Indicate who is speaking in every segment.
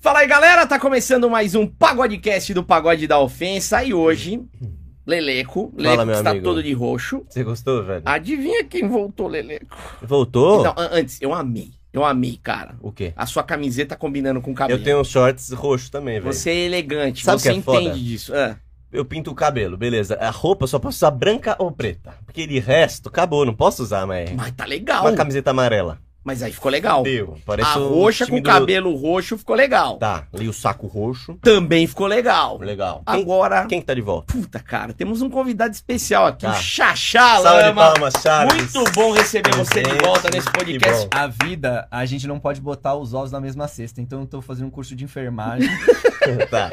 Speaker 1: Fala aí, galera! Tá começando mais um Pagodecast do Pagode da Ofensa. E hoje, Leleco. Leleco
Speaker 2: meu
Speaker 1: que está
Speaker 2: amigo.
Speaker 1: todo de roxo.
Speaker 2: Você gostou, velho?
Speaker 1: Ah, Adivinha quem voltou, Leleco?
Speaker 2: Voltou?
Speaker 1: Não, an- antes, eu amei. Eu amei, cara.
Speaker 2: O quê?
Speaker 1: A sua camiseta combinando com o cabelo.
Speaker 2: Eu tenho uns shorts roxo também, velho.
Speaker 1: Você é elegante,
Speaker 2: Sabe o
Speaker 1: você
Speaker 2: que é foda?
Speaker 1: entende disso. Ah,
Speaker 2: Eu pinto o cabelo, beleza. A roupa eu só posso usar branca ou preta. Porque de resto, acabou, não posso usar, mas.
Speaker 1: mas tá legal.
Speaker 2: Uma camiseta amarela.
Speaker 1: Mas aí ficou legal.
Speaker 2: Deu. Parece
Speaker 1: A
Speaker 2: o
Speaker 1: roxa
Speaker 2: time
Speaker 1: com
Speaker 2: do-
Speaker 1: cabelo roxo ficou legal.
Speaker 2: Tá, ali o saco roxo.
Speaker 1: Também ficou legal.
Speaker 2: Legal.
Speaker 1: Ah.
Speaker 2: Quem,
Speaker 1: Agora,
Speaker 2: quem que tá de volta?
Speaker 1: puta, cara, temos um convidado especial aqui,
Speaker 2: Tá.
Speaker 1: o Xaxá
Speaker 2: Salve de
Speaker 1: Lama.
Speaker 2: palmas, Charles.
Speaker 1: Muito bom receber você de
Speaker 2: Presente,
Speaker 1: volta nesse
Speaker 2: que
Speaker 1: podcast.
Speaker 2: bom.
Speaker 3: A vida, a gente não pode botar os ovos na mesma cesta. Então eu tô fazendo um curso de enfermagem,
Speaker 2: Tá.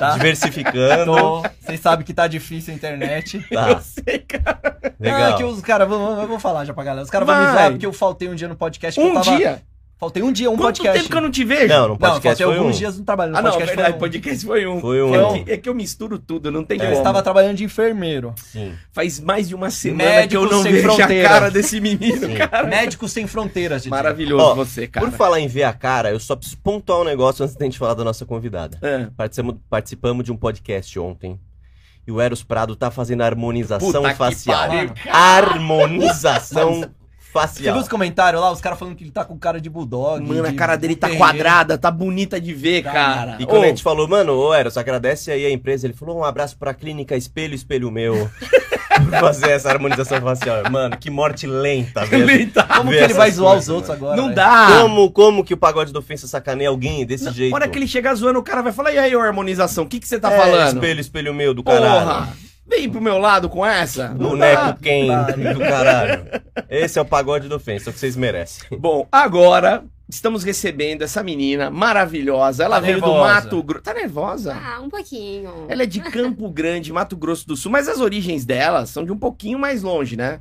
Speaker 3: tá?
Speaker 2: Diversificando.
Speaker 3: Tô- Vocês sabem que tá difícil a internet.
Speaker 2: Tá,
Speaker 1: Sei, cara.
Speaker 2: legal.
Speaker 3: Ah, que os caras, vão- eu vou falar já pra galera. Os caras vão
Speaker 1: Vai.
Speaker 3: me zoar porque eu faltei um dia no podcast. que
Speaker 1: Um
Speaker 3: eu tava-
Speaker 1: dia?
Speaker 3: Faltei um dia, um
Speaker 1: Quanto
Speaker 3: podcast.
Speaker 1: tempo que eu não te vejo?
Speaker 2: Não, no
Speaker 3: Não, eu
Speaker 2: podcast
Speaker 3: faltei
Speaker 2: foi um.
Speaker 3: alguns dias no trabalho. No
Speaker 1: ah, não,
Speaker 3: podcast
Speaker 1: verdade,
Speaker 3: foi um.
Speaker 1: podcast foi um.
Speaker 2: Foi um.
Speaker 1: É que, é que eu misturo tudo, não tem
Speaker 2: É.
Speaker 3: Eu
Speaker 1: como.
Speaker 3: estava trabalhando de enfermeiro.
Speaker 2: Sim.
Speaker 1: Faz mais de uma semana
Speaker 3: Médicos
Speaker 1: que eu não
Speaker 3: sem
Speaker 1: vejo
Speaker 3: fronteira.
Speaker 1: a cara desse menino,
Speaker 2: Sim.
Speaker 1: cara.
Speaker 3: Médicos Sem Fronteiras, gente.
Speaker 1: Maravilhoso
Speaker 2: Ó,
Speaker 1: você, cara.
Speaker 2: Por falar em ver a cara, eu só preciso pontuar um negócio antes da gente falar da nossa convidada.
Speaker 1: Ah,
Speaker 2: Participamos, participamos de um podcast ontem. E o Eros Prado tá fazendo harmonização
Speaker 1: puta que
Speaker 2: facial.
Speaker 1: pariu.
Speaker 2: Harmonização
Speaker 3: Você viu
Speaker 2: facial.
Speaker 3: os comentários lá? Os caras falando que ele tá com cara de bulldog.
Speaker 1: Mano,
Speaker 3: de
Speaker 1: a cara dele tá
Speaker 3: terreiro.
Speaker 1: quadrada, tá bonita de ver,
Speaker 3: Tá,
Speaker 1: cara.
Speaker 2: E quando a
Speaker 1: Ô,
Speaker 2: gente falou, mano, ô Eros, agradece aí a empresa. Ele falou um abraço pra clínica Espelho, Espelho Meu. por fazer essa harmonização facial. Mano, que morte lenta, velho.
Speaker 1: ele tá-
Speaker 3: Como que
Speaker 2: Vê
Speaker 3: ele vai
Speaker 2: essas
Speaker 3: zoar
Speaker 2: coisas,
Speaker 3: os outros
Speaker 2: mano.
Speaker 3: agora? né?
Speaker 1: Não
Speaker 3: velho?
Speaker 1: dá.
Speaker 2: Como, como que o pagode da ofensa sacaneia alguém desse
Speaker 1: Na
Speaker 2: jeito?
Speaker 1: hora que ele chegar zoando, o cara vai falar, e aí, ô harmonização, o que, que você tá
Speaker 2: É,
Speaker 1: falando?
Speaker 2: Espelho, espelho meu do caralho.
Speaker 1: Porra, vem pro meu lado com essa. Não dá.
Speaker 2: Boneco quente do caralho. Esse é o pagode da ofensa, é o que vocês merecem.
Speaker 1: Bom, agora estamos recebendo essa menina maravilhosa. Ela
Speaker 3: Tá
Speaker 1: veio do
Speaker 3: nervosa.
Speaker 1: Mato Grosso. Tá nervosa?
Speaker 4: Ah, um pouquinho.
Speaker 1: Ela é de Campo Grande, Mato Grosso do Sul, mas as origens dela são de um pouquinho mais longe, né?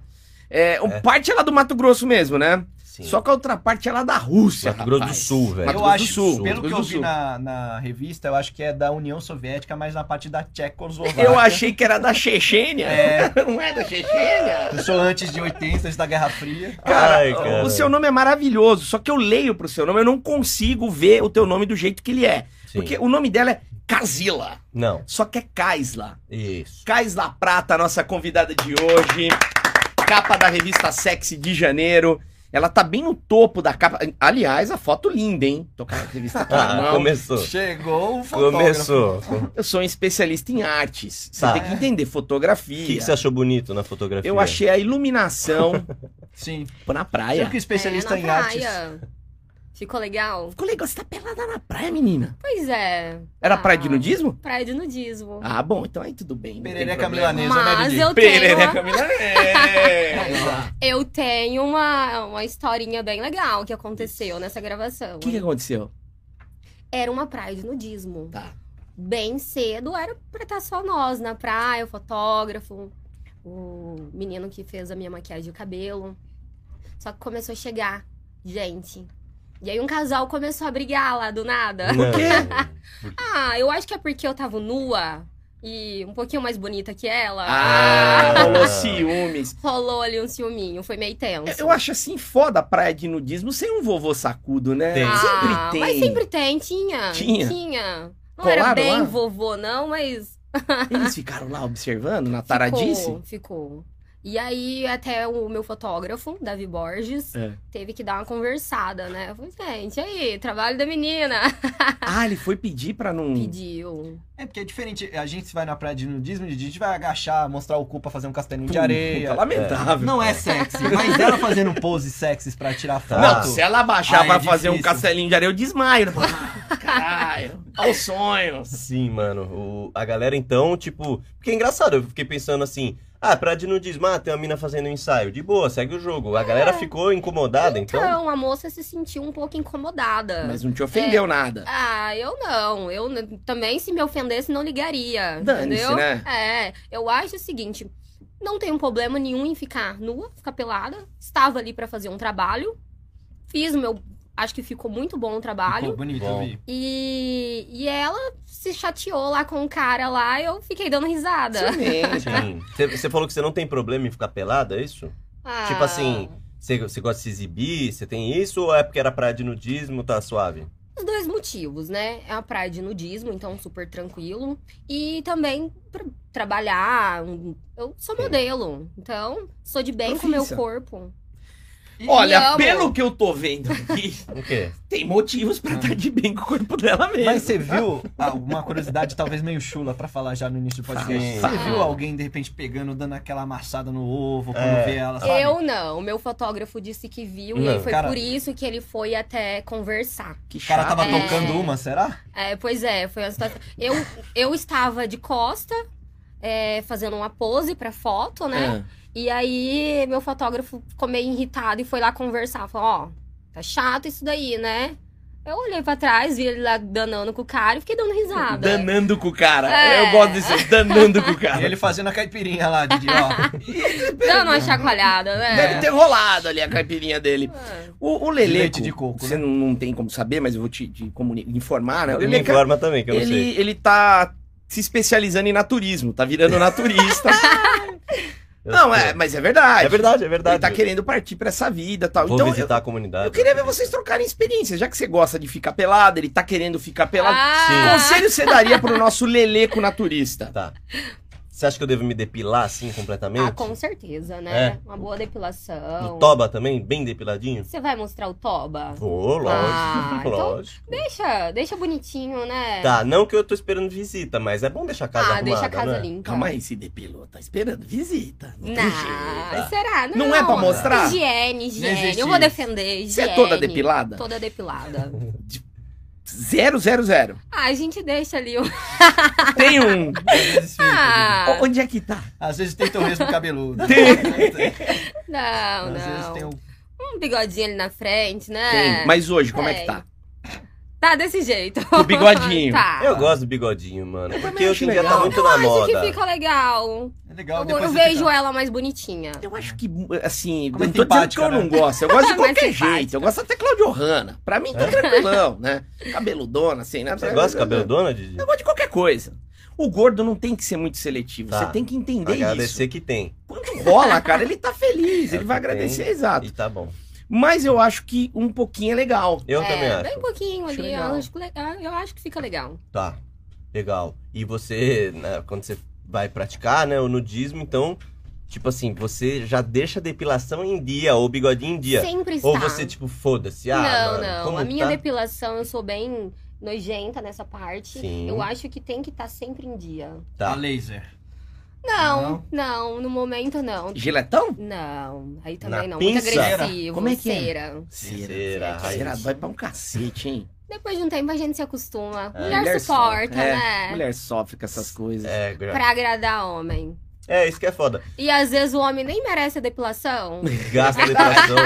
Speaker 1: É, um-
Speaker 2: É.
Speaker 1: Parte ela é do Mato Grosso mesmo, né?
Speaker 2: Sim.
Speaker 1: Só que a outra parte ela é da Rússia.
Speaker 2: Mato Grosso do
Speaker 1: rapaz.
Speaker 2: Sul, velho.
Speaker 1: Mato
Speaker 3: eu
Speaker 1: Grosso
Speaker 3: acho,
Speaker 1: do Sul.
Speaker 3: pelo
Speaker 1: Mato
Speaker 3: que
Speaker 1: Grosso
Speaker 3: eu
Speaker 1: do
Speaker 3: vi
Speaker 1: Sul.
Speaker 3: na, na revista, eu acho que é da União Soviética, mas na parte da Tchecoslováquia.
Speaker 1: Eu achei que era da Chechênia.
Speaker 3: É.
Speaker 1: Não é da Chechênia?
Speaker 3: Pessoa antes de 80, antes da Guerra Fria.
Speaker 1: Cara,
Speaker 2: Ai, cara.
Speaker 1: o seu nome é maravilhoso, só que eu leio pro seu nome, eu não consigo ver o teu nome do jeito que ele é.
Speaker 2: Sim.
Speaker 1: Porque o nome dela é Casila,
Speaker 2: Não,
Speaker 1: só que é Kaisla.
Speaker 2: isso.
Speaker 1: Kaisla Prata, nossa convidada de hoje. Capa da revista Sexy de janeiro. Ela tá bem no topo da capa. Aliás, a foto linda, hein? Tô com a revista aqui na
Speaker 2: Ah,
Speaker 1: mão.
Speaker 2: começou.
Speaker 3: Chegou o fotógrafo.
Speaker 2: Começou.
Speaker 1: Eu sou um especialista em artes. Você
Speaker 2: Tá.
Speaker 1: tem que entender
Speaker 2: O
Speaker 1: fotografia.
Speaker 2: que, que você achou bonito na fotografia?
Speaker 1: Eu achei a iluminação
Speaker 3: Sim.
Speaker 1: pô, na
Speaker 3: Sempre
Speaker 1: praia.
Speaker 3: que o especialista
Speaker 4: É,
Speaker 3: em
Speaker 4: na
Speaker 3: artes.
Speaker 4: praia. Ficou legal?
Speaker 1: Ficou legal, você tá pelada na praia, menina.
Speaker 4: Pois é.
Speaker 1: Era
Speaker 4: Ah.
Speaker 1: praia de nudismo?
Speaker 4: Praia de nudismo.
Speaker 1: Ah, bom, então aí tudo bem. não tem
Speaker 3: Perereca
Speaker 1: problema.
Speaker 3: milanesa,
Speaker 4: Mas
Speaker 3: Mary Jane.
Speaker 4: eu tenho,
Speaker 1: Perereca
Speaker 4: uma,
Speaker 1: milanesa.
Speaker 4: eu tenho uma, uma historinha bem legal que aconteceu nessa gravação.
Speaker 1: O que, que aconteceu?
Speaker 4: Era uma praia de nudismo.
Speaker 1: Tá.
Speaker 4: Bem cedo, era pra estar só nós na praia, o fotógrafo, o menino que fez a minha maquiagem e o cabelo. Só que começou a chegar gente. E aí um casal começou a brigar lá do nada.
Speaker 2: Não.
Speaker 4: Ah, eu acho que é porque eu tava nua e um pouquinho mais bonita que ela.
Speaker 1: Ah,
Speaker 2: Ah.
Speaker 1: rolou ciúmes.
Speaker 4: Rolou ali um ciúminho, foi meio tenso.
Speaker 1: Eu acho assim foda a praia de nudismo sem um vovô sacudo, né?
Speaker 2: Tem.
Speaker 4: Ah,
Speaker 1: Sempre tem.
Speaker 4: Mas sempre tem, tinha.
Speaker 1: Tinha?
Speaker 4: Não
Speaker 1: Colaram
Speaker 4: era bem
Speaker 1: lá?
Speaker 4: vovô, não, mas.
Speaker 1: Eles ficaram lá observando na taradice?
Speaker 4: Ficou, ficou. E aí, até o meu fotógrafo, Davi Borges,
Speaker 1: É.
Speaker 4: teve que dar uma conversada, né? Eu falei, gente, aí, trabalho da menina.
Speaker 1: Ah, ele foi pedir pra não.
Speaker 4: Pediu.
Speaker 3: É porque é diferente. A gente vai na praia de nudismo, a gente vai agachar, mostrar o cu pra fazer um castelinho de
Speaker 1: Puta,
Speaker 3: areia.
Speaker 1: lamentável.
Speaker 3: Não é sexy, mas ela fazendo pose sexy pra tirar
Speaker 1: Tá.
Speaker 3: foto.
Speaker 1: Não, se ela baixar
Speaker 3: Ah,
Speaker 1: pra
Speaker 3: é
Speaker 1: fazer um
Speaker 3: difícil.
Speaker 1: castelinho de areia, eu desmaio. Ah, caralho. Olha os sonhos.
Speaker 2: Sim, mano. O- a galera então, tipo. Porque é engraçado, eu fiquei pensando assim. Ah, pra de nudismo, ah, tem uma mina fazendo um ensaio. De boa, segue o jogo. A galera
Speaker 1: É.
Speaker 2: ficou incomodada, então.
Speaker 4: Então, a moça se sentiu um pouco incomodada.
Speaker 1: Mas não te ofendeu nada.
Speaker 4: Ah, eu não. Eu n- também, se me ofendesse, não ligaria.
Speaker 1: Dane-se,
Speaker 4: entendeu?
Speaker 1: né?
Speaker 4: É, eu acho o seguinte: não tenho problema nenhum em ficar nua, ficar pelada. Estava ali pra fazer um trabalho. Fiz o meu. Acho que ficou muito bom o trabalho.
Speaker 3: Ficou bonito,
Speaker 2: Bom.
Speaker 3: eu vi.
Speaker 4: E, e ela se chateou lá com o cara lá, eu fiquei dando risada.
Speaker 1: Ciumente.
Speaker 2: Sim. Você- Você falou que você não tem problema em ficar pelada, é isso?
Speaker 4: Ah,
Speaker 2: Tipo assim, você, você gosta de se exibir? Você tem isso? Ou é porque era praia de nudismo, tá suave?
Speaker 4: Os dois motivos, né? É uma praia de nudismo, então super tranquilo. E também pra trabalhar. um- Eu sou modelo, então sou de bem com o meu
Speaker 1: Profissa.
Speaker 4: corpo. E
Speaker 1: Olha,
Speaker 4: amo.
Speaker 1: pelo que eu tô vendo aqui,
Speaker 2: O quê?
Speaker 1: tem motivos pra estar de bem com o corpo dela mesmo.
Speaker 3: Ah. Mas você viu ah, uma curiosidade talvez meio chula pra falar já no início do
Speaker 1: Tá.
Speaker 3: podcast?
Speaker 2: Sim.
Speaker 3: Você
Speaker 4: É.
Speaker 3: viu alguém de repente pegando, dando aquela amassada no ovo quando
Speaker 2: É.
Speaker 3: vê ela, sabe?
Speaker 4: Eu não. O meu fotógrafo disse que viu e
Speaker 2: Não,
Speaker 4: aí foi
Speaker 3: cara-
Speaker 4: por isso que ele foi até conversar.
Speaker 1: que
Speaker 3: O cara tava
Speaker 4: É.
Speaker 3: tocando uma, será?
Speaker 4: É, pois é, foi uma situação. Eu, eu estava de costa, é, fazendo uma pose pra foto,
Speaker 3: É.
Speaker 1: Ah.
Speaker 4: né? E aí meu fotógrafo ficou meio irritado e foi lá conversar. Falou: Ó, tá chato isso daí, né? Eu olhei pra trás, vi ele lá danando com o cara e fiquei dando risada.
Speaker 1: Danando com o cara.
Speaker 4: É.
Speaker 1: Eu gosto disso, danando com o
Speaker 3: E
Speaker 1: cara. tá.
Speaker 3: ele fazendo a caipirinha lá, Didi, ó.
Speaker 4: Dando uma chacoalhada, né?
Speaker 1: Deve ter rolado ali a caipirinha dele.
Speaker 4: É.
Speaker 1: O, o Leleco,
Speaker 3: Leite de coco,
Speaker 1: você
Speaker 3: né?
Speaker 1: não, não tem como saber, mas eu vou te, te comuni- informar, né? O
Speaker 2: Ele me
Speaker 1: Leleco,
Speaker 2: informa também, que eu não sei.
Speaker 1: ele, ele tá se especializando em naturismo, tá virando naturista.
Speaker 2: Eu
Speaker 1: não,
Speaker 2: sei.
Speaker 1: é, mas é verdade.
Speaker 2: É verdade, é verdade.
Speaker 1: Ele tá querendo partir pra essa vida e tal.
Speaker 2: Vou
Speaker 1: então, eu,
Speaker 2: visitar a comunidade.
Speaker 1: eu queria ver vocês trocarem experiências, já que você gosta de ficar pelado, ele tá querendo ficar pelado. Que
Speaker 4: Ah,
Speaker 1: conselho você daria pro nosso Leleco naturista?
Speaker 2: Tá. Você acha que eu devo me depilar assim completamente?
Speaker 4: ah, com certeza, né?
Speaker 2: É.
Speaker 4: Uma boa depilação.
Speaker 2: No toba também, bem depiladinho?
Speaker 4: Você vai mostrar o toba?
Speaker 2: Vou, lógico,
Speaker 4: Ah, então-
Speaker 2: lógico.
Speaker 4: Deixa, deixa bonitinho, né?
Speaker 2: Tá, não que eu tô esperando visita, mas é bom deixar a casa
Speaker 4: ah,
Speaker 2: arrumada,
Speaker 4: deixa a casa
Speaker 2: né?
Speaker 4: limpa.
Speaker 1: Calma aí, se depilou, tá esperando visita. Não, tem jeito.
Speaker 4: Não, será? Não,
Speaker 1: Não é pra mostrar?
Speaker 4: Higiene,
Speaker 3: Não
Speaker 4: higiene.
Speaker 3: existe
Speaker 4: Eu vou
Speaker 3: isso.
Speaker 4: defender higiene.
Speaker 1: Você é toda depilada?
Speaker 4: Toda depilada.
Speaker 1: Zero, zero, zero.
Speaker 4: ah, a gente deixa ali o...
Speaker 1: Tem um.
Speaker 3: Às vezes fica,
Speaker 4: Ah,
Speaker 1: Onde é que tá?
Speaker 3: Didi. Às vezes tem torresmo cabeludo.
Speaker 4: não,
Speaker 3: Às vezes
Speaker 4: não.
Speaker 3: tem o...
Speaker 4: Um bigodinho ali na frente, né?
Speaker 1: Tem. Mas hoje, como Ah. é que tá?
Speaker 4: Tá desse jeito.
Speaker 1: O bigodinho.
Speaker 4: tá.
Speaker 2: Eu gosto do bigodinho, mano. Porque
Speaker 1: também acho
Speaker 2: hoje em dia tá
Speaker 1: legal.
Speaker 2: muito
Speaker 4: Eu
Speaker 2: na
Speaker 4: acho
Speaker 2: moda.
Speaker 4: que fica legal.
Speaker 3: É
Speaker 4: Eu,
Speaker 3: legal,
Speaker 4: eu
Speaker 3: depois você
Speaker 4: vejo
Speaker 3: fica-
Speaker 4: ela mais bonitinha.
Speaker 1: Eu acho que, assim,
Speaker 3: Como é
Speaker 1: não tô dizendo que
Speaker 3: simpática,
Speaker 1: eu
Speaker 3: né?
Speaker 1: não gosto. Eu gosto de
Speaker 4: Mais
Speaker 1: qualquer
Speaker 4: simpática.
Speaker 1: jeito. Eu gosto até Claudio Hanna. Pra mim, tá tranquilão, né? Cabeludona, assim, né?
Speaker 2: Você gosta de cabelo dona, Didi?
Speaker 1: Eu gosto de qualquer coisa. O gordo não tem que ser muito seletivo.
Speaker 2: Tá.
Speaker 1: Você tem que entender
Speaker 2: Agradecer que tem.
Speaker 1: isso. Quando rola, cara, ele tá feliz.
Speaker 2: É
Speaker 1: ele
Speaker 2: o
Speaker 1: vai
Speaker 2: que tem.
Speaker 1: agradecer, exato.
Speaker 2: E tá bom.
Speaker 1: Mas eu acho que um pouquinho é legal.
Speaker 2: Eu
Speaker 4: é,
Speaker 2: também acho.
Speaker 4: Bem pouquinho
Speaker 1: Acho
Speaker 4: ali.
Speaker 1: legal.
Speaker 4: Eu acho, que le- ah, eu acho que fica legal.
Speaker 2: Tá, legal. E você, né, quando você vai praticar, né, o nudismo, então, tipo assim, você já deixa a depilação em dia, ou o bigodinho em dia.
Speaker 4: Sempre está.
Speaker 2: Ou você, tipo, foda-se, ah,
Speaker 4: não,
Speaker 2: mano,
Speaker 4: não.
Speaker 2: como
Speaker 4: a minha
Speaker 2: tá?
Speaker 4: depilação, eu sou bem nojenta nessa parte.
Speaker 2: Sim.
Speaker 4: Eu acho que tem que estar sempre em dia.
Speaker 2: Tá.
Speaker 3: A laser.
Speaker 4: Não, não, no momento não.
Speaker 1: Giletão?
Speaker 4: Não, aí também
Speaker 2: Na
Speaker 4: não. Muito
Speaker 2: pinça?
Speaker 4: agressivo.
Speaker 1: Como é que é?
Speaker 4: cera.
Speaker 2: Cera,
Speaker 4: Cera,
Speaker 1: Será?
Speaker 2: raiz.
Speaker 1: Dói pra um cacete, hein?
Speaker 4: Depois de um tempo a gente se acostuma.
Speaker 2: É,
Speaker 4: mulher,
Speaker 1: mulher
Speaker 4: suporta,
Speaker 1: sofre, é,
Speaker 4: né?
Speaker 1: Mulher sofre com essas coisas.
Speaker 2: É, gra-
Speaker 4: Pra agradar homem.
Speaker 2: é, isso que é foda.
Speaker 4: E às vezes o homem nem merece a depilação.
Speaker 2: Gasta a depilação.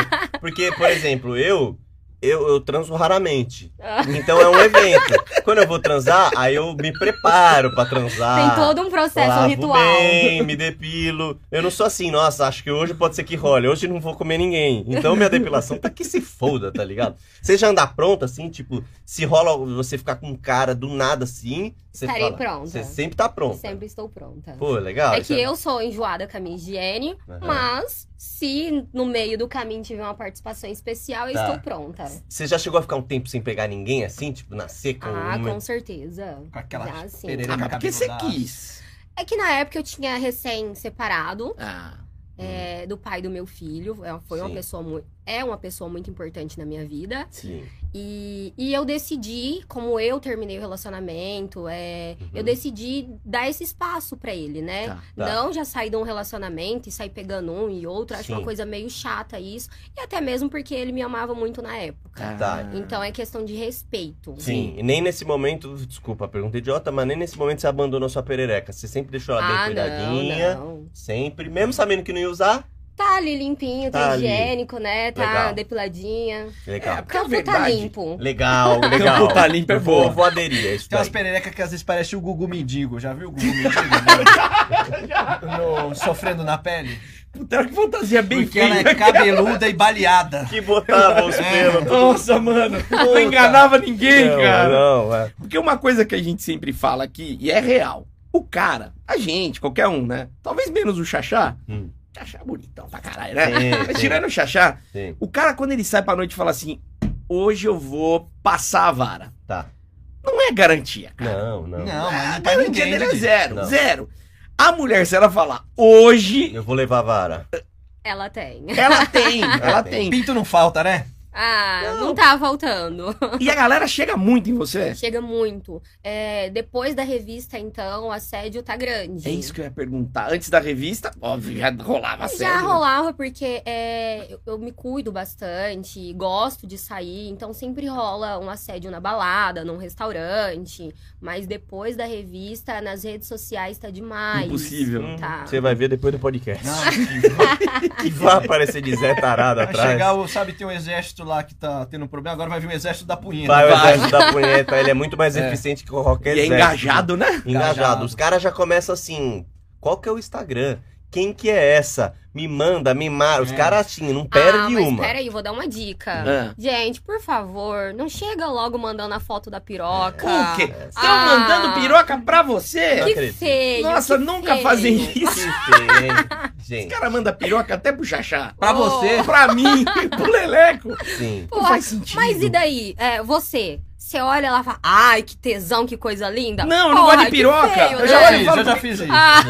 Speaker 2: Porque, por exemplo, eu, eu, eu transo raramente.
Speaker 4: Ah.
Speaker 2: Então é um evento. Quando eu vou transar, aí eu me preparo pra transar.
Speaker 4: Tem todo um processo, um
Speaker 2: Ah, Lavo
Speaker 4: ritual.
Speaker 2: bem, me depilo. Eu não sou assim, nossa, acho que hoje pode ser que role, hoje não vou comer ninguém. Então minha depilação tá que se foda, tá ligado? Você já anda pronta assim, tipo, se rola você ficar com cara do nada assim, você
Speaker 4: Estarei
Speaker 2: fala,
Speaker 4: pronta.
Speaker 2: Você sempre tá pronta.
Speaker 4: Sempre estou pronta.
Speaker 2: Pô, legal.
Speaker 4: É
Speaker 2: isso É.
Speaker 4: que eu sou enjoada com a minha higiene,
Speaker 2: Aham.
Speaker 4: mas se no meio do caminho tiver uma participação especial, eu
Speaker 2: Tá.
Speaker 4: estou pronta.
Speaker 2: Você já chegou a ficar um tempo sem pegar ninguém assim, tipo, na seca?
Speaker 4: Ah,
Speaker 2: um-
Speaker 4: com certeza.
Speaker 3: Com aquela
Speaker 4: Ah, sim.
Speaker 3: pereira
Speaker 1: Ah, mas porque você
Speaker 3: cabeluda.
Speaker 1: quis.
Speaker 4: É que na época eu tinha recém separado
Speaker 1: Ah,
Speaker 4: é, do pai do meu filho. É, Foi uma
Speaker 2: Hum. Sim.
Speaker 4: pessoa muito. É uma pessoa muito importante na minha vida.
Speaker 2: Sim.
Speaker 4: E, e eu decidi, como eu terminei o relacionamento, é,
Speaker 2: Uhum.
Speaker 4: eu decidi dar esse espaço pra ele, né?
Speaker 1: tá.
Speaker 2: Tá.
Speaker 4: Não já sair de um relacionamento e sair pegando um e outro. Acho uma
Speaker 2: Sim.
Speaker 4: coisa meio chata isso. E até mesmo porque ele me amava muito na época.
Speaker 1: Ah.
Speaker 2: Tá.
Speaker 4: Então é questão de respeito.
Speaker 2: Sim, e nem nesse momento, desculpa a pergunta idiota, mas nem nesse momento você abandonou sua perereca. Você sempre deixou ela tá bem
Speaker 4: Ah,
Speaker 2: cuidadinha.
Speaker 4: não, não.
Speaker 2: Sempre, mesmo sabendo que não ia usar,
Speaker 4: Tá ali limpinho, tá,
Speaker 2: Tá ali.
Speaker 4: higiênico, né? Tá
Speaker 2: Legal.
Speaker 4: depiladinha.
Speaker 1: É,
Speaker 2: Legal.
Speaker 1: porque a
Speaker 4: Campo tá
Speaker 1: verdade-
Speaker 4: limpo.
Speaker 2: Legal, legal.
Speaker 1: Campo tá limpo é
Speaker 2: Eu vou,
Speaker 1: boa.
Speaker 2: vou aderir a isso
Speaker 3: Tem umas
Speaker 2: daí.
Speaker 3: pererecas que às vezes parece o Gugu Mendigo. Já viu o Gugu Mendigo? no, sofrendo na pele?
Speaker 1: Puta, olha que fantasia bem
Speaker 3: Porque ela
Speaker 1: feita.
Speaker 3: é cabeluda e baleada.
Speaker 2: Que botava os pelos.
Speaker 1: Nossa, mano. Não enganava ninguém,
Speaker 2: é não,
Speaker 1: cara.
Speaker 2: Não, é.
Speaker 1: Porque uma coisa que a gente sempre fala aqui, e é real. O cara, a gente, qualquer um, né? Talvez menos o Xaxá.
Speaker 2: Hum.
Speaker 1: Xaxá é bonitão pra caralho, né?
Speaker 2: Sim,
Speaker 1: Mas
Speaker 2: sim.
Speaker 1: tirando o Xaxá,
Speaker 2: Sim.
Speaker 1: o cara quando ele sai pra noite fala assim... hoje eu vou passar a vara.
Speaker 2: Tá.
Speaker 1: Não é garantia, cara.
Speaker 2: Não, não.
Speaker 3: Não, mas
Speaker 1: A
Speaker 3: não tá
Speaker 1: garantia
Speaker 3: ninguém.
Speaker 1: dele é
Speaker 3: Didi.
Speaker 1: zero,
Speaker 2: Não.
Speaker 1: zero. A mulher, se ela falar hoje,
Speaker 2: Eu vou levar a vara.
Speaker 4: Ela tem.
Speaker 1: ela tem, ela
Speaker 2: Ela
Speaker 1: tem.
Speaker 3: Pinto não falta, né?
Speaker 4: Ah,
Speaker 1: Não.
Speaker 4: não tá faltando.
Speaker 1: E a galera chega muito em você.
Speaker 4: Chega muito. É, depois da revista, então, o assédio tá grande.
Speaker 1: É isso que eu ia perguntar. Antes da revista, óbvio, já rolava né? sério.
Speaker 4: Já rolava, porque é, eu, eu me cuido bastante, gosto de sair, então sempre rola um assédio na balada, num restaurante. Mas depois da revista, nas redes sociais tá demais.
Speaker 1: Impossível.
Speaker 2: Hum,
Speaker 4: Tá.
Speaker 2: Você vai ver depois do podcast.
Speaker 3: Não, que vai-
Speaker 2: Que vai aparecer de Zé Tarado
Speaker 3: vai
Speaker 2: atrás.
Speaker 3: chegar, o- sabe, tem um exército lá que tá tendo um problema, agora vai vir o exército da punheta.
Speaker 2: Vai o
Speaker 1: Vai.
Speaker 2: exército da punheta. Ele é muito mais
Speaker 1: É.
Speaker 2: eficiente que qualquer
Speaker 1: E é
Speaker 2: exército.
Speaker 1: engajado, né?
Speaker 2: Engajado.
Speaker 3: Engajado.
Speaker 2: Os caras já começam assim. Qual que é o Instagram? Quem que é essa? Me manda, me mara. Os
Speaker 3: É.
Speaker 2: caras assim, não
Speaker 4: ah,
Speaker 2: perde
Speaker 4: mas
Speaker 2: uma.
Speaker 4: peraí, vou dar uma dica.
Speaker 1: Ah.
Speaker 4: Gente, por favor, não chega logo mandando a foto da piroca.
Speaker 1: O quê?
Speaker 2: É,
Speaker 1: Estão
Speaker 4: Ah.
Speaker 1: mandando piroca pra você?
Speaker 2: Não
Speaker 4: Que
Speaker 2: acredito.
Speaker 4: feio.
Speaker 1: Nossa,
Speaker 4: que é
Speaker 1: nunca
Speaker 4: feio.
Speaker 1: fazem isso.
Speaker 2: Que feio,
Speaker 1: Os
Speaker 2: Gente,
Speaker 1: caras mandam piroca até pro Xaxá.
Speaker 3: Pra
Speaker 4: Ô.
Speaker 3: você.
Speaker 1: Pra mim, pro Leleco.
Speaker 2: sim.
Speaker 4: Pô,
Speaker 1: faz sentido.
Speaker 4: Mas e daí? É, você, você olha lá e fala, ai, que tesão, que coisa linda.
Speaker 1: Não, eu não gosto de
Speaker 4: que
Speaker 1: piroca.
Speaker 4: feio,
Speaker 1: Eu já
Speaker 4: né?
Speaker 3: Já
Speaker 1: olhei.
Speaker 3: fiz, eu já fiz isso.
Speaker 4: Ah,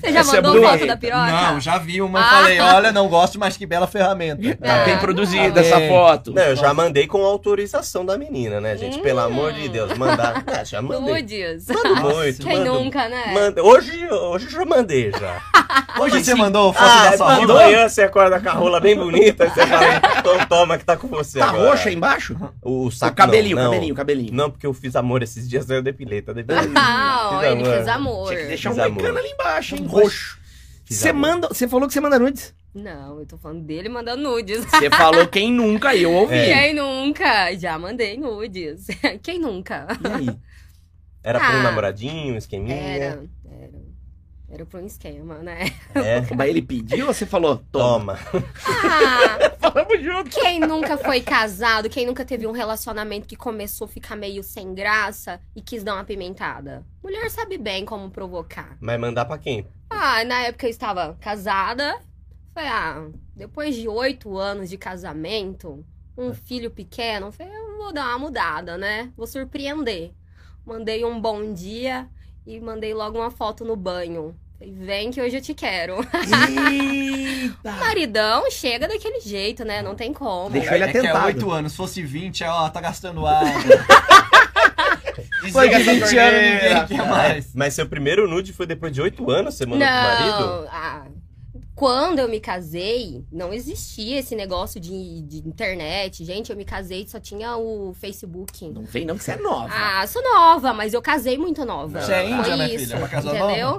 Speaker 4: você já
Speaker 1: Essa é
Speaker 4: mandou
Speaker 1: boa,
Speaker 4: foto
Speaker 1: Rita.
Speaker 4: da piroca?
Speaker 3: Não, já vi uma e
Speaker 4: Ah.
Speaker 3: falei, olha, não gosto, mas que bela ferramenta.
Speaker 1: Tá
Speaker 4: Ah,
Speaker 1: bem
Speaker 4: não.
Speaker 1: produzida
Speaker 3: Tá bem.
Speaker 1: essa foto.
Speaker 2: Não, eu já mandei com autorização da menina, né, gente? Pelo
Speaker 4: Hum.
Speaker 2: amor de Deus, mandar. Ah, já mandei.
Speaker 4: Nudes.
Speaker 2: Mando muito,
Speaker 4: Quem
Speaker 2: mando.
Speaker 4: nunca, né?
Speaker 2: Manda- Hoje, hoje eu já mandei já.
Speaker 3: Hoje você mandou foto
Speaker 2: Ah,
Speaker 3: da sua
Speaker 2: de
Speaker 1: é mandou?
Speaker 3: roupa?
Speaker 2: manhã você acorda com a rola bem bonita, aí você fala, então toma que tá com você
Speaker 1: Tá
Speaker 2: agora.
Speaker 1: roxa embaixo?
Speaker 2: O, o saco
Speaker 1: o cabelinho,
Speaker 2: não, não.
Speaker 1: cabelinho, Hum, cabelinho.
Speaker 2: Não, porque eu fiz amamor esses dias, aí eu depilei, tá depilando.
Speaker 4: Ah, ó, ele fez amor.
Speaker 1: Tinha que deixar um
Speaker 2: Fiz amor.
Speaker 1: moicano ali embaixo, hein?
Speaker 3: Não
Speaker 1: Roxo.
Speaker 2: Fiz
Speaker 1: Você
Speaker 2: amor.
Speaker 1: manda, você falou que você manda nudes.
Speaker 4: Não, eu tô falando dele mandando nudes.
Speaker 1: Você falou quem nunca, eu ouvi.
Speaker 2: É.
Speaker 4: Quem nunca? Já mandei nudes. Quem nunca?
Speaker 1: E aí?
Speaker 2: Era pra um
Speaker 4: Ah.
Speaker 2: namoradinho, um esqueminha.
Speaker 4: Era, era. Era pra um esquema, né?
Speaker 2: É.
Speaker 1: Mas ele pediu ou você falou? Toma.
Speaker 2: Toma.
Speaker 4: Ah,
Speaker 1: Falamos junto.
Speaker 4: Quem nunca foi casado, quem nunca teve um relacionamento que começou a ficar meio sem graça e quis dar uma pimentada? Mulher sabe bem como provocar.
Speaker 2: Mas mandar pra quem?
Speaker 4: Ah, na época eu estava casada. Falei, ah, depois de oito anos de casamento, um filho pequeno, falei, eu vou dar uma mudada, né? Vou surpreender. Mandei um bom dia e mandei logo uma foto no banho. Falei, vem que hoje eu te quero.
Speaker 1: Eita.
Speaker 4: Maridão chega daquele jeito, né? Não tem como.
Speaker 1: Deixa ele
Speaker 3: é que é
Speaker 1: atentado.
Speaker 3: 8 anos, se fosse 20, é, ó, tá gastando água.
Speaker 1: Foi
Speaker 3: Foi
Speaker 1: de
Speaker 3: de
Speaker 1: 20
Speaker 3: 20
Speaker 1: anos,
Speaker 3: anos,
Speaker 1: ninguém
Speaker 3: ninguém
Speaker 1: quer
Speaker 3: quer mais.
Speaker 2: Mas seu primeiro nude foi depois de oito anos, você mandou pro marido?
Speaker 4: Não, ah, quando eu me casei, não existia esse negócio de, de internet. Gente, eu me casei, só tinha o Facebook.
Speaker 1: Não vem não que você é nova.
Speaker 4: Ah, sou nova, mas eu casei muito nova.
Speaker 3: Você é
Speaker 4: Foi
Speaker 3: índia, minha
Speaker 4: isso,
Speaker 3: filha, pra casar
Speaker 2: Não,
Speaker 4: entendeu?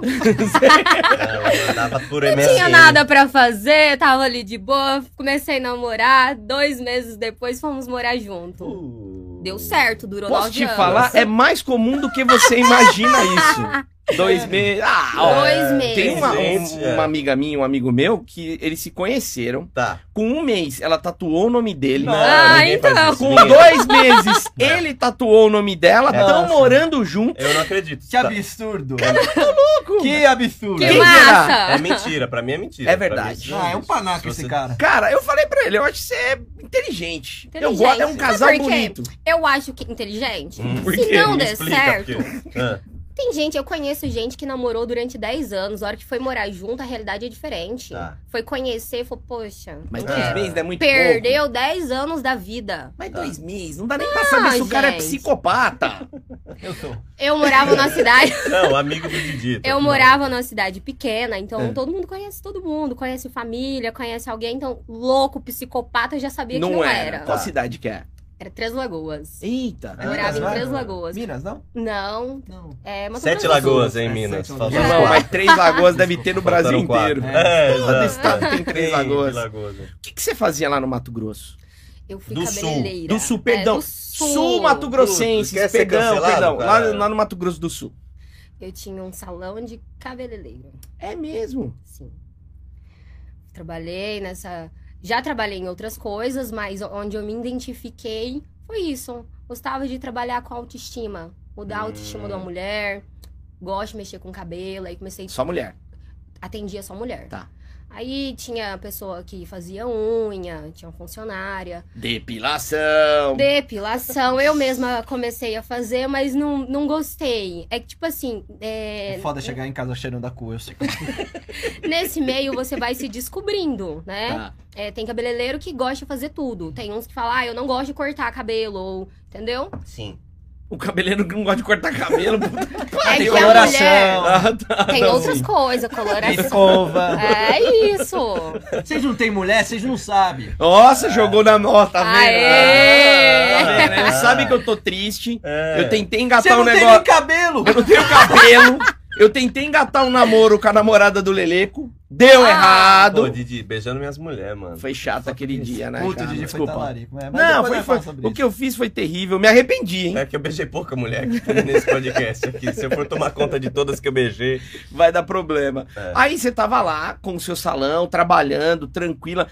Speaker 2: É, mandava por
Speaker 4: Não
Speaker 2: MSN.
Speaker 4: tinha nada pra fazer, tava ali de boa. Comecei a namorar, dois meses depois fomos morar junto.
Speaker 2: Uh.
Speaker 4: Deu certo, durou
Speaker 1: Posso
Speaker 4: nove
Speaker 1: te
Speaker 4: anos.
Speaker 1: falar? É mais comum do que você imagina isso. Dois meses. Ah, ó.
Speaker 4: Dois meses.
Speaker 1: Tem uma, um-
Speaker 2: Gente, é.
Speaker 1: uma amiga minha, um amigo meu, que eles se conheceram.
Speaker 2: Tá.
Speaker 1: Com um mês, ela tatuou o nome dele. né?
Speaker 2: Não,
Speaker 4: Ah,
Speaker 2: ninguém faz
Speaker 4: então.
Speaker 2: isso,
Speaker 1: Com
Speaker 2: ninguém.
Speaker 1: dois meses, ele tatuou o nome dela. Estão
Speaker 3: Nossa.
Speaker 1: morando junto.
Speaker 2: Eu não acredito.
Speaker 3: Que
Speaker 2: Tá.
Speaker 3: absurdo. Que absurdo.
Speaker 4: Que
Speaker 1: Quem
Speaker 4: massa!
Speaker 2: É mentira, pra mim é mentira.
Speaker 1: É
Speaker 2: Pra mim
Speaker 1: verdade.
Speaker 2: isso não
Speaker 3: Ah, é um
Speaker 2: existe.
Speaker 3: panaca
Speaker 2: Se
Speaker 3: esse
Speaker 2: você-
Speaker 3: cara.
Speaker 1: Cara, eu falei pra ele, eu acho que você é inteligente. Eu
Speaker 4: Inteligente.
Speaker 1: gosto, é um
Speaker 4: Sabe
Speaker 1: casal
Speaker 4: por quê?
Speaker 1: bonito.
Speaker 4: Eu acho que inteligente.
Speaker 2: Hum,
Speaker 1: por
Speaker 4: Se
Speaker 1: quê?
Speaker 4: não
Speaker 2: Me
Speaker 4: der
Speaker 2: explica,
Speaker 4: certo,
Speaker 2: porque- Ah,
Speaker 4: Tem gente, eu conheço gente que namorou durante 10 anos. A hora que foi morar junto, a realidade é diferente.
Speaker 2: Tá.
Speaker 4: Foi conhecer, falou, poxa,
Speaker 1: Mas
Speaker 4: não
Speaker 1: dois
Speaker 4: quero.
Speaker 2: É.
Speaker 1: meses é muito pouco.
Speaker 4: perdeu 10 anos da vida.
Speaker 1: Mas dois meses, não dá nem pra saber se o cara é
Speaker 4: gente.
Speaker 1: psicopata.
Speaker 3: Eu sou.
Speaker 4: Eu morava na cidade,
Speaker 2: Não, amigo do Didi. tá?
Speaker 4: eu
Speaker 2: Não.
Speaker 4: morava numa cidade pequena, então
Speaker 1: É.
Speaker 4: todo mundo conhece todo mundo, conhece família, conhece alguém, então louco, psicopata, eu já sabia
Speaker 1: não
Speaker 4: que não
Speaker 1: era.
Speaker 4: era.
Speaker 1: Qual cidade que é?
Speaker 4: Era Três Lagoas.
Speaker 1: Eita.
Speaker 2: É.
Speaker 4: Eu morava em
Speaker 3: Minas,
Speaker 4: Três
Speaker 3: não?
Speaker 4: Lagoas.
Speaker 3: Minas, não?
Speaker 4: Não,
Speaker 3: Não.
Speaker 4: é Mato
Speaker 2: Sete
Speaker 4: Grosso do Sul.
Speaker 2: Lagoas, hein,
Speaker 3: É,
Speaker 2: Minas?
Speaker 3: Sete
Speaker 2: Faltaram
Speaker 4: Lagoas.
Speaker 1: Não,
Speaker 2: quatro.
Speaker 1: mas Três Lagoas deve ter no
Speaker 2: Faltaram
Speaker 1: Brasil
Speaker 2: quatro.
Speaker 1: inteiro.
Speaker 2: É,
Speaker 1: Todo
Speaker 2: exato.
Speaker 1: estado tem Três Lagoas.
Speaker 2: Três Lagoas. né?
Speaker 1: O que, que você fazia lá no Mato Grosso?
Speaker 4: Eu fui
Speaker 2: Do Sul.
Speaker 4: cabeleireira.
Speaker 1: Do Sul,
Speaker 4: É,
Speaker 1: perdão.
Speaker 4: do
Speaker 1: Sul,
Speaker 4: Sul.
Speaker 1: Mato Grossense,
Speaker 2: Putz, quer ser
Speaker 1: perdão,
Speaker 2: cancelado,
Speaker 1: perdão. Lá,
Speaker 2: cara?
Speaker 1: lá no Mato Grosso do Sul.
Speaker 4: Eu tinha um salão de cabeleireiro.
Speaker 1: É mesmo.
Speaker 4: Sim. Trabalhei nessa. Já trabalhei em outras coisas, mas onde eu me identifiquei foi isso. Gostava de trabalhar com autoestima. Mudar a autoestima
Speaker 2: Hum.
Speaker 4: de uma mulher. Gosto de mexer com cabelo. Aí comecei.
Speaker 1: Só mulher.
Speaker 4: Atendia só mulher.
Speaker 1: Tá.
Speaker 4: Aí tinha a pessoa que fazia unha, tinha uma funcionária.
Speaker 1: Depilação.
Speaker 4: Depilação, eu mesma comecei a fazer, mas não, não gostei. É que, tipo assim, é,
Speaker 3: É foda chegar em casa cheirando a cor.
Speaker 4: nesse meio você vai se descobrindo, né?
Speaker 1: Tá.
Speaker 4: É, tem cabeleireiro que gosta de fazer tudo. Tem uns que falam, ah, eu não gosto de cortar cabelo, ou, entendeu?
Speaker 2: Sim.
Speaker 1: O cabeleiro que não gosta de cortar cabelo. puta que
Speaker 4: É que
Speaker 1: pariu.
Speaker 4: a mulher
Speaker 1: Ah, tá,
Speaker 4: tem
Speaker 1: não,
Speaker 4: outras
Speaker 1: sim.
Speaker 4: coisas, coloração.
Speaker 3: Escova.
Speaker 4: É isso!
Speaker 3: Vocês não têm mulher, vocês não sabem.
Speaker 1: Nossa, jogou na nota, tá vendo?
Speaker 4: Aê!
Speaker 1: Ah, tá vendo? Ele sabe que eu tô triste.
Speaker 2: É.
Speaker 1: Eu tentei
Speaker 3: Você
Speaker 1: engatar um
Speaker 3: não tem nem
Speaker 1: negócio.
Speaker 3: cabelo.
Speaker 1: Eu não tenho cabelo. Eu tentei engatar um namoro com a namorada do Leleco. Deu
Speaker 4: Ah.
Speaker 1: errado.
Speaker 2: Pô, Didi, beijando minhas mulheres, mano.
Speaker 1: Foi chato aquele dia, né?
Speaker 3: Puta,
Speaker 1: cara?
Speaker 3: Didi, foi talarico. né? Mas
Speaker 1: Não,
Speaker 3: depois
Speaker 1: foi,
Speaker 3: nós falamos
Speaker 1: foi-
Speaker 3: sobre
Speaker 1: o que eu fiz foi terrível. Me arrependi, hein?
Speaker 2: É que eu beijei pouca mulher que tem nesse podcast aqui. Se eu for tomar conta de todas que eu beijei.
Speaker 1: Vai dar problema.
Speaker 2: É.
Speaker 1: Aí você tava lá com o seu salão, trabalhando, tranquila.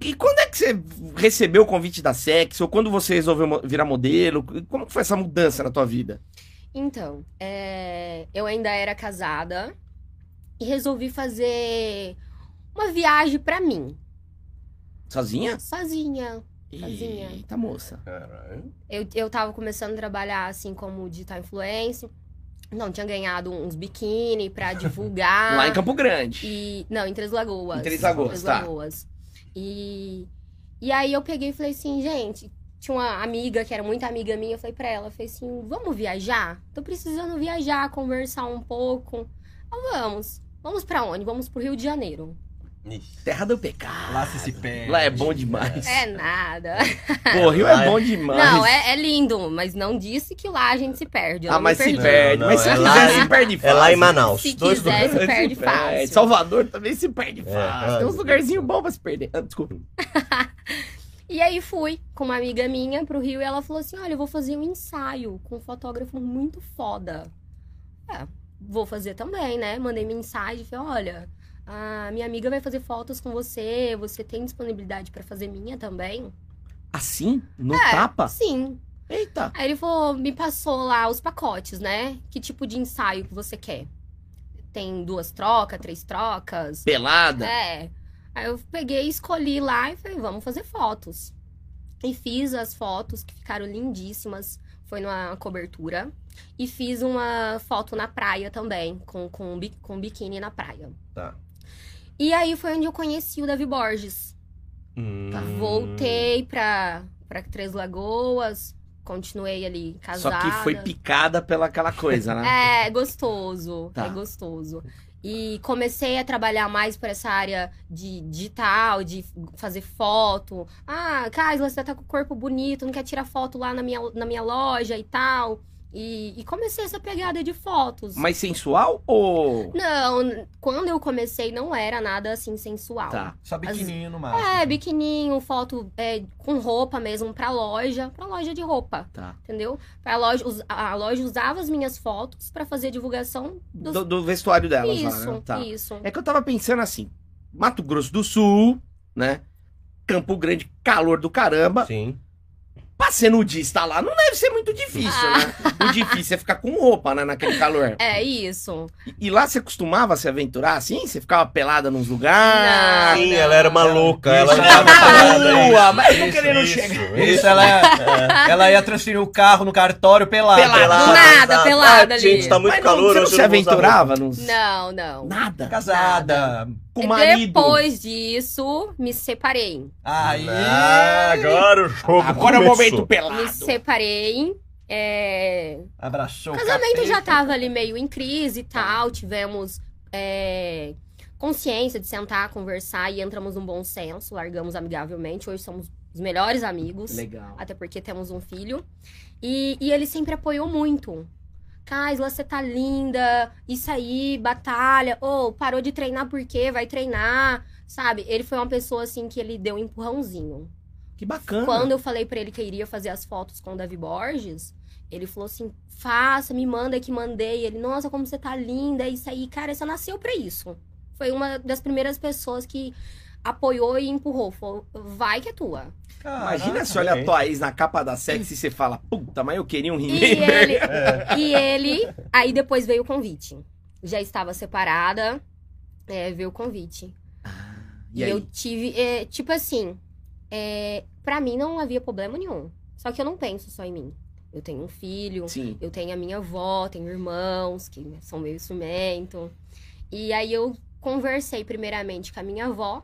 Speaker 1: E quando é que você recebeu o convite da Sex? Ou quando você resolveu mo- virar modelo? Como que foi essa mudança na tua vida?
Speaker 4: Então, é, eu ainda era casada e resolvi fazer uma viagem pra mim,
Speaker 1: Sozinha?
Speaker 4: sozinha. Sozinha.
Speaker 1: Eita, moça.
Speaker 2: Caralho.
Speaker 4: Eu, eu tava começando a trabalhar assim como digital influencer. Não, tinha ganhado uns biquíni pra divulgar.
Speaker 1: Lá em Campo Grande.
Speaker 4: E. Não, em Três Lagoas.
Speaker 1: Em Três Lagoas, tá.
Speaker 4: Lagoas. E. E aí eu peguei e falei assim, gente. Tinha uma amiga que era muito amiga minha, eu falei pra ela, eu falei assim, vamos viajar? Tô precisando viajar, conversar um pouco. Ah, vamos. Vamos pra onde? Vamos pro Rio de Janeiro.
Speaker 2: Ixi.
Speaker 1: Terra do pecado.
Speaker 3: Lá se se perde.
Speaker 1: Lá é bom demais.
Speaker 4: É nada.
Speaker 1: Pô, Rio é bom demais.
Speaker 4: Não, é, é lindo, mas não disse que lá a gente se perde. Eu
Speaker 1: Ah,
Speaker 4: não me
Speaker 1: mas se
Speaker 4: perdi.
Speaker 1: perde.
Speaker 2: Não,
Speaker 1: mas se
Speaker 2: não, é lá
Speaker 1: quiser,
Speaker 2: em-
Speaker 1: se perde
Speaker 2: É lá em
Speaker 1: fácil.
Speaker 2: Manaus.
Speaker 4: Se
Speaker 2: Dois
Speaker 4: quiser,
Speaker 2: lugares.
Speaker 4: se perde fácil.
Speaker 1: Salvador também se perde fácil.
Speaker 2: É.
Speaker 1: Tem uns lugarzinhos bons pra se perder. Ah, desculpa.
Speaker 4: E aí fui com uma amiga minha pro Rio e ela falou assim: Olha, eu vou fazer um ensaio com um fotógrafo muito foda. É, vou fazer também, né? Mandei mensagem, falei: Olha, a minha amiga vai fazer fotos com você, você tem disponibilidade pra fazer minha também?
Speaker 1: Assim? No
Speaker 4: É,
Speaker 1: tapa?
Speaker 4: Sim.
Speaker 1: Eita.
Speaker 4: Aí ele falou, me passou lá os pacotes, né? Que tipo de ensaio que você quer? Tem duas trocas, três trocas?
Speaker 1: Pelada.
Speaker 4: É. Aí eu peguei, escolhi lá e falei, vamos fazer fotos. E fiz as fotos que ficaram lindíssimas. Foi numa cobertura. E fiz uma foto na praia também, com, com, um bi- com biquíni na praia.
Speaker 2: Tá.
Speaker 4: E aí foi onde eu conheci o Davi Borges. Tá,
Speaker 2: Hum.
Speaker 4: Voltei pra, pra Três Lagoas, continuei ali casada.
Speaker 1: É, Só que foi picada pela aquela coisa, né?
Speaker 4: É, é gostoso.
Speaker 1: Tá.
Speaker 4: É gostoso. E comecei a trabalhar mais por essa área de digital, de fazer foto. Ah, Kaisla, você tá com o corpo bonito, não quer tirar foto lá na minha, na minha loja e tal. E, e comecei essa pegada de fotos.
Speaker 1: Mas sensual ou.
Speaker 4: Não, n- quando eu comecei não era nada assim sensual.
Speaker 1: Tá.
Speaker 3: Só biquininho no máximo.
Speaker 4: É, biquininho, foto é, com roupa mesmo pra loja, pra loja de roupa
Speaker 1: Tá.
Speaker 4: entendeu? A loja, us- a loja usava as minhas fotos pra fazer divulgação dos...
Speaker 1: Do, do vestuário delas
Speaker 4: isso,
Speaker 1: lá, né? Tá.
Speaker 4: isso.
Speaker 1: É que eu tava pensando assim: Mato Grosso do Sul, né? Campo Grande, calor do caramba.
Speaker 2: Sim.
Speaker 1: Pra ser nudista lá não deve ser muito difícil, né? O difícil é ficar com roupa, né? Naquele calor.
Speaker 4: É isso.
Speaker 1: E, e lá você costumava se aventurar assim? Você ficava pelada nos lugares?
Speaker 2: Sim,
Speaker 4: Ah, não.
Speaker 2: ela era maluca. Ela
Speaker 3: Isso,
Speaker 2: andava
Speaker 3: ela era
Speaker 2: parada,
Speaker 1: maluca,
Speaker 2: isso,
Speaker 1: mas eu tô
Speaker 2: isso,
Speaker 1: querendo
Speaker 2: isso,
Speaker 1: chegar.
Speaker 2: Isso,
Speaker 3: Isso, ela, é- ela ia transferir o carro no cartório pelado.
Speaker 1: Pelada.
Speaker 2: Pelada,
Speaker 4: Nada,
Speaker 2: tá-
Speaker 4: pelada
Speaker 2: Ah,
Speaker 4: ali.
Speaker 2: Gente, tá muito
Speaker 1: Mas não-
Speaker 2: calor
Speaker 1: você não
Speaker 2: hoje.
Speaker 1: se
Speaker 2: eu vou usar
Speaker 1: aventurava? Nos...
Speaker 4: Não, não.
Speaker 1: Nada?
Speaker 3: tá Casada.
Speaker 1: Com
Speaker 4: E
Speaker 1: o marido?
Speaker 4: Depois disso, me separei.
Speaker 3: Aí.
Speaker 2: Ah, agora o jogo
Speaker 1: Agora é o
Speaker 2: começou.
Speaker 1: momento pelado.
Speaker 4: Me separei. é,
Speaker 3: Abraçou.
Speaker 4: O casamento
Speaker 3: capeta.
Speaker 4: já tá. tava ali meio em crise e tal. Tivemos é, consciência de sentar, conversar e entramos num bom senso. Largamos amigavelmente. Hoje somos os melhores amigos.
Speaker 1: Legal.
Speaker 4: Até porque temos um filho. E, e ele sempre apoiou muito. Kaisla, você tá linda. Isso aí, batalha. Ou parou de treinar por quê? Vai treinar. Sabe? Ele foi uma pessoa assim que ele deu um empurrãozinho.
Speaker 1: Que bacana.
Speaker 4: Quando eu falei pra ele que eu iria fazer as fotos com o Davi Borges, ele falou assim: faça, me manda que mandei. Ele, nossa, como você tá linda, é isso aí. Cara, você nasceu pra isso. Foi uma das primeiras pessoas que apoiou e empurrou. Falou, vai que é tua.
Speaker 1: Imagina se
Speaker 3: só.
Speaker 1: olha a
Speaker 2: hein?
Speaker 1: tua ex na capa da sexy e você fala, puta, mas eu queria um
Speaker 4: E é.
Speaker 1: remember.
Speaker 4: ele, e ele. Aí depois veio o convite. Já estava separada. é, veio o convite.
Speaker 1: E
Speaker 4: E,
Speaker 1: aí?
Speaker 4: eu tive, é, tipo assim, é, para mim não havia problema nenhum. Só que eu não penso só em mim. Eu tenho um filho,
Speaker 1: Sim.
Speaker 4: eu tenho a minha avó, tenho irmãos que são meu instrumento. E aí eu conversei primeiramente com a minha avó.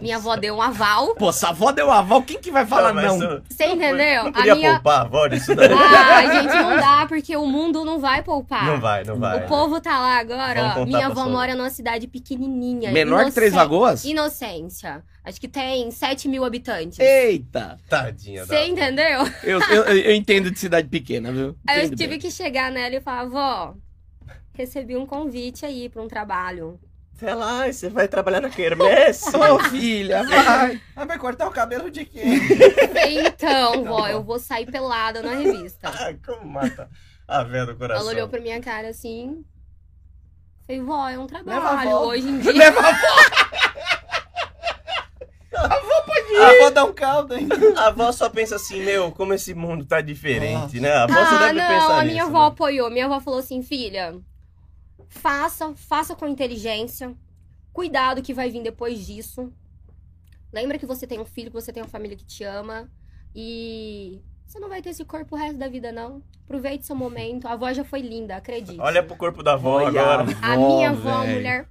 Speaker 4: Minha avó deu um aval,
Speaker 1: Pô, se a avó deu aval, quem que vai falar
Speaker 2: mas
Speaker 1: não?
Speaker 2: eu-
Speaker 4: você entendeu?
Speaker 2: Não
Speaker 4: Então, a
Speaker 2: podia
Speaker 4: minha
Speaker 2: poupar a avó disso daí.
Speaker 4: Ah, gente, não dá porque o mundo não vai poupar.
Speaker 2: Não vai, não vai.
Speaker 4: Ah, O povo tá lá agora,
Speaker 2: Vamos
Speaker 4: ó.
Speaker 2: contar
Speaker 4: Minha
Speaker 2: pra
Speaker 4: avó
Speaker 2: sua-
Speaker 4: mora numa cidade pequenininha.
Speaker 1: Menor que Três
Speaker 4: inocen-
Speaker 1: Lagoas?
Speaker 4: Inocência. Acho que tem 7 mil habitantes.
Speaker 1: Eita!
Speaker 2: Tadinha da...
Speaker 4: Você entendeu?
Speaker 1: Eu, eu, eu entendo de cidade pequena, viu?
Speaker 4: Aí eu
Speaker 1: Entendo
Speaker 4: tive
Speaker 1: bem.
Speaker 4: que chegar nela e falar, vó, recebi um convite aí pra um trabalho.
Speaker 2: Sei lá, você vai trabalhar na quermesse?
Speaker 1: Ô, filha, vai!
Speaker 3: Ah, vai cortar o cabelo de quem?
Speaker 4: Então, vó, eu vou sair pelada na revista.
Speaker 2: Ah, como mata a véia do coração.
Speaker 4: Ela olhou pra minha cara assim. Falei, vó, é um
Speaker 3: Leva a
Speaker 4: trabalho.
Speaker 3: avó.
Speaker 4: Hoje em dia.
Speaker 1: Leva a avó!
Speaker 3: Ah, vou dar um caldo ainda.
Speaker 2: A avó só pensa assim, meu, como esse mundo tá diferente,
Speaker 3: Nossa.
Speaker 2: né? A avó só
Speaker 4: Ah,
Speaker 2: deve
Speaker 4: não,
Speaker 2: pensar
Speaker 4: a
Speaker 2: nisso,
Speaker 4: minha
Speaker 2: né?
Speaker 4: avó apoiou. Minha avó falou assim, filha, faça, faça com inteligência. Cuidado que vai vir depois disso. Lembra que você tem um filho, que você tem uma família que te ama. E você não vai ter esse corpo o resto da vida, não. Aproveite seu momento. A avó já foi linda, acredite.
Speaker 2: Olha pro corpo da avó
Speaker 1: Olha
Speaker 2: agora.
Speaker 4: a minha avó é uma
Speaker 1: velho.
Speaker 4: mulher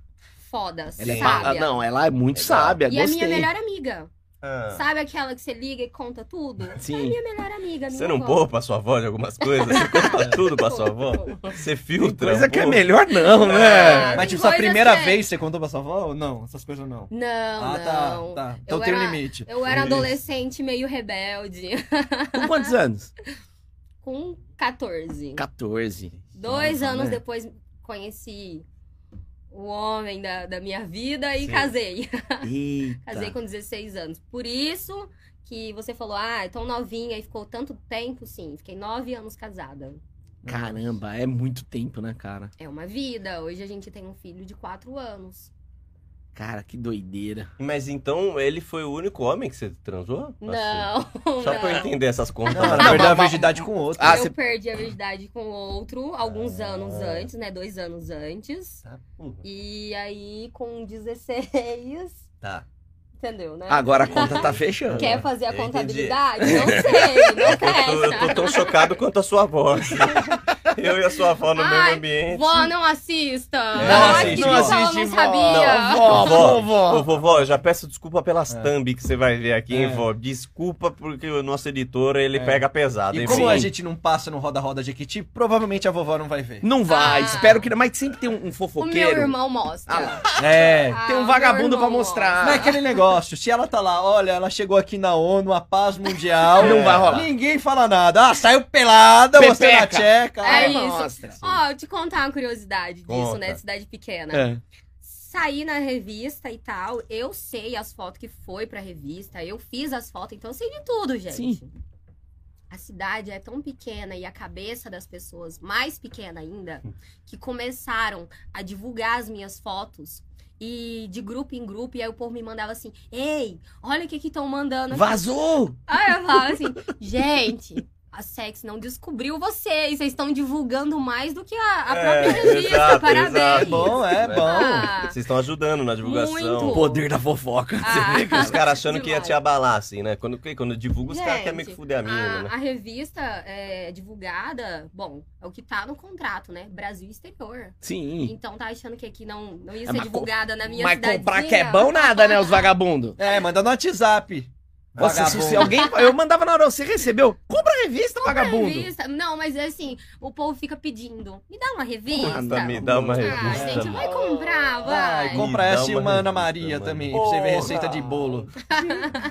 Speaker 4: foda,
Speaker 1: Ela é
Speaker 4: sábia.
Speaker 1: ma- não, ela é muito
Speaker 2: Legal.
Speaker 1: sábia,
Speaker 4: e a
Speaker 1: gostei.
Speaker 4: minha melhor amiga.
Speaker 2: Ah,
Speaker 4: Sabe aquela que você liga e conta tudo? É a
Speaker 1: Sim.
Speaker 4: minha melhor amiga, minha
Speaker 2: você não
Speaker 4: avó.
Speaker 2: poupa a sua avó de algumas coisas? Você conta tudo pra sua avó?
Speaker 4: Poupa.
Speaker 1: Tem
Speaker 2: Você filtra?
Speaker 1: coisa que é
Speaker 2: pô.
Speaker 1: melhor não, né?
Speaker 4: Ah,
Speaker 3: Mas, tipo,
Speaker 4: tem
Speaker 3: a
Speaker 4: coisa
Speaker 3: primeira
Speaker 4: que-
Speaker 3: vez você contou pra sua avó ou não? Essas coisas não.
Speaker 4: Não,
Speaker 3: ah,
Speaker 4: não.
Speaker 3: tá, tá. Então
Speaker 4: Eu
Speaker 3: tem um
Speaker 4: era-
Speaker 3: limite.
Speaker 4: Eu era
Speaker 2: Isso.
Speaker 4: adolescente meio rebelde.
Speaker 1: Com quantos anos?
Speaker 4: Com 14.
Speaker 1: 14.
Speaker 4: Dois
Speaker 3: Nossa,
Speaker 4: anos
Speaker 3: né?
Speaker 4: depois conheci o homem da, da minha vida e
Speaker 2: Sim.
Speaker 4: casei. Casei
Speaker 1: Eita.
Speaker 4: com 16 anos. Por isso que você falou, ah, é tão novinha e ficou tanto tempo, sim. Fiquei nove anos casada.
Speaker 1: Caramba, é muito tempo, né, cara?
Speaker 4: É uma vida. Hoje a gente tem um filho de quatro anos.
Speaker 1: Cara, que doideira.
Speaker 2: Mas então ele foi o único homem que você transou? Assim,
Speaker 4: Não,
Speaker 2: Só pra eu
Speaker 4: não.
Speaker 2: entender essas contas. né?
Speaker 3: Não, ela
Speaker 1: Não,
Speaker 3: perdeu a
Speaker 1: mas-
Speaker 3: virgindade com outro.
Speaker 1: Ah,
Speaker 4: eu
Speaker 1: você-
Speaker 4: perdi a virgindade com outro alguns
Speaker 2: Ah.
Speaker 4: anos antes, né? Dois anos antes.
Speaker 2: Tá, porra.
Speaker 4: E aí, com 16,
Speaker 2: Tá.
Speaker 4: entendeu, né?
Speaker 1: Agora a conta tá fechando.
Speaker 4: Quer fazer a
Speaker 2: Eu entendi.
Speaker 4: contabilidade? Não sei, não
Speaker 2: Eu, tô- eu tô
Speaker 4: presta.
Speaker 2: tão chocado quanto a sua avó. assim. Eu e a sua avó no
Speaker 4: Ai,
Speaker 2: mesmo ambiente.
Speaker 4: Vó, não assista!
Speaker 2: Não
Speaker 4: Nossa,
Speaker 2: assiste,
Speaker 4: que
Speaker 2: vó.
Speaker 4: você não
Speaker 1: Assiste, vó.
Speaker 4: sabia!
Speaker 1: Vó, vó, vó.
Speaker 2: Ô, vovó, eu já peço desculpa pelas
Speaker 3: É.
Speaker 2: thumb que você vai ver aqui, hein,
Speaker 3: É.
Speaker 2: vó? Desculpa porque o nosso editor, ele
Speaker 3: É.
Speaker 2: pega pesado,
Speaker 3: E
Speaker 2: hein,
Speaker 3: como
Speaker 2: vó?
Speaker 3: a gente não passa no roda-roda Jequiti, provavelmente a vovó não vai ver.
Speaker 1: Não vai,
Speaker 4: Ah.
Speaker 1: espero que não. Mas sempre tem um, um
Speaker 4: O meu
Speaker 1: fofoqueiro.
Speaker 4: irmão mostra.
Speaker 1: Ah lá.
Speaker 3: É.
Speaker 4: Ah,
Speaker 1: Tem um
Speaker 4: o
Speaker 1: vagabundo
Speaker 4: meu
Speaker 1: pra
Speaker 4: irmão
Speaker 1: mostrar.
Speaker 3: Não é aquele negócio, se ela tá lá, olha, ela chegou aqui na ONU, a paz mundial.
Speaker 1: Não vai rolar.
Speaker 3: Ninguém fala nada. Ah, saiu pelada, mostrando a
Speaker 1: Pepeca.
Speaker 3: tcheca.
Speaker 4: É isso.
Speaker 1: Mostra.
Speaker 4: Ó, eu te contar uma curiosidade disso,
Speaker 2: Conta.
Speaker 4: né? Cidade pequena.
Speaker 1: É.
Speaker 4: Saí na revista e tal, eu sei as fotos que foi pra revista, eu fiz as fotos, então eu sei de tudo, gente.
Speaker 1: Sim.
Speaker 4: A cidade é tão pequena e a cabeça das pessoas mais pequena ainda, que começaram a divulgar as minhas fotos. E de grupo em grupo, e aí o povo me mandava assim: Ei, olha o que que estão mandando. aqui."
Speaker 1: Vazou!
Speaker 4: Aí eu falava assim: Gente, a Sex não descobriu vocês, vocês estão divulgando mais do que a, a
Speaker 2: É,
Speaker 4: própria revista.
Speaker 2: exato,
Speaker 4: Parabéns.
Speaker 2: exato.
Speaker 3: É bom, é
Speaker 2: Né?
Speaker 3: bom.
Speaker 4: Ah.
Speaker 2: Vocês estão ajudando na divulgação.
Speaker 1: O
Speaker 4: Muito.
Speaker 1: poder da fofoca.
Speaker 4: Ah.
Speaker 1: Você vê que os
Speaker 2: Os caras achando que ia
Speaker 4: Demais.
Speaker 2: te abalar, assim, né? Quando, quando divulga, os caras querem meio que
Speaker 4: Gente,
Speaker 2: fuder a mina,
Speaker 4: a,
Speaker 2: né?
Speaker 4: a revista é, divulgada, bom, é o que tá no contrato, né? Brasil exterior.
Speaker 1: Sim.
Speaker 4: Então tá achando que aqui não, não ia
Speaker 1: É,
Speaker 4: ser
Speaker 1: mas co-
Speaker 4: divulgada na minha
Speaker 1: Mas
Speaker 4: cidadezinha?
Speaker 1: comprar que é bom nada, né, os vagabundos?
Speaker 3: É, manda no WhatsApp.
Speaker 1: Nossa, se
Speaker 3: vagabundo.
Speaker 1: você- alguém. Eu mandava na hora, você recebeu? Compra a revista,
Speaker 4: Compra
Speaker 1: vagabundo!
Speaker 4: é Revista. Não, mas assim, o povo fica pedindo. Me dá uma revista.
Speaker 1: Ah,
Speaker 2: Puta, me dá uma
Speaker 1: Ah,
Speaker 4: ah,
Speaker 2: revista.
Speaker 4: gente, vai comprar, vai.
Speaker 3: Vai,
Speaker 2: com-
Speaker 3: compra
Speaker 2: Me dá
Speaker 3: essa e
Speaker 2: uma
Speaker 3: uma Ana
Speaker 2: revista,
Speaker 3: Maria
Speaker 2: mano.
Speaker 3: também, pra você ver a
Speaker 1: Porra.
Speaker 3: receita de bolo.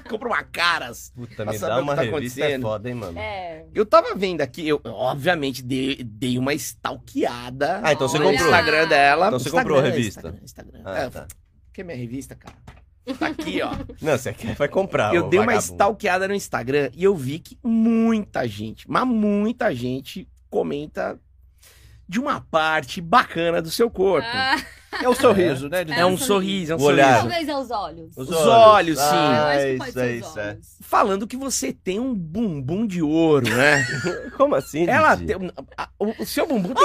Speaker 1: Compra uma caras.
Speaker 2: Puta,
Speaker 1: Pra
Speaker 2: me
Speaker 1: saber o
Speaker 2: dá
Speaker 1: que
Speaker 2: uma
Speaker 1: tá
Speaker 2: revista é
Speaker 1: acontecendo.
Speaker 2: foda, hein, mano?
Speaker 4: É.
Speaker 1: Eu tava vendo aqui, eu obviamente dei, dei uma stalkeada
Speaker 2: Ah, então você
Speaker 1: no
Speaker 2: comprou.
Speaker 1: Instagram dela.
Speaker 2: Então você
Speaker 1: Instagram,
Speaker 2: comprou a revista.
Speaker 1: Instagram, Instagram.
Speaker 2: Ah,
Speaker 1: É,
Speaker 2: tá.
Speaker 1: que é minha revista, cara? Tá aqui, ó.
Speaker 2: Não, você quer, vai comprar,
Speaker 1: eu
Speaker 2: Ah, ô
Speaker 1: dei uma
Speaker 2: vagabundo.
Speaker 1: stalkeada no Instagram e eu vi que muita gente, mas muita gente comenta de uma parte bacana do seu corpo.
Speaker 4: Ah,
Speaker 3: É o sorriso, né? de-
Speaker 1: é um sorriso, é um
Speaker 2: O olhar.
Speaker 1: sorriso.
Speaker 4: talvez é os olhos.
Speaker 1: Os olhos, sim.
Speaker 4: Eu
Speaker 2: Ah,
Speaker 4: acho que pode
Speaker 2: isso, é
Speaker 4: ser os
Speaker 2: isso, é.
Speaker 4: olhos.
Speaker 1: Falando que você tem um bumbum de ouro, né?
Speaker 2: Como assim,
Speaker 1: Ela
Speaker 2: Didi?
Speaker 1: tem, um, a- o, o seu bumbum tem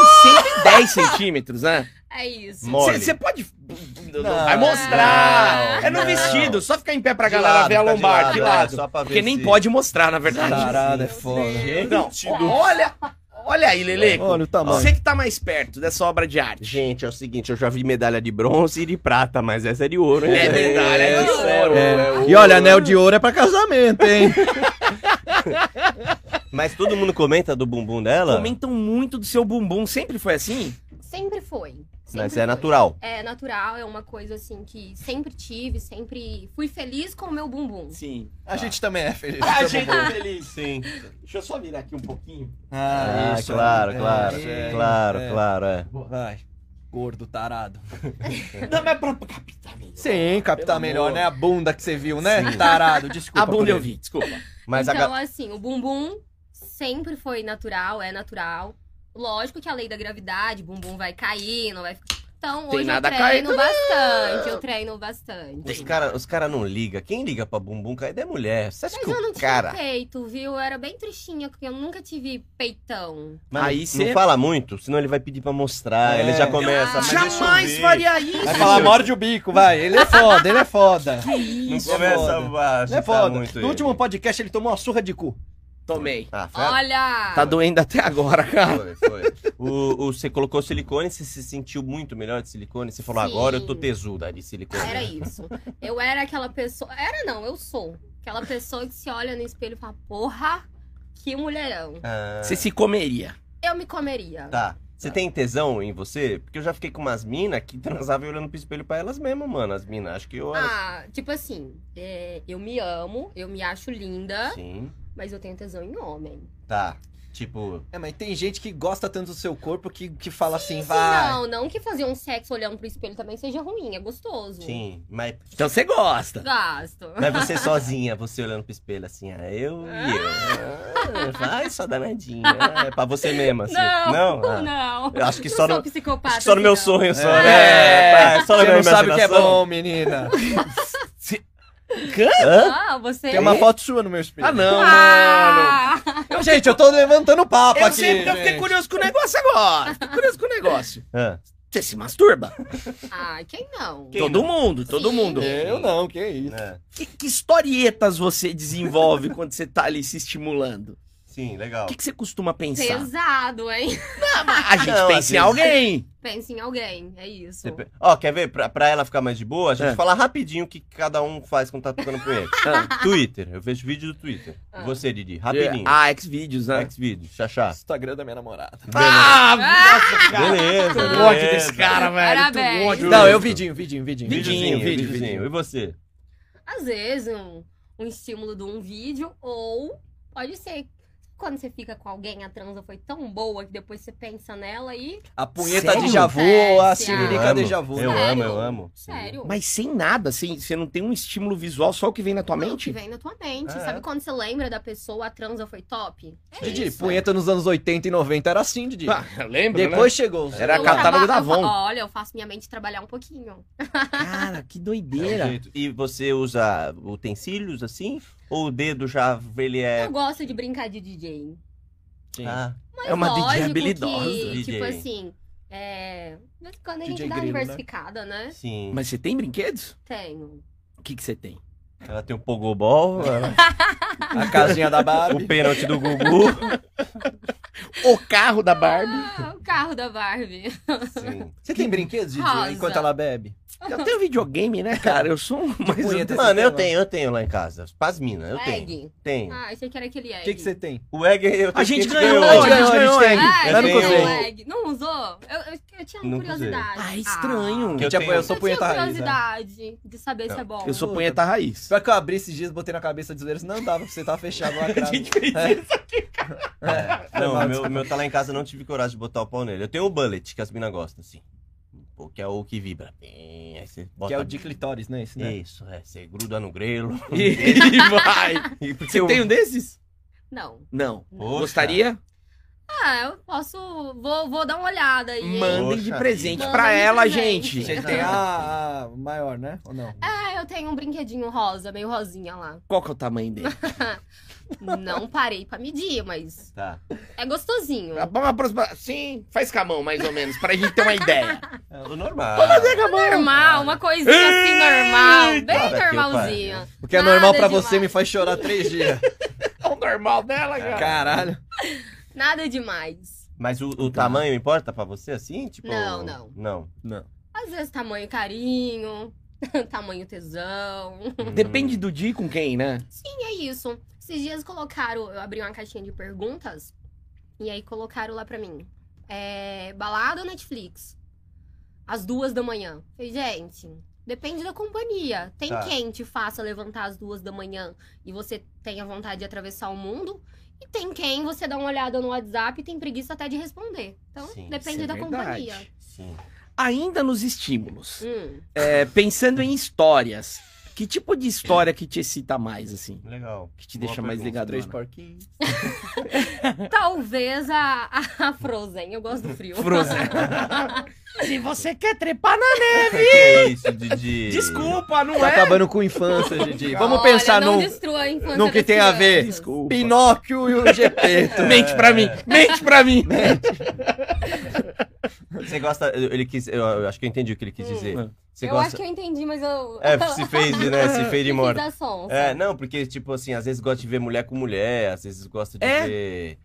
Speaker 1: 110 centímetros, né?
Speaker 4: É isso.
Speaker 2: Mole.
Speaker 1: Você pode do-
Speaker 2: Não.
Speaker 1: Vai mostrar!
Speaker 4: Não.
Speaker 1: é no vestido, só ficar em pé pra
Speaker 2: De
Speaker 1: galera
Speaker 2: lado,
Speaker 1: ver a
Speaker 2: tá de
Speaker 1: lombar.
Speaker 2: lado,
Speaker 1: que
Speaker 2: é,
Speaker 1: lado?
Speaker 2: só pra ver
Speaker 1: Porque nem
Speaker 2: se-
Speaker 1: pode mostrar, na verdade.
Speaker 3: Caralho, é
Speaker 4: Meu
Speaker 3: foda.
Speaker 4: Deus.
Speaker 1: Não, olha, olha aí, Leleco.
Speaker 3: Olha o tamanho.
Speaker 1: Você que tá mais perto dessa obra de arte.
Speaker 2: Gente, é o seguinte, eu já vi medalha de bronze e de prata, mas essa é de ouro, hein?
Speaker 1: É medalha
Speaker 2: É,
Speaker 1: de
Speaker 2: é,
Speaker 1: ouro.
Speaker 2: é,
Speaker 3: É.
Speaker 2: é ouro.
Speaker 3: E olha, anel de ouro é pra casamento, hein?
Speaker 2: Mas todo mundo comenta do bumbum dela?
Speaker 1: Comentam muito do seu bumbum. Sempre foi assim?
Speaker 4: Sempre foi. Sempre
Speaker 2: Mas
Speaker 4: foi.
Speaker 2: é natural.
Speaker 4: É natural, é uma coisa assim que sempre tive, sempre fui feliz com o meu bumbum.
Speaker 1: Sim.
Speaker 3: A gente também é feliz.
Speaker 1: Ah, feliz.
Speaker 2: Sim.
Speaker 1: Deixa eu só virar aqui um pouquinho.
Speaker 2: Ah, claro,
Speaker 3: é,
Speaker 2: claro.
Speaker 3: é,
Speaker 2: claro,
Speaker 3: é.
Speaker 2: claro, é.
Speaker 3: Vai. Gordo, tarado.
Speaker 1: Não, mas é pra captar melhor.
Speaker 3: Sim,
Speaker 1: Pelo
Speaker 3: captar melhor,
Speaker 1: amor.
Speaker 3: né? A bunda que você viu, né?
Speaker 2: Sim.
Speaker 3: Tarado, desculpa.
Speaker 1: A bunda eu
Speaker 3: Paulinho.
Speaker 1: vi, desculpa.
Speaker 2: Mas a
Speaker 4: então,
Speaker 2: ga-
Speaker 4: assim, o bumbum sempre foi natural, é natural. Lógico que a lei da gravidade, o bumbum vai cair, não vai ficar. Então,
Speaker 1: Tem
Speaker 4: hoje
Speaker 1: nada
Speaker 4: eu treino
Speaker 1: caindo.
Speaker 4: bastante, eu treino bastante.
Speaker 2: os caras os cara não ligam. Quem liga pra bumbum caído é mulher. Você acha
Speaker 4: Mas
Speaker 2: que
Speaker 4: eu não
Speaker 2: o
Speaker 4: tive
Speaker 2: cara...
Speaker 4: peito, viu? Eu era bem tristinha, porque eu nunca tive peitão.
Speaker 2: Mas
Speaker 1: Aí
Speaker 2: não
Speaker 1: cê-
Speaker 2: fala muito, senão ele vai pedir pra mostrar.
Speaker 3: É.
Speaker 2: Ele já começa.
Speaker 4: Ah,
Speaker 2: mas deixa eu
Speaker 1: Jamais
Speaker 2: ver.
Speaker 1: faria isso.
Speaker 3: Vai falar, morde o bico, vai. Ele é foda, ele é foda.
Speaker 1: Que isso?
Speaker 3: Não começa
Speaker 2: Começa baixo.
Speaker 3: Ele é foda. No último podcast ele tomou uma surra de cu.
Speaker 1: Tomei.
Speaker 2: Ah, foi a-
Speaker 4: Olha!
Speaker 1: Tá doendo até agora, cara.
Speaker 2: Foi, foi. O, o- você colocou silicone, você se sentiu muito melhor de silicone? Você falou,
Speaker 4: Sim.
Speaker 2: agora eu tô tesuda de silicone.
Speaker 4: Era isso. Eu era aquela pessoa. Era não, eu sou. Aquela pessoa que se olha no espelho e fala, porra, que mulherão.
Speaker 2: Ah,
Speaker 1: Você se comeria.
Speaker 4: Eu me comeria.
Speaker 2: tá. Você tem tesão em você? Porque eu já fiquei com umas minas que transavam olhando pro espelho pra elas mesmas, mano. As minas, acho que eu... era-
Speaker 4: Ah, tipo assim, é, eu me amo, eu me acho linda,
Speaker 2: Sim,
Speaker 4: mas eu tenho tesão em homem.
Speaker 2: assim. tá. Tipo...
Speaker 3: É, mas tem gente que gosta tanto do seu corpo que, que fala assim,
Speaker 4: Assim,
Speaker 3: vai.
Speaker 4: Não, não que fazer um sexo olhando pro espelho também seja ruim, é gostoso.
Speaker 2: Sim, é mas,
Speaker 1: Então você gosta.
Speaker 4: Gasto.
Speaker 2: mas você sozinha, você olhando pro espelho assim, ah, eu e eu. Ah, vai, só danadinha. É pra você mesma, assim.
Speaker 4: Não,
Speaker 2: Ah.
Speaker 4: não.
Speaker 2: Eu acho que
Speaker 4: Não
Speaker 2: só
Speaker 4: sou
Speaker 2: no-
Speaker 4: psicopata.
Speaker 2: Acho que só no meu
Speaker 4: assim, não.
Speaker 2: sonho, só.
Speaker 3: É.
Speaker 2: né? tá, só na
Speaker 3: Você
Speaker 2: minha
Speaker 3: não sabe o que é
Speaker 2: imaginação.
Speaker 3: bom, menina.
Speaker 2: Hã?
Speaker 4: Ah, você.
Speaker 3: Tem uma foto sua no meu espelho.
Speaker 1: Ah, não, mano.
Speaker 4: Ah!
Speaker 3: Gente, eu tô levantando papo
Speaker 1: Eu
Speaker 3: aqui.
Speaker 1: sei porque eu fiquei
Speaker 3: gente.
Speaker 1: curioso com o negócio agora. Fiquei curioso com o negócio.
Speaker 2: Hã?
Speaker 1: Você se masturba?
Speaker 4: Ah, quem não?
Speaker 2: Quem
Speaker 1: todo
Speaker 2: não?
Speaker 1: mundo, todo
Speaker 4: Sim.
Speaker 1: mundo.
Speaker 3: Eu não, que isso.
Speaker 2: É.
Speaker 1: Que, que historietas você desenvolve quando você tá ali se estimulando?
Speaker 2: Sim,
Speaker 1: O
Speaker 2: legal.
Speaker 1: que, que você costuma pensar?
Speaker 4: Pesado, hein?
Speaker 1: Ah, mas a gente
Speaker 2: Não, assim, às
Speaker 1: pensa em
Speaker 2: vezes-
Speaker 1: alguém.
Speaker 4: Pense em alguém, é isso.
Speaker 2: Você pe- Ó, quer ver? Pra, pra ela ficar mais de boa, a gente
Speaker 1: É.
Speaker 2: fala rapidinho o que cada um faz quando tá tocando punheta.
Speaker 1: É.
Speaker 2: Twitter. Eu vejo vídeo do Twitter.
Speaker 4: Ah.
Speaker 2: Você, Didi, rapidinho.
Speaker 1: Ah, Xvideos, né?
Speaker 2: Xvideos, xachá.
Speaker 3: Instagram da minha namorada.
Speaker 1: Ah, nossa, cara.
Speaker 2: Beleza.
Speaker 1: Tô com ódio
Speaker 2: beleza.
Speaker 1: desse cara, velho. Tô com
Speaker 4: Parabéns.
Speaker 1: ódio.
Speaker 3: Não, eu
Speaker 2: Justo.
Speaker 3: vidinho, vidinho, vidinho.
Speaker 2: Videozinho,
Speaker 1: Vidinho,
Speaker 2: videozinho.
Speaker 1: vídeo,
Speaker 2: E você?
Speaker 4: Às vezes, um, um estímulo de um vídeo, ou pode ser quando você fica com alguém, a transa foi tão boa que depois você pensa nela e.
Speaker 3: A punheta
Speaker 1: Sério?
Speaker 3: de Javu, a
Speaker 4: Eu
Speaker 3: siririca
Speaker 2: amo.
Speaker 3: de Javu. né?
Speaker 2: Eu
Speaker 4: Sério?
Speaker 2: amo, eu amo.
Speaker 4: Sério.
Speaker 1: Mas sem nada, assim, você não tem um estímulo visual, só o que vem na tua
Speaker 4: Não, que
Speaker 1: mente?
Speaker 4: vem na tua mente.
Speaker 2: É.
Speaker 4: Sabe quando você lembra da pessoa, a transa foi top? É
Speaker 3: Didi,
Speaker 4: isso.
Speaker 3: punheta nos anos 80 e 90 era assim, Didi.
Speaker 1: Ah, lembra, né?
Speaker 3: Depois chegou. os-
Speaker 1: Era
Speaker 4: Eu
Speaker 1: catálogo da
Speaker 4: traba- eu
Speaker 1: Avon.
Speaker 4: fa- Olha, eu faço minha mente trabalhar um pouquinho.
Speaker 1: Cara, que
Speaker 2: É um
Speaker 1: doideira.
Speaker 2: jeito. E você usa utensílios assim? Ou o dedo já, ele é...
Speaker 4: Eu gosto de brincar de DJ.
Speaker 3: Sim.
Speaker 2: Ah,
Speaker 4: Mas
Speaker 1: É uma DJ
Speaker 4: lógico que,
Speaker 1: habilidosa.
Speaker 2: DJ.
Speaker 4: Tipo assim, é. de vez em Quando a gente
Speaker 3: DJ
Speaker 4: dá uma
Speaker 3: grego, né?
Speaker 4: diversificada, né?
Speaker 2: sim.
Speaker 1: Mas você tem brinquedos?
Speaker 4: Tenho.
Speaker 1: O que, que você tem?
Speaker 2: Ela tem o pogobol, ela-
Speaker 3: A casinha da
Speaker 2: o
Speaker 3: Barbie.
Speaker 2: pênalti do Gugu.
Speaker 1: O carro da Barbie.
Speaker 4: Ah, o carro da Barbie.
Speaker 2: Sim.
Speaker 3: Você tem brinquedos, Didi,
Speaker 4: Rosa.
Speaker 3: enquanto ela bebe?
Speaker 4: Ah.
Speaker 1: Eu tenho videogame, né, cara? Eu sou um mais um-
Speaker 3: punheta.
Speaker 2: Mano, eu
Speaker 3: Esse
Speaker 2: tenho, eu tenho lá em casa. Pasmina, eu tenho.
Speaker 4: Egg.
Speaker 2: Tenho.
Speaker 4: Ah, achei que era aquele egg.
Speaker 3: O que que você tem?
Speaker 2: O Egg eu tenho
Speaker 1: A gente é
Speaker 2: que
Speaker 1: ganhou,
Speaker 3: ganhou,
Speaker 1: a
Speaker 3: a
Speaker 1: gente
Speaker 3: gente
Speaker 1: ganhou,
Speaker 3: tem.
Speaker 1: hein?
Speaker 4: Ah,
Speaker 2: Eu
Speaker 4: eu não
Speaker 2: tenho.
Speaker 4: usou egg. Não usou? Eu, eu, eu tinha
Speaker 2: Nunca usei.
Speaker 4: curiosidade.
Speaker 1: Ah, estranho.
Speaker 2: Eu
Speaker 3: Tia,
Speaker 2: tenho-
Speaker 3: Tipo, eu
Speaker 4: Ah,
Speaker 3: sou
Speaker 4: eu tinha
Speaker 3: punheta raiz. né?
Speaker 4: curiosidade de saber se é bom.
Speaker 1: Eu sou punheta raiz.
Speaker 3: Só que eu abri esses dias, botei na cabeça dos deles, não dava, porque você tava fechado lá atrás.
Speaker 1: fez isso.
Speaker 2: É. Não, o meu, o meu tá lá em casa, eu não tive coragem de botar o pau nele. Eu tenho o bullet, que as minas gostam, assim. Pô, que é o que vibra. Bem, aí você bota...
Speaker 3: Que é o de clitóris, né? Esse, né?
Speaker 2: Isso, é. Você gruda no grelo.
Speaker 1: E vai.
Speaker 2: E porque
Speaker 1: Você
Speaker 2: eu-
Speaker 1: tem um desses?
Speaker 4: Não.
Speaker 1: Não.
Speaker 2: Poxa.
Speaker 1: Gostaria?
Speaker 4: Ah, eu posso. Vou, vou dar uma olhada aí. hein?
Speaker 1: Mandem de
Speaker 2: Poxa
Speaker 1: presente
Speaker 4: vida.
Speaker 1: pra
Speaker 4: Mandem de
Speaker 1: ela,
Speaker 4: presente.
Speaker 1: gente.
Speaker 3: Você tem a, a maior, né? Ou não?
Speaker 4: Ah, eu tenho um brinquedinho rosa, meio rosinha lá.
Speaker 1: Qual que é o tamanho dele?
Speaker 4: Não parei pra medir, mas
Speaker 2: Tá.
Speaker 4: é gostosinho.
Speaker 1: Tá Vamos aproximar. Sim, faz com a mão, mais ou menos, pra gente ter uma ideia.
Speaker 2: É o normal.
Speaker 4: Normal, uma coisinha assim normal, bem
Speaker 2: Cara, que
Speaker 1: né?
Speaker 4: normalzinha.
Speaker 3: O que é
Speaker 4: Nada
Speaker 3: normal pra
Speaker 4: demais. É.
Speaker 3: você me faz chorar três dias.
Speaker 1: É o normal dela, cara.
Speaker 3: Caralho.
Speaker 4: Nada demais.
Speaker 2: Mas o, o tamanho importa pra você, assim? Tipo,
Speaker 4: Não, não.
Speaker 2: Não.
Speaker 4: Às vezes tamanho carinho, tamanho tesão.
Speaker 1: Depende do dia e com quem, né?
Speaker 4: E é isso. Esses dias colocaram, eu abri uma caixinha de perguntas e aí colocaram lá pra mim. É, balada ou Netflix? Às duas da manhã. Falei, gente, depende da companhia. Tem
Speaker 2: Tá.
Speaker 4: quem te faça levantar às duas da manhã e você tenha vontade de atravessar o mundo. E tem quem você dá uma olhada no WhatsApp e tem preguiça até de responder. Então,
Speaker 2: Sim,
Speaker 1: isso
Speaker 4: depende
Speaker 1: é
Speaker 4: da
Speaker 1: verdade.
Speaker 4: companhia.
Speaker 2: Sim.
Speaker 1: Ainda nos estímulos.
Speaker 4: Hum.
Speaker 1: É, pensando em histórias. Que tipo de história que te excita mais, assim?
Speaker 2: Legal.
Speaker 1: Que te
Speaker 2: Boa
Speaker 1: deixa mais
Speaker 2: pergunta.
Speaker 1: ligado?
Speaker 3: Três
Speaker 1: Dona?
Speaker 3: porquinhos.
Speaker 4: Talvez a, a Frozen. Eu gosto do frio.
Speaker 1: Frozen. Se você quer trepar na.
Speaker 2: Que é isso, Didi?
Speaker 1: Desculpa, não
Speaker 3: Tá
Speaker 1: é?
Speaker 3: acabando com infância, Didi. Vamos
Speaker 4: Olha,
Speaker 3: pensar
Speaker 4: não
Speaker 3: num
Speaker 4: destrua a infância
Speaker 3: num que
Speaker 4: das
Speaker 3: tem a ver.
Speaker 4: crianças.
Speaker 1: Desculpa.
Speaker 3: Pinóquio e um o Gepeto.
Speaker 1: Mente pra mim, mente pra mim.
Speaker 2: Você gosta. Ele quis, eu, eu acho que eu entendi o que ele quis
Speaker 4: Hum.
Speaker 2: dizer.
Speaker 1: É.
Speaker 2: Você
Speaker 4: eu acho
Speaker 2: gosta.
Speaker 4: que eu entendi, mas eu.
Speaker 2: É, se fez, né? Se fez de
Speaker 4: Eu
Speaker 2: morta.
Speaker 4: fiz a sonsa.
Speaker 2: É, não, porque, tipo assim, às vezes gosta de ver mulher com mulher, às vezes gosta de
Speaker 1: É.
Speaker 2: ver.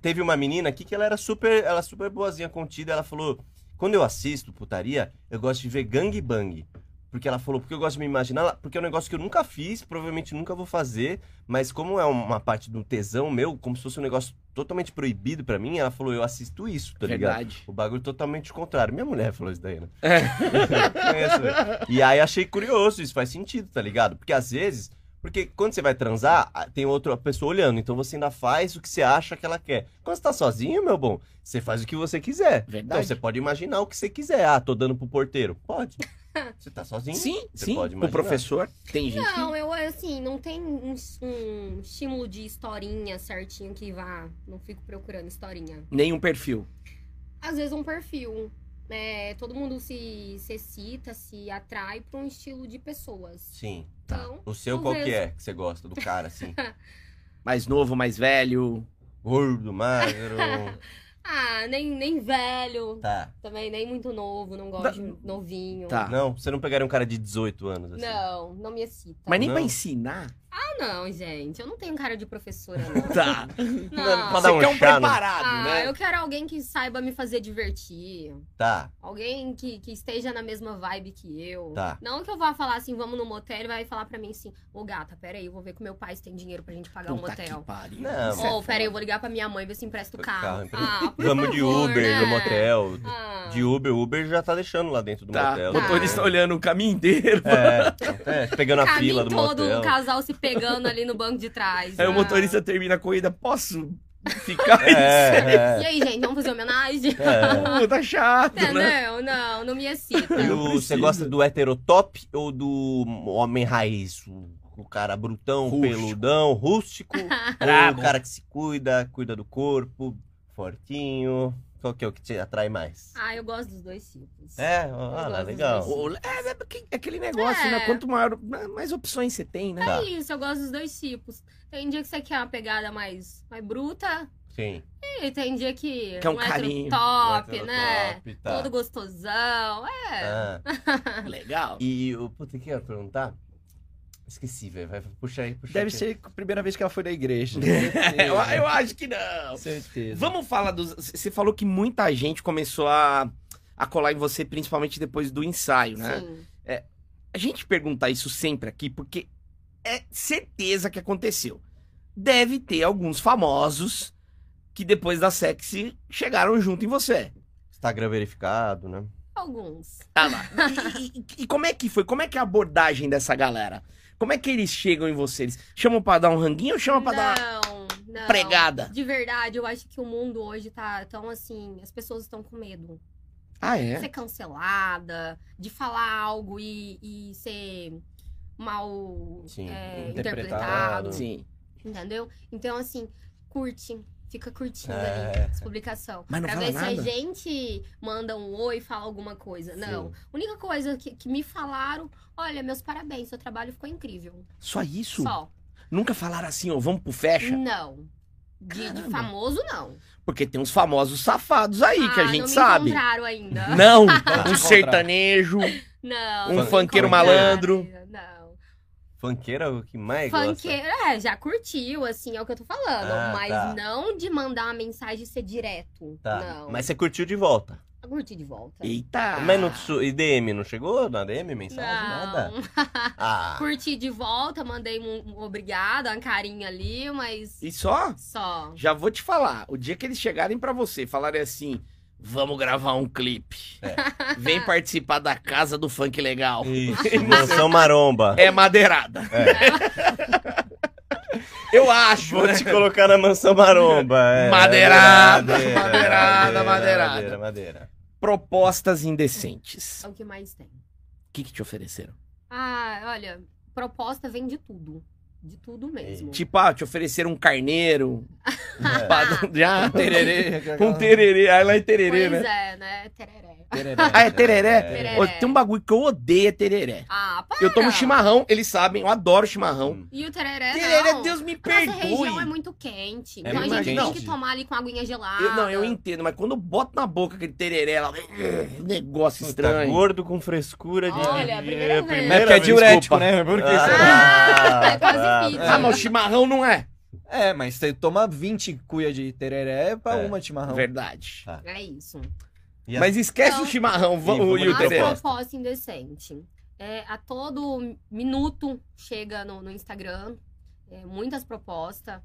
Speaker 2: Teve uma menina aqui que ela era super. Ela super boazinha contida. Ela falou: quando eu assisto putaria, eu gosto de ver gangbang. Porque ela falou, porque eu gosto de me imaginar, lá, porque é um negócio que eu nunca fiz, provavelmente nunca vou fazer, mas como é uma parte do tesão meu, como se fosse um negócio totalmente proibido pra mim, ela falou, eu assisto isso,
Speaker 1: É
Speaker 2: tá ligado?
Speaker 1: Verdade.
Speaker 2: O bagulho totalmente contrário. Minha mulher falou isso daí, né?
Speaker 1: É.
Speaker 2: Conheço, velho. e aí achei curioso, isso faz sentido, tá ligado? Porque às vezes, porque quando você vai transar, ah, tem outra pessoa olhando, então você ainda faz o que você acha que ela quer. Quando você tá sozinho, meu bom, você faz o que você quiser.
Speaker 1: Verdade.
Speaker 2: Então você pode imaginar o que você quiser. Ah, tô dando pro porteiro. Pode. Você tá sozinho?
Speaker 1: Sim,
Speaker 2: Você
Speaker 1: sim.
Speaker 2: pode
Speaker 1: O
Speaker 2: imaginar.
Speaker 1: professor tem gente. que-
Speaker 4: Não, eu assim, não tem um, um estímulo de historinha certinho que vá. Não fico procurando historinha.
Speaker 1: Nenhum perfil.
Speaker 4: Às vezes um perfil. né? todo mundo se, se excita, se atrai pra um estilo de pessoas.
Speaker 2: Sim.
Speaker 4: Então,
Speaker 2: O seu qual que é que você gosta do cara, assim?
Speaker 1: Mais novo, mais velho.
Speaker 2: Gordo, magro.
Speaker 4: ah, nem, nem velho,
Speaker 2: Tá.
Speaker 4: também nem muito novo, não gosto
Speaker 1: Da-
Speaker 4: de novinho.
Speaker 1: Tá.
Speaker 2: Não, você não pegaria um cara de 18 anos, assim.
Speaker 4: Não, não me excita.
Speaker 1: Mas nem
Speaker 2: Não.
Speaker 1: pra ensinar.
Speaker 4: Ah, não, gente, eu não tenho cara de professora, não.
Speaker 1: Tá.
Speaker 4: Não.
Speaker 2: Pra dar um
Speaker 1: Você quer um
Speaker 2: chá, né?
Speaker 1: preparado,
Speaker 4: Ah,
Speaker 1: né?
Speaker 4: eu quero alguém que saiba me fazer divertir.
Speaker 2: Tá.
Speaker 4: Alguém que, que esteja na mesma vibe que eu.
Speaker 2: Tá.
Speaker 4: Não que eu vá falar assim, vamos no motel e vai falar pra mim assim, ô gata, peraí, eu vou ver com meu pai se tem dinheiro pra gente pagar um
Speaker 1: Puta que
Speaker 4: motel.
Speaker 1: pariu.
Speaker 2: Não,
Speaker 1: Isso é
Speaker 4: Ou, peraí, eu
Speaker 1: foda.
Speaker 4: vou ligar pra minha mãe e ver se empresta o
Speaker 2: Carro,
Speaker 4: carro. Ah, por
Speaker 2: Vamos de
Speaker 4: favor,
Speaker 2: Uber
Speaker 4: né?
Speaker 2: no motel.
Speaker 4: Ah.
Speaker 2: De Uber, Uber já tá deixando lá dentro do
Speaker 1: Tá.
Speaker 2: motel.
Speaker 1: O
Speaker 4: Tá.
Speaker 1: motorista olhando o caminho inteiro.
Speaker 2: É, é, pegando a
Speaker 4: Caminho
Speaker 2: fila do
Speaker 4: todo,
Speaker 2: motel. É
Speaker 4: um casal se pegando ali no banco de trás.
Speaker 1: Aí
Speaker 4: Ah.
Speaker 1: o motorista termina a corrida. Posso ficar isso?
Speaker 2: É,
Speaker 4: E aí, gente, vamos fazer homenagem?
Speaker 2: é.
Speaker 1: Pô, tá chato,
Speaker 4: É,
Speaker 1: né?
Speaker 4: não, não, não me excita.
Speaker 2: E
Speaker 1: Não
Speaker 2: o-
Speaker 1: precisa.
Speaker 2: você gosta do heterotop ou do homem raiz? O, o cara brutão,
Speaker 1: Rústico.
Speaker 2: peludão, rústico? ou
Speaker 1: Brabo.
Speaker 2: o cara que se cuida, cuida do corpo, fortinho? Qual que é o que te atrai mais?
Speaker 4: Ah, eu gosto dos dois tipos.
Speaker 2: É, ah, lá,
Speaker 4: gosto
Speaker 2: legal.
Speaker 4: dos dois.
Speaker 1: O- É, é porque- é aquele negócio,
Speaker 4: É.
Speaker 1: né? Quanto maior, mais opções você tem, né?
Speaker 2: Tá,
Speaker 4: É isso, eu gosto dos dois tipos. Tem dia que você quer uma pegada mais, mais bruta
Speaker 2: sim.
Speaker 4: e tem dia que
Speaker 1: Quer um
Speaker 4: hétero
Speaker 1: carinho,
Speaker 4: top,
Speaker 2: Um
Speaker 4: né?
Speaker 2: heterotop, tá.
Speaker 4: Todo gostosão. É.
Speaker 2: Ah.
Speaker 1: Legal.
Speaker 2: E o puta, o que eu ia perguntar? Esqueci, velho. Vai puxar aí, puxa
Speaker 3: Deve
Speaker 2: aí.
Speaker 3: ser a primeira vez que ela foi na igreja.
Speaker 1: É, Eu, eu acho que não.
Speaker 3: Certeza.
Speaker 1: Vamos falar dos. Você falou que muita gente começou a, a colar em você, principalmente depois do ensaio, né?
Speaker 4: Sim.
Speaker 1: A gente perguntar isso sempre aqui, porque é certeza que aconteceu. Deve ter alguns famosos que depois da sexy chegaram junto em você.
Speaker 2: Instagram verificado, né?
Speaker 4: Alguns.
Speaker 1: Tá lá. E, e- e como é que foi? Como é que é a abordagem dessa galera? Como é que eles chegam em você? Eles chamam pra dar um ranguinho ou chamam pra dar
Speaker 4: Não, não.
Speaker 1: uma pregada?
Speaker 4: De verdade, eu acho que o mundo hoje tá tão assim. As pessoas estão com medo
Speaker 1: Ah,
Speaker 4: de
Speaker 1: é?
Speaker 4: ser cancelada, de falar algo e, e ser mal
Speaker 2: Sim,
Speaker 4: é,
Speaker 3: interpretado.
Speaker 4: interpretado.
Speaker 1: Sim.
Speaker 4: Entendeu? Então, assim, curte. Fica curtindo
Speaker 2: É.
Speaker 4: ali as publicação.
Speaker 1: Mas não
Speaker 4: pra
Speaker 1: fala
Speaker 4: ver se a
Speaker 1: nada?
Speaker 4: gente manda um oi e fala alguma coisa. Não. A única coisa que, que me falaram, olha, meus parabéns, seu trabalho ficou incrível.
Speaker 1: Só isso?
Speaker 4: Só.
Speaker 1: Nunca falaram assim, ó, vamos pro fecha?
Speaker 4: Não. De, de
Speaker 1: Caramba.
Speaker 4: famoso, não.
Speaker 1: Porque tem uns famosos safados aí que a
Speaker 4: Ah,
Speaker 1: gente
Speaker 4: Não
Speaker 1: sabe.
Speaker 4: me encontraram ainda.
Speaker 1: Não,
Speaker 3: encontrar.
Speaker 1: um sertanejo.
Speaker 4: Não.
Speaker 1: Um
Speaker 4: não me
Speaker 1: funkeiro
Speaker 4: encontraram,
Speaker 1: malandro.
Speaker 4: Não.
Speaker 2: Funkeiro é o que mais gosta.
Speaker 4: Funkeiro, é, já curtiu, assim, é o que eu tô falando.
Speaker 2: Ah,
Speaker 4: mas
Speaker 2: tá.
Speaker 4: não de mandar uma mensagem e ser direto.
Speaker 2: Tá.
Speaker 4: Não.
Speaker 2: Mas você curtiu de volta.
Speaker 4: Curti de volta.
Speaker 1: Eita.
Speaker 2: Mas no su- e DM não chegou? Na DM, mensagem, nada?
Speaker 4: Não.
Speaker 2: Ah,
Speaker 4: Curti de volta, mandei um, um obrigado, uma carinha ali, mas
Speaker 1: E só?
Speaker 4: só.
Speaker 1: Já vou te falar. O dia que eles chegarem pra você e falarem assim: vamos gravar um clipe. Vem participar da casa do funk legal.
Speaker 2: isso, mansão maromba.
Speaker 1: É madeirada. É. Eu acho.
Speaker 2: Vou
Speaker 1: né?
Speaker 2: te colocar na mansão maromba. é.
Speaker 1: Madeirada,
Speaker 2: Madeira,
Speaker 1: madeirada,
Speaker 2: madeira,
Speaker 1: madeirada.
Speaker 2: Madeira, madeira. Tá
Speaker 1: Propostas indecentes.
Speaker 4: É o que mais tem.
Speaker 1: O que, que te ofereceram?
Speaker 4: Ah, olha, proposta vem de tudo. De tudo mesmo.
Speaker 1: Tipo, ah, te ofereceram um carneiro.
Speaker 2: É.
Speaker 1: padrão de- Ah, tererê. Um tererê. Aí lá é tererê,
Speaker 4: pois
Speaker 1: né?
Speaker 4: é, né? Tereré.
Speaker 1: Ah, é tereré?
Speaker 4: Tereré.
Speaker 1: Ô, Tem um bagulho que eu odeio é tereré.
Speaker 4: Ah, para!
Speaker 1: Eu tomo chimarrão, eles sabem, eu adoro chimarrão.
Speaker 4: E o tereré
Speaker 1: Tereré,
Speaker 4: É, não.
Speaker 1: Deus me
Speaker 4: A Nossa região é
Speaker 1: perdoe.
Speaker 4: muito quente.
Speaker 2: É
Speaker 4: então a
Speaker 1: muito
Speaker 4: gente tem
Speaker 1: quente.
Speaker 4: que tomar ali com aguinha gelada.
Speaker 1: Eu- não, eu entendo, mas quando eu boto na boca aquele tereré, lá, negócio
Speaker 2: Puta,
Speaker 1: estranho.
Speaker 2: gordo com frescura de.
Speaker 4: Olha, primeira vez.
Speaker 3: É porque é diurético, né? Por que será?
Speaker 2: Ah,
Speaker 4: É quase
Speaker 2: tá,
Speaker 4: pizza.
Speaker 1: Ah, mas o chimarrão não é.
Speaker 3: É, mas você toma 20 cuia de tereré pra
Speaker 2: É.
Speaker 3: uma chimarrão.
Speaker 1: Verdade.
Speaker 2: Tá.
Speaker 4: É isso.
Speaker 2: E a-
Speaker 1: Mas esquece
Speaker 4: Então-
Speaker 1: o chimarrão
Speaker 2: Sim,
Speaker 1: o, e o
Speaker 2: vamos
Speaker 4: Mas
Speaker 2: de
Speaker 1: tereré.
Speaker 2: proposta.
Speaker 4: proposta indecente. É, a todo minuto chega no, no Instagram é, muitas propostas.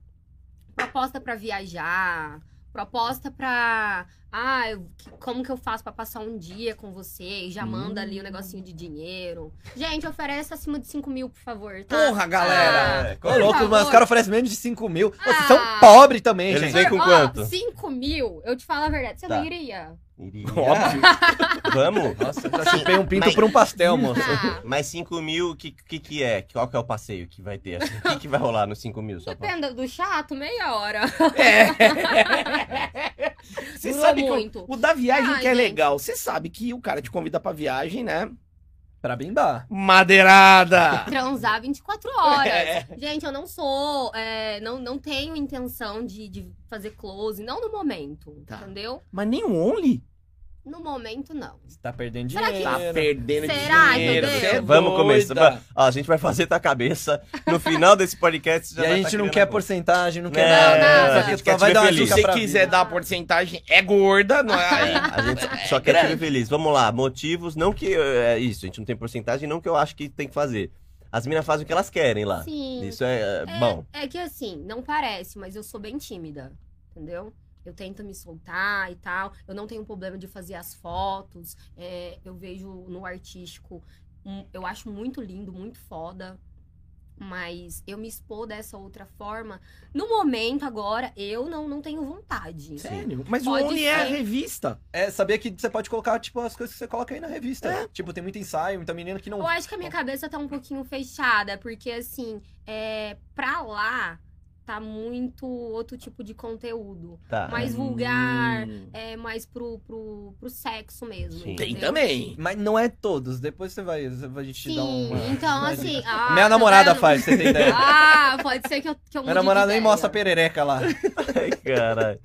Speaker 4: Proposta pra viajar, proposta pra. Ah, eu- que- como que eu faço pra passar um dia com você? E já manda ali um negocinho de dinheiro. Gente, oferece acima de 5 mil, por favor, tá?
Speaker 1: Porra, galera.
Speaker 2: É,
Speaker 3: Ô, louco,
Speaker 4: Por
Speaker 3: mas
Speaker 4: favor.
Speaker 3: os caras oferecem menos de 5 mil. Ô, Vocês
Speaker 4: Ah.
Speaker 3: são pobres também,
Speaker 2: Eles
Speaker 3: gente.
Speaker 2: vêm com quanto?
Speaker 4: 5 mil, eu te falo a verdade, você
Speaker 2: Tá.
Speaker 4: não iria.
Speaker 2: Iria.
Speaker 1: Óbvio.
Speaker 2: Vamos?
Speaker 3: Nossa, eu já chupei um pinto por um pastel, moço.
Speaker 4: Ah,
Speaker 2: Mas 5 mil, o que, que que é? Qual que é o passeio que vai ter? assim? O que, que vai rolar nos 5 mil? Só pra...
Speaker 4: dependa do chato, meia hora.
Speaker 1: É. Você
Speaker 4: Durou
Speaker 1: sabe que o,
Speaker 4: muito.
Speaker 1: o da viagem
Speaker 4: Ai,
Speaker 1: que é
Speaker 4: gente.
Speaker 1: legal. Você sabe que o cara te convida pra viagem, né?
Speaker 3: Pra bimbar.
Speaker 1: Madeirada.
Speaker 4: transar 24 horas.
Speaker 1: É.
Speaker 4: Gente, eu não sou, é, não, não tenho intenção de, de fazer close, não no momento,
Speaker 1: Tá.
Speaker 4: entendeu?
Speaker 1: Mas nem o Only
Speaker 4: No momento, não.
Speaker 3: Você tá perdendo
Speaker 4: Será que-
Speaker 3: dinheiro.
Speaker 1: tá perdendo
Speaker 4: Será,
Speaker 1: dinheiro.
Speaker 4: entendeu?
Speaker 1: você é
Speaker 2: Vamos
Speaker 1: doida.
Speaker 2: começar. Ó, a gente vai fazer tua cabeça. No final desse podcast você já
Speaker 3: E a
Speaker 2: vai
Speaker 3: gente
Speaker 2: tá
Speaker 3: não
Speaker 2: criando
Speaker 3: quer
Speaker 2: a boca.
Speaker 3: porcentagem, não quer
Speaker 2: Não,
Speaker 3: nada.
Speaker 4: nada.
Speaker 3: Só
Speaker 2: A
Speaker 3: que
Speaker 2: gente quer
Speaker 3: só
Speaker 2: te
Speaker 3: vai
Speaker 2: ver
Speaker 3: dar uma
Speaker 1: Se
Speaker 2: feliz.
Speaker 3: dica
Speaker 1: você
Speaker 3: pra
Speaker 1: quiser
Speaker 3: vida.
Speaker 1: dar a porcentagem, é gorda. Não
Speaker 2: É,
Speaker 1: é?
Speaker 2: a gente só quer te ver feliz. Vamos lá, motivos, não que é isso, a gente não tem porcentagem, não que eu acho que tem que fazer. As meninas fazem o que elas querem
Speaker 1: Tá.
Speaker 2: lá.
Speaker 4: Sim.
Speaker 2: Isso é, é,
Speaker 4: É,
Speaker 2: bom.
Speaker 4: é que assim, não parece, mas eu sou bem tímida, entendeu? Eu tento me soltar e tal. Eu não tenho problema de fazer as fotos. é, eu vejo no artístico, um- eu acho muito lindo, muito foda. Mas eu me expor dessa outra forma. No momento, agora, eu não, não tenho vontade.
Speaker 1: Sério? Mas
Speaker 4: Pode
Speaker 1: o Only é a
Speaker 4: ser.
Speaker 1: revista.
Speaker 3: É, sabia que você pode colocar, tipo, as coisas que você coloca aí na revista.
Speaker 2: É.
Speaker 3: Tipo, tem muito ensaio, muita menina que não...
Speaker 4: Eu acho que a minha cabeça tá um pouquinho fechada, porque assim, é, pra lá tá muito outro tipo de conteúdo.
Speaker 2: Tá.
Speaker 4: Mas vulgar,
Speaker 1: Hum.
Speaker 4: É mais pro, pro, pro sexo mesmo.
Speaker 2: Sim.
Speaker 1: Tem
Speaker 4: entendeu?
Speaker 1: também.
Speaker 3: Mas não é todos, depois você vai... A gente te dá
Speaker 4: Sim,
Speaker 3: uma...
Speaker 4: então
Speaker 3: uma
Speaker 4: assim.
Speaker 3: dica.
Speaker 4: ah,
Speaker 3: Minha
Speaker 4: tá
Speaker 3: namorada
Speaker 4: vendo?
Speaker 3: faz, você tem ideia.
Speaker 4: Ah, pode ser que eu. Que eu mude
Speaker 3: Minha
Speaker 4: de
Speaker 3: namorada nem
Speaker 4: ideia.
Speaker 3: mostra a perereca lá.
Speaker 2: Ai, caralho.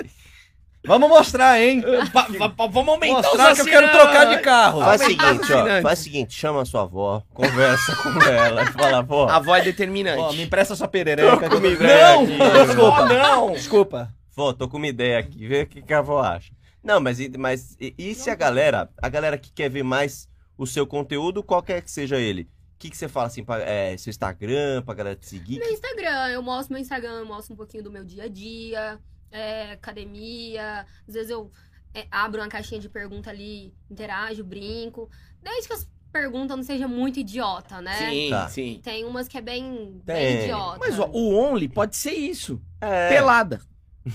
Speaker 3: Vamos mostrar, hein?
Speaker 1: Va- va- va- Vamos aumentar
Speaker 3: Mostrar
Speaker 1: os
Speaker 3: que eu quero
Speaker 1: assinantes.
Speaker 3: trocar de carro.
Speaker 2: Então, Faz o
Speaker 1: mas tá
Speaker 2: seguinte, ó.
Speaker 1: fascinante.
Speaker 2: Faz o seguinte, chama a sua avó, conversa com ela e fala, vó,
Speaker 1: A voz é determinante.
Speaker 3: Ó, me empresta sua perereca. que eu tô-
Speaker 2: comigo, né?
Speaker 1: Não!
Speaker 2: Aqui.
Speaker 1: Desculpa, não!
Speaker 3: Desculpa.
Speaker 2: Vó, tô com uma ideia aqui, vê o que, que a avó acha. Não, mas, e- mas e, e se a galera, a galera que quer ver mais o seu conteúdo, qualquer que seja ele, o que, que você fala assim, pra, é, seu Instagram, pra galera te seguir?
Speaker 4: Meu Instagram, eu mostro meu Instagram, eu mostro um pouquinho do meu dia a dia, é, academia. Às vezes eu é, abro uma caixinha de pergunta ali, interajo, brinco. Desde que as perguntas não sejam muito idiota, né?
Speaker 1: Sim,
Speaker 2: Tá.
Speaker 1: sim.
Speaker 4: Tem umas que é bem,
Speaker 2: Tem.
Speaker 4: bem idiota.
Speaker 1: Mas ó, o Only pode ser isso.
Speaker 2: É,
Speaker 1: Pelada.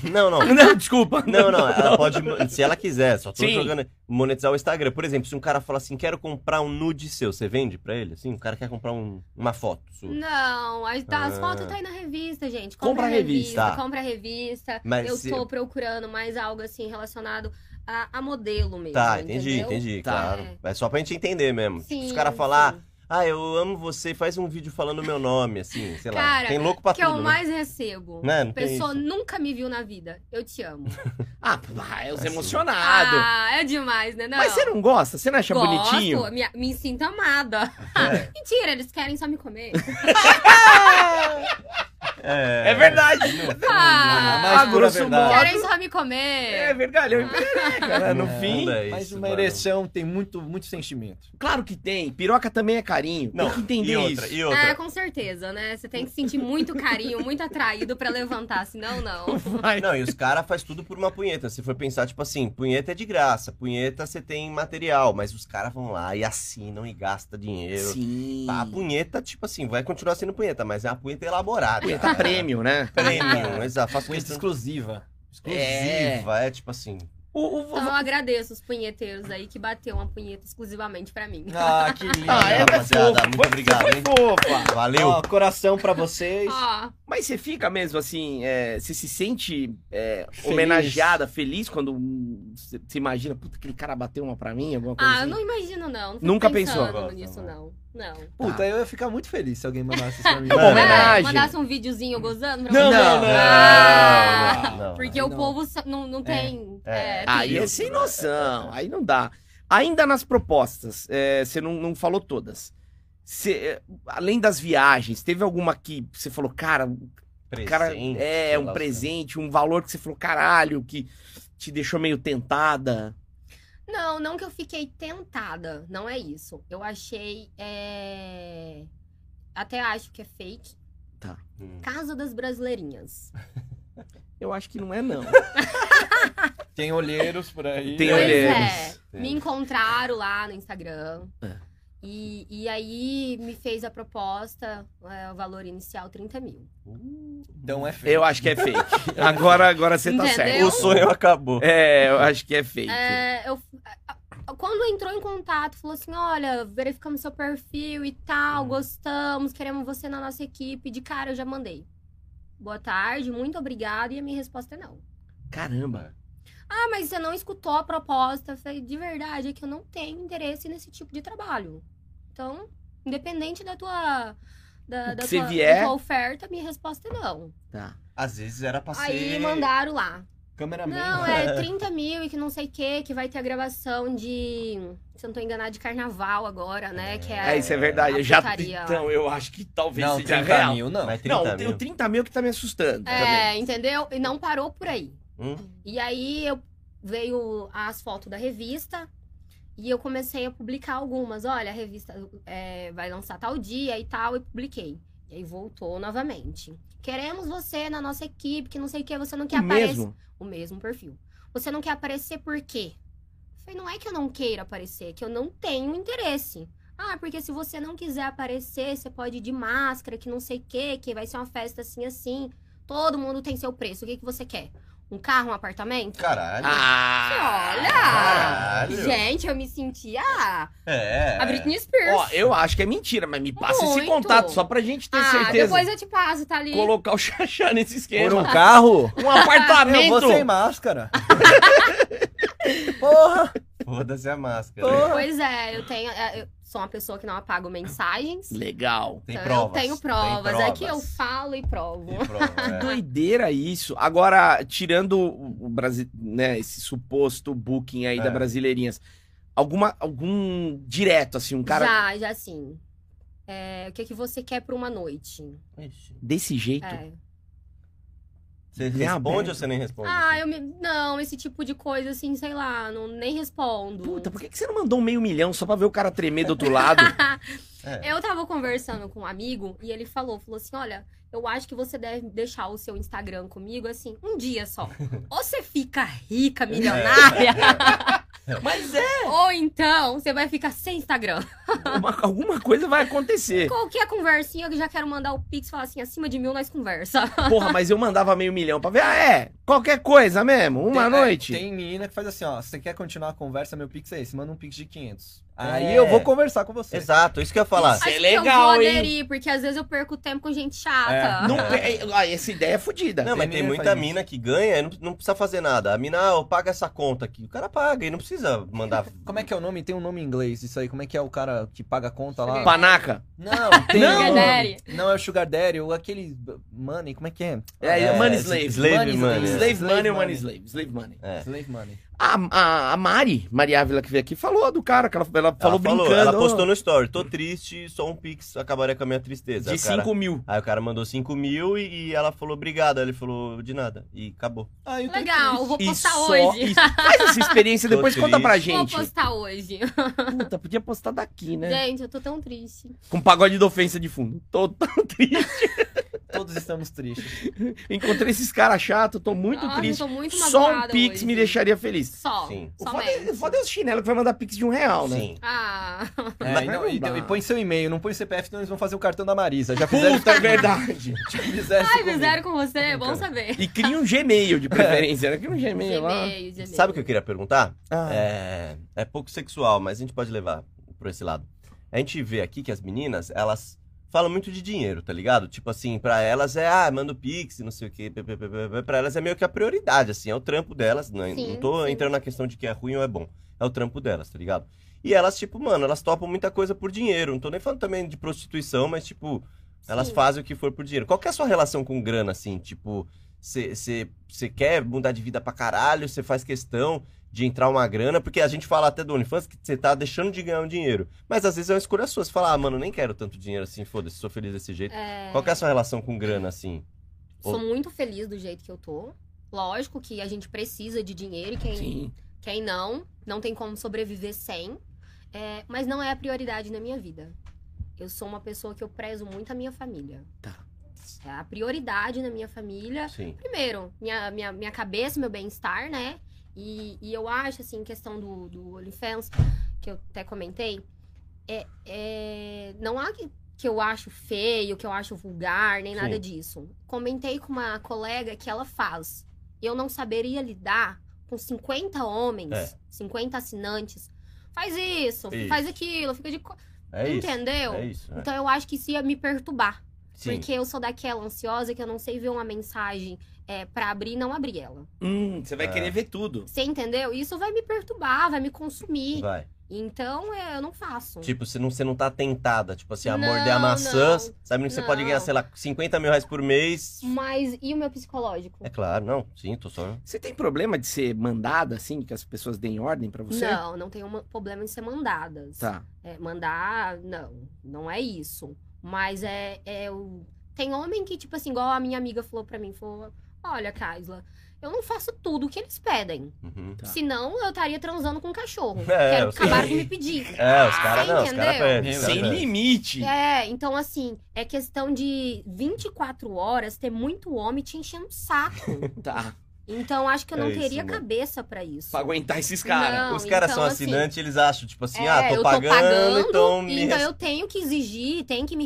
Speaker 2: Não, não.
Speaker 1: Não, desculpa.
Speaker 2: Não, não, ela pode, se ela quiser, só tô
Speaker 1: Sim.
Speaker 2: jogando, monetizar o Instagram. Por exemplo, se um cara fala assim, quero comprar um nude seu, você vende pra ele? Assim, o cara quer comprar um- uma foto
Speaker 4: Hum,
Speaker 2: sua.
Speaker 4: Não, as, tá, as
Speaker 2: Ah.
Speaker 4: fotos tá aí na revista, gente.
Speaker 1: Compra a revista.
Speaker 2: Tá.
Speaker 4: Compra a revista.
Speaker 2: Mas
Speaker 4: eu
Speaker 2: se-
Speaker 4: tô procurando mais algo assim relacionado a, a modelo mesmo.
Speaker 2: Tá, entendi,
Speaker 4: entendeu?
Speaker 2: entendi,
Speaker 1: Tá.
Speaker 2: claro. É só pra gente entender mesmo. Tipo,
Speaker 4: Sim,
Speaker 2: se o cara falar,
Speaker 4: sim.
Speaker 2: ah, eu amo você, faz um vídeo falando meu nome, assim, sei lá.
Speaker 4: Cara,
Speaker 2: tem louco pra
Speaker 4: que
Speaker 2: tudo,
Speaker 4: eu
Speaker 2: né?
Speaker 4: mais recebo.
Speaker 2: Né? Não tem
Speaker 4: Pessoa
Speaker 2: isso.
Speaker 4: nunca me viu na vida. Eu te amo.
Speaker 1: Ah, pá, é os
Speaker 2: Assim.
Speaker 1: emocionados.
Speaker 4: Ah, é demais, né? Não.
Speaker 1: Mas você não gosta? Você não acha
Speaker 4: Gosto,
Speaker 1: bonitinho?
Speaker 4: Me, me sinto amada.
Speaker 2: É.
Speaker 4: Mentira, eles querem só me comer.
Speaker 1: É verdade.
Speaker 4: Ah,
Speaker 1: Ah,
Speaker 3: mas pura
Speaker 1: grosso
Speaker 3: verdade.
Speaker 1: modo.
Speaker 4: querem só me comer.
Speaker 1: É verdade,
Speaker 4: Ah.
Speaker 1: eu entendi, cara. No fim.
Speaker 2: é isso,
Speaker 3: Mas uma
Speaker 2: mano.
Speaker 3: ereção tem muito, muito sentimento.
Speaker 1: Claro que tem. Piroca também é carinho.
Speaker 2: Não,
Speaker 1: tem que entender
Speaker 2: e outra,
Speaker 1: isso.
Speaker 2: E
Speaker 4: É,
Speaker 2: outra.
Speaker 4: com certeza, né? Você tem que sentir muito carinho, muito atraído pra levantar, senão não.
Speaker 1: Vai.
Speaker 2: Não, e os caras faz tudo por uma punheta. Se for pensar, tipo assim, punheta é de graça, punheta você tem material, mas os caras vão lá e assinam e gastam dinheiro.
Speaker 1: Sim.
Speaker 2: Tá, a punheta, tipo assim, vai continuar sendo punheta, mas é uma punheta elaborada.
Speaker 1: Punheta prêmio, né?
Speaker 2: Premium, exato. Faço
Speaker 3: Coisa
Speaker 2: questão
Speaker 3: exclusiva.
Speaker 2: exclusiva, é tipo assim.
Speaker 1: O, o- o-
Speaker 4: Então eu agradeço os punheteiros aí que bateu uma punheta exclusivamente pra mim.
Speaker 3: Ah, que lindo.
Speaker 1: Ah, é,
Speaker 2: rapaziada,
Speaker 1: fofo.
Speaker 2: muito
Speaker 1: Você
Speaker 2: obrigado,
Speaker 1: foi
Speaker 2: hein?
Speaker 1: fofa.
Speaker 2: Valeu.
Speaker 3: Ó, coração pra vocês.
Speaker 4: Ó,
Speaker 1: Mas você fica mesmo assim, é, você se sente é,
Speaker 3: Feliz.
Speaker 1: homenageada, feliz quando hum, você você imagina, puta, aquele cara bateu uma pra mim, alguma coisa
Speaker 4: ah, eu
Speaker 1: assim?
Speaker 4: não imagino, não. não fico
Speaker 1: Nunca
Speaker 4: pensando
Speaker 2: pensou. Gosto,
Speaker 4: nisso, não. Não.
Speaker 3: Puta, eu ia ficar muito feliz se alguém mandasse isso pra mim.
Speaker 1: É uma
Speaker 2: Não,
Speaker 1: homenagem.
Speaker 4: Mandasse um videozinho gozando pra
Speaker 1: Não,
Speaker 4: você?
Speaker 1: não, não.
Speaker 4: Ah,
Speaker 2: Não, não,
Speaker 4: Porque
Speaker 3: não.
Speaker 4: o povo sa- não, não tem.
Speaker 2: É.
Speaker 4: é, tem
Speaker 1: Aí é
Speaker 4: isso.
Speaker 1: sem noção, aí não dá. Ainda nas propostas, é, você não, não falou todas. Você, é, além das viagens, teve alguma que você falou, cara, o cara
Speaker 2: Presente,
Speaker 1: é
Speaker 2: sei
Speaker 1: um
Speaker 2: lá,
Speaker 1: presente, um valor que você falou, caralho, que te deixou meio tentada?
Speaker 4: Não, não que eu fiquei tentada. Não é isso. Eu achei. é, Até acho que é fake.
Speaker 2: Hum.
Speaker 4: Casa das Brasileirinhas.
Speaker 1: Eu acho que não é, não.
Speaker 3: Tem olheiros por aí.
Speaker 1: Tem
Speaker 4: pois
Speaker 1: olheiros.
Speaker 4: é.
Speaker 2: Tem.
Speaker 4: Me encontraram lá no Instagram.
Speaker 1: É.
Speaker 4: E, e aí me fez a proposta, é, o valor inicial 30 mil.
Speaker 3: Então é feio.
Speaker 1: Eu acho que é fake. Agora, agora você tá
Speaker 4: Entendeu?
Speaker 1: certo.
Speaker 2: O sonho acabou.
Speaker 1: É, eu acho que é fake.
Speaker 4: É, eu- a- a- quando entrou em contato, falou assim: olha, verificamos seu perfil e
Speaker 1: Hum.
Speaker 4: tal, gostamos, queremos você na nossa equipe. De cara, eu já mandei. Boa tarde, muito obrigada. E a minha resposta é não.
Speaker 1: Caramba.
Speaker 4: Ah, mas você não escutou a proposta. Eu falei, de verdade, é que eu não tenho interesse nesse tipo de trabalho. Então, independente da tua. Da,
Speaker 1: O
Speaker 4: da
Speaker 1: que você
Speaker 4: tua,
Speaker 1: vier.
Speaker 4: da tua oferta, minha resposta é não.
Speaker 1: Tá.
Speaker 2: Às vezes era pra
Speaker 4: Aí
Speaker 2: ser.
Speaker 4: mandaram lá.
Speaker 3: Cameraman.
Speaker 4: Não, é 30 mil e que não sei o que, que vai ter a gravação de. Se eu não tô enganada, de carnaval agora, né? Que é.
Speaker 1: É, isso é verdade.
Speaker 4: a
Speaker 1: Eu já.
Speaker 4: putaria.
Speaker 1: Então, eu acho que talvez
Speaker 3: Não,
Speaker 1: seja
Speaker 3: 30
Speaker 1: real.
Speaker 3: mil, não.
Speaker 2: Mas 30
Speaker 1: um Não,
Speaker 2: mil.
Speaker 1: tem o 30 mil que tá me assustando.
Speaker 4: É, entendeu? E não parou por aí.
Speaker 2: Hum?
Speaker 4: E aí eu veio as fotos da revista e eu comecei a publicar algumas. Olha, a revista é, vai lançar tal dia e tal, e publiquei. E aí voltou novamente. Queremos você na nossa equipe, que não sei o que, você não quer
Speaker 1: O
Speaker 4: aparecer.
Speaker 1: É mesmo.
Speaker 4: o mesmo perfil. Você não quer aparecer por quê? Eu Falei, não é que eu não queira aparecer, é que eu não tenho interesse. Ah, porque se você não quiser aparecer, você pode ir de máscara, que não sei o quê, que vai ser uma festa assim, assim. Todo mundo tem seu preço. O que, que você quer? Um carro, um apartamento?
Speaker 2: Caralho.
Speaker 1: Ah,
Speaker 4: Ah, Olha!
Speaker 2: Caralho.
Speaker 4: Gente, eu me senti a,
Speaker 2: É.
Speaker 4: a Britney Spears.
Speaker 1: Ó, eu acho que é mentira, mas me passa esse
Speaker 4: Muito.
Speaker 1: contato só pra gente ter
Speaker 4: ah,
Speaker 1: certeza.
Speaker 4: depois eu te passo, tá ali.
Speaker 1: Colocar o xaxá nesse
Speaker 3: Por
Speaker 1: esquema.
Speaker 3: um é carro?
Speaker 1: Um apartamento.
Speaker 3: Eu vou sem máscara. Porra!
Speaker 2: É, Foda-se a máscara.
Speaker 3: Porra!
Speaker 4: Pois é, eu tenho. é, Eu sou uma pessoa que não apago mensagens.
Speaker 1: Legal.
Speaker 2: Tem
Speaker 4: então
Speaker 2: provas.
Speaker 4: eu tenho
Speaker 2: tem
Speaker 4: provas.
Speaker 2: provas.
Speaker 4: Aqui eu falo e provo.
Speaker 2: Tem prova, é.
Speaker 1: Doideira isso. Agora, tirando o Brasil, né, esse suposto booking aí
Speaker 2: É.
Speaker 1: da Brasileirinhas, alguma, algum direto, assim, um cara
Speaker 4: Já, já sim. É, o que, que você quer pra uma noite?
Speaker 2: Ixi.
Speaker 1: desse jeito?
Speaker 4: É.
Speaker 2: Você
Speaker 1: Bem aberto.
Speaker 2: responde ou você nem responde?
Speaker 1: assim.
Speaker 4: Ah, eu me. Não, esse tipo de coisa assim, sei lá, não, nem respondo.
Speaker 1: Puta, por que, que você não mandou um meio milhão só pra ver o cara tremer do outro lado?
Speaker 2: É.
Speaker 4: Eu tava conversando com um amigo e ele falou, falou assim, olha, eu acho que você deve deixar o seu Instagram comigo, assim, um dia só. Ou você fica rica, milionária,
Speaker 1: Mas é,
Speaker 4: ou então você vai ficar sem Instagram.
Speaker 1: uma- alguma coisa vai acontecer.
Speaker 4: Qualquer conversinha, eu já quero mandar o Pix, falar assim, acima de mil nós conversa.
Speaker 1: Porra, mas eu mandava meio milhão pra ver. Ah, é? Qualquer coisa mesmo, uma
Speaker 3: Tem- é,
Speaker 1: noite.
Speaker 3: Tem menina que faz assim, ó. Se você quer continuar a conversa, meu pix é esse. Manda um pix de 500. Aí
Speaker 2: É.
Speaker 3: eu vou conversar com você.
Speaker 2: Exato, isso que eu ia falar.
Speaker 1: Isso é
Speaker 4: Acho
Speaker 1: legal,
Speaker 4: Assim que eu
Speaker 1: hein?
Speaker 4: vou aderir, porque às vezes eu perco tempo com gente
Speaker 3: É.
Speaker 4: chata.
Speaker 1: Não pe- ah, essa ideia é fodida.
Speaker 2: Não, mas tem
Speaker 3: menina que
Speaker 2: muita
Speaker 3: faz
Speaker 2: mina que ganha e não, não precisa fazer nada. A mina, ah, eu pago essa conta aqui. O cara paga e não precisa mandar.
Speaker 3: Como é que é o nome? Tem um nome em inglês, isso aí. Como é que é o cara que paga a conta lá?
Speaker 1: Panaca.
Speaker 3: Não, tem
Speaker 1: Não!
Speaker 3: um nome.
Speaker 4: Sugar daddy.
Speaker 3: Não, é o Sugar Daddy, ou aquele Money, como é que é?
Speaker 1: É,
Speaker 2: É,
Speaker 1: money slave.
Speaker 2: slave money.
Speaker 1: Slave money ou money slave? Slave money.
Speaker 2: É.
Speaker 3: Slave Money.
Speaker 1: A, a, a Mari, Maria Ávila, que veio aqui, falou do cara, que ela, ela falou
Speaker 2: ela falou,
Speaker 1: brincando.
Speaker 2: ela postou
Speaker 1: ó,
Speaker 2: no story, tô triste, só um pix acabaria com a minha tristeza.
Speaker 1: de
Speaker 2: Aí o cara-
Speaker 1: 5 mil.
Speaker 2: Aí o cara mandou 5 mil e, e ela falou, obrigado. Aí ele falou, de nada. E acabou.
Speaker 3: Ah,
Speaker 1: então é
Speaker 3: eu tô
Speaker 4: Legal, eu vou
Speaker 1: E
Speaker 4: postar
Speaker 1: só
Speaker 4: hoje.
Speaker 1: isso. Faz essa experiência,
Speaker 2: Tô
Speaker 1: depois conta pra
Speaker 4: Vou
Speaker 1: gente.
Speaker 4: postar hoje.
Speaker 1: Puta, podia postar daqui, né?
Speaker 4: Gente, eu tô tão triste.
Speaker 1: Com pagode de ofensa de fundo. Tô tão triste.
Speaker 3: Todos estamos tristes.
Speaker 1: Encontrei esses caras chatos, tô muito
Speaker 4: Nossa,
Speaker 1: triste.
Speaker 4: Eu tô muito
Speaker 1: Só um
Speaker 4: magoada
Speaker 1: pix
Speaker 4: hoje.
Speaker 1: me deixaria feliz.
Speaker 4: Só,
Speaker 2: Sim.
Speaker 1: O foda, é,
Speaker 4: somente.
Speaker 1: o foda é os chinelos que vai mandar pix de um real, né?
Speaker 2: Sim.
Speaker 4: Ah,
Speaker 3: É, e, não- e- e põe seu e-mail, não põe CPF, senão eles vão fazer o cartão da Marisa. Já fizeram isso
Speaker 1: Puta, é
Speaker 3: comigo.
Speaker 1: verdade.
Speaker 3: Já fizeram isso
Speaker 4: ai,
Speaker 3: comigo.
Speaker 4: fizeram com você, é bom
Speaker 3: brincando.
Speaker 4: saber.
Speaker 1: E cria um Gmail de preferência. né? Cria um Gmail lá.
Speaker 4: Gmail, Gmail.
Speaker 2: Sabe o que eu queria perguntar?
Speaker 1: Ah,
Speaker 2: É, é pouco sexual, mas a gente pode levar por esse lado. A gente vê aqui que as meninas, elas falam muito de dinheiro, tá ligado? Tipo assim, pra elas é, ah, manda o Pix, não sei o quê. pê, pê, pê, pê, pê. Pra elas é meio que a prioridade, assim, é o trampo delas. Não,
Speaker 4: Sim,
Speaker 2: não tô
Speaker 4: sim.
Speaker 2: entrando na questão de que é ruim ou é bom. É o trampo delas, tá ligado? E elas, tipo, mano, elas topam muita coisa por dinheiro. Não tô nem falando também de prostituição, mas, tipo, elas
Speaker 4: Sim.
Speaker 2: fazem o que for por dinheiro. Qual que é a sua relação com grana, assim? Tipo, você quer mudar de vida pra caralho, você faz questão de entrar uma grana, porque a gente fala até do OnlyFans que você tá deixando de ganhar um dinheiro. Mas às vezes é uma escolha sua. Você fala, ah, mano, nem quero tanto dinheiro assim, foda-se, sou feliz desse jeito.
Speaker 4: É,
Speaker 2: Qual que é a sua relação com grana, assim?
Speaker 1: é?
Speaker 4: Sou muito feliz do jeito que eu tô. Lógico que a gente precisa de dinheiro e quem,
Speaker 1: sim.
Speaker 4: quem não, não tem como sobreviver sem. É, mas não é a prioridade na minha vida. Eu sou uma pessoa que eu prezo muito a minha família.
Speaker 1: Tá.
Speaker 4: É a prioridade na minha família
Speaker 2: Sim.
Speaker 4: primeiro, minha, minha, minha cabeça, meu bem-estar, né? E, e eu acho, assim, questão do, do OnlyFans, que eu até comentei, é, é, não há que, que eu acho feio, que eu acho vulgar, nem
Speaker 2: Sim.
Speaker 4: nada disso. Comentei com uma colega que ela faz. Eu não saberia lidar com 50 homens,
Speaker 2: É.
Speaker 4: 50 assinantes. Faz isso,
Speaker 2: Isso.
Speaker 4: faz aquilo, fica de. co-
Speaker 2: É isso.
Speaker 4: entendeu?
Speaker 2: É isso. é.
Speaker 4: Então eu acho que isso ia me perturbar.
Speaker 2: Sim.
Speaker 4: Porque eu sou daquela ansiosa que eu não sei ver uma mensagem é, para abrir e não abrir ela.
Speaker 1: Hum, você vai
Speaker 2: É.
Speaker 1: querer ver tudo.
Speaker 4: Você entendeu? Isso vai me perturbar, vai me consumir.
Speaker 2: Vai.
Speaker 4: Então é, eu não faço.
Speaker 2: Tipo, você não, você não tá tentada. Tipo assim, a
Speaker 4: Não,
Speaker 2: morder a maçã,
Speaker 4: não.
Speaker 2: sabendo que você pode
Speaker 4: Não. Hum.
Speaker 2: ganhar, sei lá, 50 mil reais por mês.
Speaker 4: Mas e o meu psicológico?
Speaker 2: É claro, não. Sim, tô só.
Speaker 1: Você tem problema de ser mandada, assim, que as pessoas deem ordem pra você?
Speaker 4: Não, não tenho ma- problema de ser mandadas.
Speaker 1: Tá.
Speaker 4: É, mandar, não, não é isso. Mas é, é o... Tem homem que, tipo assim, igual a minha amiga falou pra mim, falou, olha, Kaisla, eu não faço tudo o que eles pedem.
Speaker 2: Uhum.
Speaker 1: Tá.
Speaker 4: Senão eu estaria transando com um cachorro.
Speaker 2: É,
Speaker 4: Quero
Speaker 2: eu
Speaker 4: que
Speaker 2: sei.
Speaker 4: acabaram de me pedir.
Speaker 2: É, os caras
Speaker 4: Ah, Você
Speaker 2: não, os caras
Speaker 4: entendeu?
Speaker 2: perdem. os caras
Speaker 1: Sem
Speaker 2: perdem.
Speaker 1: limite.
Speaker 4: É, então assim, é questão de 24 horas ter muito homem te enchendo o saco.
Speaker 1: Tá.
Speaker 4: Então acho que eu
Speaker 2: É
Speaker 4: não
Speaker 2: isso,
Speaker 4: teria
Speaker 2: mano.
Speaker 4: cabeça pra isso.
Speaker 1: Pra aguentar esses caras.
Speaker 4: Não,
Speaker 2: Os caras
Speaker 4: então,
Speaker 2: são
Speaker 4: assim,
Speaker 2: assinantes, eles acham, tipo assim,
Speaker 4: é,
Speaker 2: ah, tô
Speaker 4: eu
Speaker 2: pagando, então
Speaker 4: então,
Speaker 2: me
Speaker 4: eu tenho que exigir, tem que me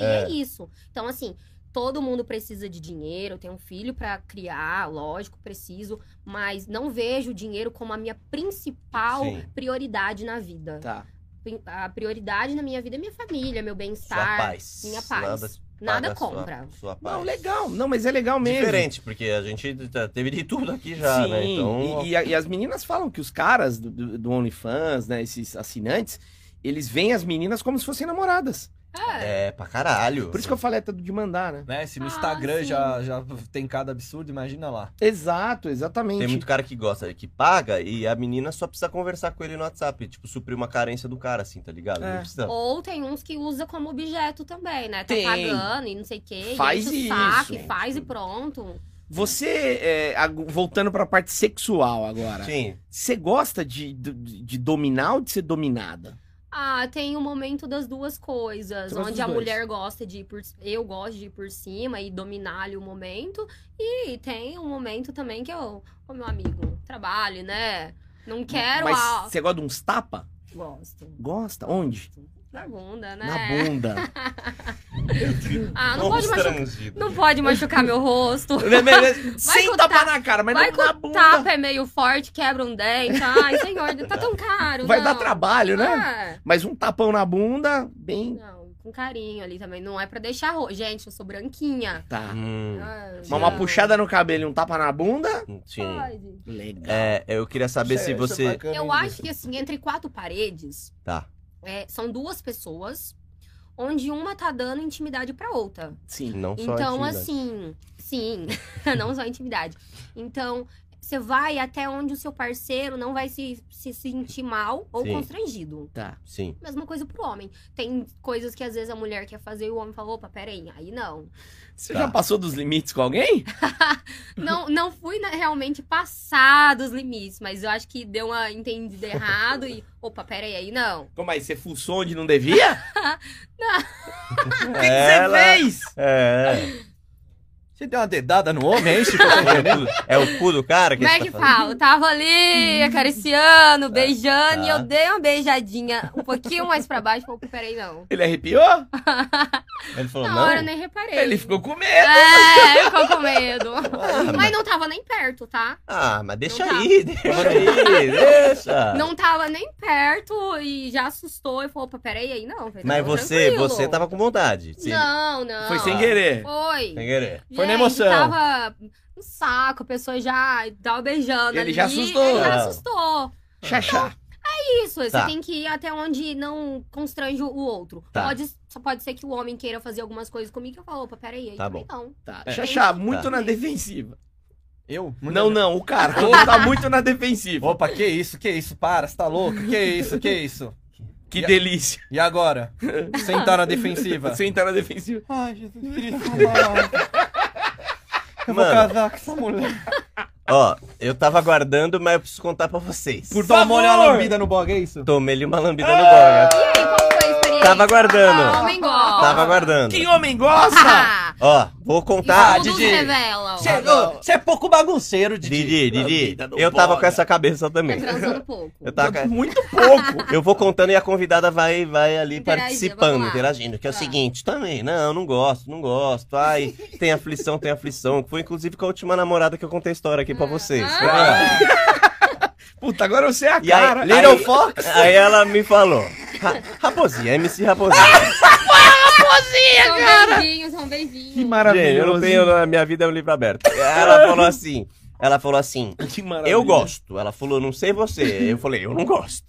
Speaker 2: É.
Speaker 4: e é isso. Então assim, todo mundo precisa de dinheiro, eu tenho um filho pra criar, lógico, preciso, mas não vejo o dinheiro como a minha principal
Speaker 2: Sim.
Speaker 4: prioridade na vida.
Speaker 1: Tá.
Speaker 4: Pri- A prioridade na minha vida é minha família, meu
Speaker 2: Sua
Speaker 4: bem-estar.
Speaker 2: paz.
Speaker 4: minha paz. Nada
Speaker 2: paga a
Speaker 4: compra.
Speaker 2: Sua, sua paz.
Speaker 1: Não, legal. Não, mas é legal mesmo.
Speaker 2: Diferente, porque a gente tá- teve de tudo aqui já,
Speaker 1: Sim,
Speaker 2: né? Então,
Speaker 1: e, e a- e as meninas falam que os caras do, do- do OnlyFans, né, esses assinantes, eles veem as meninas como se fossem namoradas.
Speaker 4: É.
Speaker 2: é pra caralho.
Speaker 1: Por isso que eu falei até do de mandar, né?
Speaker 3: Né? Se no
Speaker 4: Ah,
Speaker 3: Instagram
Speaker 4: sim.
Speaker 3: já, já tem cada absurdo, imagina lá.
Speaker 1: Exato, exatamente.
Speaker 2: Tem muito cara que gosta, que paga e a menina só precisa conversar com ele no WhatsApp. Tipo, suprir uma carência do cara, assim, tá ligado?
Speaker 1: É.
Speaker 2: Não precisa.
Speaker 4: Ou tem uns que usa como objeto também, né? Tá
Speaker 1: Tem.
Speaker 4: pagando e não sei o quê.
Speaker 1: Faz
Speaker 4: e enche o
Speaker 1: isso.
Speaker 4: saco, e faz e pronto.
Speaker 1: Você, é, ag- voltando pra parte sexual agora,
Speaker 2: Sim,
Speaker 1: você gosta de, de, de dominar ou de ser dominada?
Speaker 4: Ah, tem o momento das duas coisas.
Speaker 3: Tem os
Speaker 4: onde a
Speaker 3: dois.
Speaker 4: mulher gosta de ir por... Eu gosto de ir por cima e dominar ali o momento. E tem um momento também que eu... Ô, meu amigo, trabalhe, né? Não quero...
Speaker 1: Hum, Mas
Speaker 4: a-
Speaker 1: você gosta de uns tapa?
Speaker 4: Gosto.
Speaker 1: Gosta? Onde?
Speaker 4: Na bunda, né?
Speaker 1: Na bunda.
Speaker 4: Ah, não pode, machucar,
Speaker 2: Constrangido.
Speaker 4: não pode machucar meu rosto.
Speaker 1: Sem
Speaker 4: cortar-
Speaker 1: tapar na cara, mas
Speaker 4: Vai
Speaker 1: não
Speaker 4: que
Speaker 1: na
Speaker 4: o
Speaker 1: bunda.
Speaker 4: tapa é meio forte, quebra um dente. Ai, senhor, tá tão caro.
Speaker 1: Vai
Speaker 4: não.
Speaker 1: dar trabalho, né?
Speaker 4: É.
Speaker 1: Mas um tapão na bunda, bem.
Speaker 4: Não, com carinho ali também. Não é pra deixar roxo. Gente, eu sou branquinha.
Speaker 1: Tá.
Speaker 2: Hum,
Speaker 4: Ah,
Speaker 1: Mas uma
Speaker 4: não.
Speaker 1: puxada no cabelo e um tapa na bunda.
Speaker 2: sim.
Speaker 4: Ah, Pode.
Speaker 1: Legal.
Speaker 2: É, eu queria saber se você.
Speaker 4: Eu acho que assim, entre quatro paredes,
Speaker 2: Tá.
Speaker 4: é, são duas pessoas, onde uma tá dando intimidade pra outra.
Speaker 1: Sim.
Speaker 2: Não só
Speaker 4: Então,
Speaker 2: intimidade.
Speaker 4: assim, sim, não só intimidade. Então, você vai até onde o seu parceiro não vai se, se sentir mal ou
Speaker 2: Sim.
Speaker 4: constrangido.
Speaker 1: Tá.
Speaker 2: Sim.
Speaker 4: Mesma coisa pro homem. Tem coisas que às vezes a mulher quer fazer e o homem fala, opa, peraí, aí não.
Speaker 1: Você
Speaker 2: Tá.
Speaker 1: já passou dos limites com alguém?
Speaker 4: Não, não fui na- realmente passar dos limites, mas eu acho que deu uma entendida errado e, opa, peraí, aí não.
Speaker 1: Como aí? Você fuçou onde não devia? O que que
Speaker 2: Ela-
Speaker 1: você fez?
Speaker 2: É,
Speaker 3: Você deu uma dedada no homem, é isso que eu tô
Speaker 2: é.
Speaker 3: entendendo?
Speaker 2: o cu- é o cu do cara que
Speaker 4: Como é
Speaker 2: você
Speaker 4: que
Speaker 2: tá falando?
Speaker 4: fala? Eu Tava ali, acariciando, beijando, e
Speaker 2: tá.
Speaker 4: eu dei uma beijadinha um pouquinho mais pra baixo, falei, opa, peraí, não.
Speaker 1: Ele arrepiou?
Speaker 2: Ele falou,
Speaker 4: Na
Speaker 2: não.
Speaker 4: hora né?" eu nem reparei.
Speaker 1: Ele ficou com medo.
Speaker 4: É, ficou com medo.
Speaker 2: Ah,
Speaker 4: Mas não tava nem perto, tá?
Speaker 2: Ah, mas deixa
Speaker 4: Não tá.
Speaker 2: aí, deixa aí, deixa.
Speaker 4: Não tava nem perto e já assustou e falou: opa, peraí aí, não. Falei,
Speaker 2: mas
Speaker 4: "Não,
Speaker 2: você,
Speaker 4: tranquilo."
Speaker 2: você tava assim? com vontade. Sim.
Speaker 4: Não, não.
Speaker 1: Foi sem querer.
Speaker 4: Foi.
Speaker 2: Sem querer.
Speaker 1: Foi na
Speaker 4: Gente,
Speaker 1: emoção.
Speaker 4: Tava um saco, a pessoa já tava beijando.
Speaker 1: Ele
Speaker 4: ali,
Speaker 1: já assustou.
Speaker 4: Ele já
Speaker 2: Ah.
Speaker 4: assustou.
Speaker 1: Xaxá.
Speaker 4: Isso,
Speaker 2: Tá.
Speaker 4: você tem que ir até onde não constrange o outro.
Speaker 2: Tá.
Speaker 4: Pode, só pode ser que o homem queira fazer algumas coisas comigo que eu falo, opa, peraí, aí
Speaker 2: Tá
Speaker 4: também não.
Speaker 1: Tá.
Speaker 3: É.
Speaker 1: Xaxá, muito
Speaker 2: Tá.
Speaker 1: na defensiva.
Speaker 3: Eu?
Speaker 1: Não, não, o cara tá muito na defensiva.
Speaker 3: Opa, que isso, que isso, para, você tá louco? Que isso, que isso?
Speaker 1: Que delícia.
Speaker 3: E agora? Sentar na defensiva.
Speaker 1: Você entrar na defensiva.
Speaker 3: Ai, Jesus Cristo, mano. Eu vou
Speaker 2: Mano.
Speaker 3: casar com essa mulher.
Speaker 2: Ó, eu tava aguardando, mas eu preciso contar pra vocês.
Speaker 1: Por
Speaker 3: Toma
Speaker 1: favor.
Speaker 3: uma lambida no bog, é isso?
Speaker 2: Tomei-lhe uma lambida no boga.
Speaker 4: E aí, como foi a experiência?
Speaker 2: Tava aguardando.
Speaker 4: Ah, homem gosta.
Speaker 2: Tava aguardando.
Speaker 1: Que homem gosta?
Speaker 2: Ó, vou
Speaker 4: Tá,
Speaker 2: contar.
Speaker 4: Didi.
Speaker 2: Didi,
Speaker 4: revelam.
Speaker 1: Cê-
Speaker 3: Você é pouco bagunceiro,
Speaker 2: Didi, Didi.
Speaker 1: Lambida no
Speaker 2: Eu tava
Speaker 1: boga.
Speaker 2: com essa cabeça
Speaker 4: Tá
Speaker 2: também.
Speaker 4: transando pouco.
Speaker 2: Eu tava com
Speaker 1: Tá, Muito pouco.
Speaker 2: Eu vou contando e a convidada vai, vai ali
Speaker 4: Interagir,
Speaker 2: participando,
Speaker 4: vamos lá.
Speaker 2: interagindo. Que é o
Speaker 4: Tá.
Speaker 2: seguinte, também, não, não gosto, não gosto. Ai, tem aflição, tem aflição. Foi inclusive com a última namorada que eu contei a história aqui pra vocês.
Speaker 4: Ah.
Speaker 1: Puta, agora você é a
Speaker 2: E aí-
Speaker 1: cara.
Speaker 2: Little
Speaker 1: Fox.
Speaker 2: Aí ela me falou, "Ra- Raposinha, MC Raposinha.
Speaker 4: São beijinhos, são
Speaker 1: Que
Speaker 4: beijinhos.
Speaker 2: Gente, eu
Speaker 1: maravilhoso.
Speaker 2: não tenho, na minha vida é um livro aberto. Ela falou assim, ela falou assim,
Speaker 1: Que maravilha.
Speaker 2: eu gosto. Ela falou, não sei você. Eu falei, eu não gosto.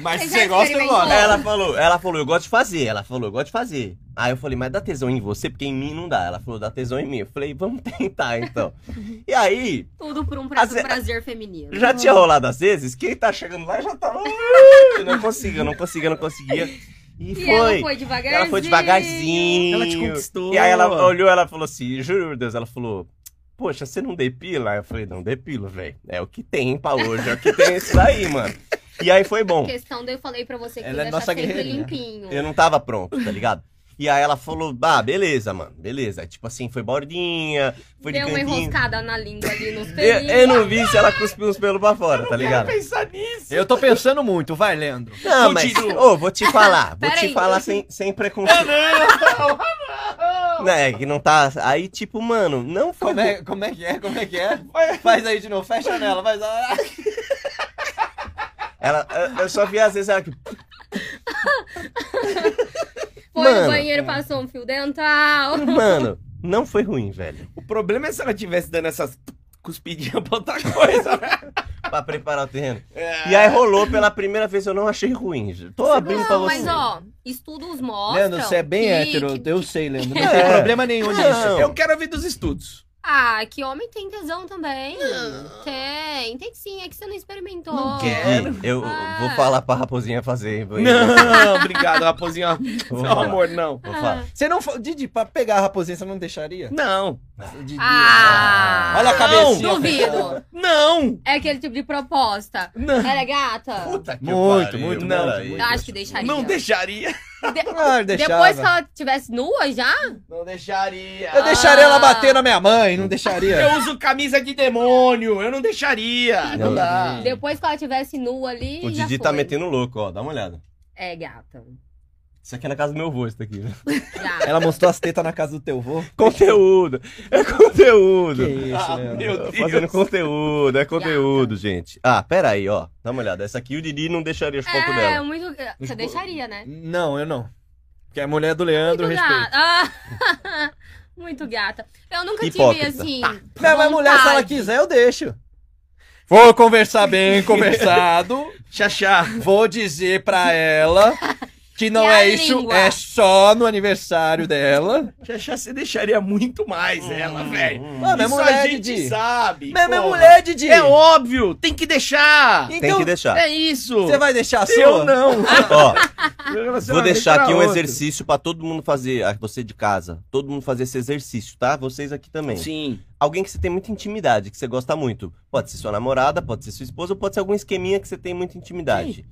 Speaker 3: Mas
Speaker 4: Você
Speaker 3: se
Speaker 4: já
Speaker 3: você gosta, eu
Speaker 4: experimentou?
Speaker 3: gosto.
Speaker 2: Ela falou, ela falou, eu gosto de fazer. Ela falou, eu gosto de fazer. Aí eu falei, mas dá tesão em você, porque em mim não dá. Ela falou, dá tesão em mim. Eu falei, vamos tentar então. E aí,
Speaker 4: Tudo por um pra-
Speaker 2: Às ve-
Speaker 4: prazer feminino.
Speaker 2: já tinha rolado às vezes, quem tá chegando lá já tava. "Ui, Não consiga, não consiga, não conseguia. E,
Speaker 4: E
Speaker 2: foi.
Speaker 4: ela foi devagarzinho.
Speaker 2: Ela foi devagarzinho.
Speaker 1: Ela te conquistou.
Speaker 2: E aí ela olhou, ela falou assim, juro por Deus, ela falou. Poxa, você não depila? Eu falei, não depilo, velho. É o que tem pra hoje, é o que tem isso daí, mano. E aí foi bom.
Speaker 4: questão daí eu falei pra você que
Speaker 3: Ela é
Speaker 4: deixar
Speaker 3: nossa
Speaker 4: sempre
Speaker 3: guerreirinha.
Speaker 4: limpinho.
Speaker 2: Eu não tava pronto, tá ligado? E aí ela falou, ah, beleza, mano, beleza. Tipo assim, foi bordinha, foi
Speaker 4: Deu
Speaker 2: de
Speaker 4: uma
Speaker 2: cantinho. É,
Speaker 4: enroscada na língua ali nos
Speaker 2: Eu,
Speaker 4: pelinhos.
Speaker 2: eu não vi se ela cuspiu uns pelos pra fora, tá
Speaker 1: Quero
Speaker 2: ligado?
Speaker 1: pensar nisso.
Speaker 3: Eu tô pensando muito, vai lendo.
Speaker 2: Não, mas,
Speaker 1: Continua.
Speaker 2: ô, vou te falar, vou
Speaker 4: Pera
Speaker 2: te
Speaker 4: aí.
Speaker 2: falar sem, sem preconceito. Né, que não tá, aí tipo, mano, não foi...
Speaker 3: Como é, como é que é? Como é que é? Faz aí de novo, fecha nela, faz. Ah,
Speaker 2: Ela, eu- eu só vi às vezes ela que...
Speaker 4: Foi
Speaker 2: Mano.
Speaker 4: no banheiro, passou um fio dental.
Speaker 2: Mano, não foi ruim, velho.
Speaker 1: O problema é se ela tivesse dando essas cuspidinhas pra outra coisa, né?
Speaker 2: Pra preparar o terreno. E aí rolou pela primeira vez, eu não achei ruim. gente. Tô abrindo pra
Speaker 4: Não,
Speaker 2: você.
Speaker 4: mas ó, estudos mostram.
Speaker 3: Leandro, você é bem
Speaker 4: que-
Speaker 3: hétero,
Speaker 4: que-
Speaker 3: eu sei, Leandro. Não
Speaker 2: É.
Speaker 3: tem problema nenhum nisso.
Speaker 2: Não.
Speaker 1: Eu quero ouvir dos estudos.
Speaker 4: Ah, que homem tem tesão também. Tem, tem sim. É que você não experimentou.
Speaker 1: Não quero.
Speaker 2: Gui, eu
Speaker 4: Ah.
Speaker 2: vou falar pra raposinha fazer. vou- é.
Speaker 1: Não, obrigado, raposinho.
Speaker 2: Vou
Speaker 1: Não,
Speaker 2: falar.
Speaker 1: amor, não.
Speaker 2: Vou falar.
Speaker 3: Você não. fa- Didi, pra pegar a raposinha, você não deixaria?
Speaker 1: Não,
Speaker 3: Didi.
Speaker 4: Ah!
Speaker 3: Olha a cabecinha.
Speaker 1: Não,
Speaker 4: Duvido.
Speaker 1: não,
Speaker 4: É aquele tipo de proposta.
Speaker 1: não.
Speaker 4: Ela é gata?
Speaker 2: Ah. Puta que
Speaker 3: Muito,
Speaker 2: pariu,
Speaker 3: muito,
Speaker 2: não.
Speaker 3: muito,
Speaker 2: aí.
Speaker 4: Eu acho que deixaria.
Speaker 1: Não deixaria.
Speaker 4: De-
Speaker 3: Ah, eu deixava.
Speaker 4: Depois que ela tivesse nua já?
Speaker 1: Não deixaria.
Speaker 3: Eu deixaria ela bater na minha mãe, não deixaria.
Speaker 1: Eu uso camisa de demônio. Eu não deixaria. Não,
Speaker 2: Não.
Speaker 1: dá.
Speaker 3: Sim.
Speaker 4: Depois que ela tivesse nua ali.
Speaker 2: O
Speaker 4: já
Speaker 2: Didi
Speaker 4: foi.
Speaker 2: tá metendo louco, ó. Dá uma olhada.
Speaker 4: É, gata.
Speaker 2: Isso aqui é na casa do meu avô, isso daqui. né?
Speaker 4: Gata.
Speaker 3: Ela mostrou as tetas na casa do teu vô.
Speaker 2: Conteúdo! É conteúdo!
Speaker 3: Que isso, Leandro?
Speaker 2: Tô Fazendo conteúdo, é conteúdo, gente. Ah, pera aí, ó. Dá uma olhada. Essa aqui o Didi não deixaria os pontos
Speaker 4: É,
Speaker 2: dela. Hum,
Speaker 4: muito.
Speaker 5: Nos
Speaker 4: Você
Speaker 5: bo-
Speaker 4: deixaria, né?
Speaker 3: Não, eu não. Porque a mulher do Leandro,
Speaker 4: muito
Speaker 3: respeito.
Speaker 4: gata. Ah, muito gata. Eu nunca
Speaker 2: Hipócrita.
Speaker 4: tive
Speaker 3: Tá.
Speaker 4: assim.
Speaker 3: Não, mas
Speaker 4: vontade.
Speaker 3: mulher, se ela quiser, eu deixo. Vou conversar bem, conversado.
Speaker 1: Xaxá.
Speaker 3: Vou dizer pra ela que não
Speaker 4: E a
Speaker 3: é isso,
Speaker 4: língua?
Speaker 3: é só no aniversário dela.
Speaker 1: Xaxá, você deixaria muito mais
Speaker 2: Hum.
Speaker 1: ela, velho.
Speaker 3: Ah, mas
Speaker 1: Isso
Speaker 3: mulher,
Speaker 1: a gente
Speaker 3: Didi.
Speaker 1: sabe.
Speaker 3: Mas minha
Speaker 1: porra.
Speaker 3: mulher, Didi.
Speaker 1: É óbvio, tem que deixar.
Speaker 2: Tem que
Speaker 3: Então,
Speaker 2: deixar.
Speaker 1: É isso.
Speaker 3: você vai deixar a sua?
Speaker 1: Eu não.
Speaker 2: Ó,
Speaker 1: Meu
Speaker 2: vou
Speaker 1: relacionamento
Speaker 2: deixar
Speaker 1: era
Speaker 2: aqui um
Speaker 1: outro.
Speaker 2: exercício pra todo mundo fazer, ah, você de casa, todo mundo fazer esse exercício, tá? Vocês aqui também.
Speaker 1: Sim.
Speaker 2: Alguém que você tem muita intimidade, que você gosta muito. Pode ser sua namorada, pode ser sua esposa, ou pode ser algum esqueminha que você tem muita intimidade.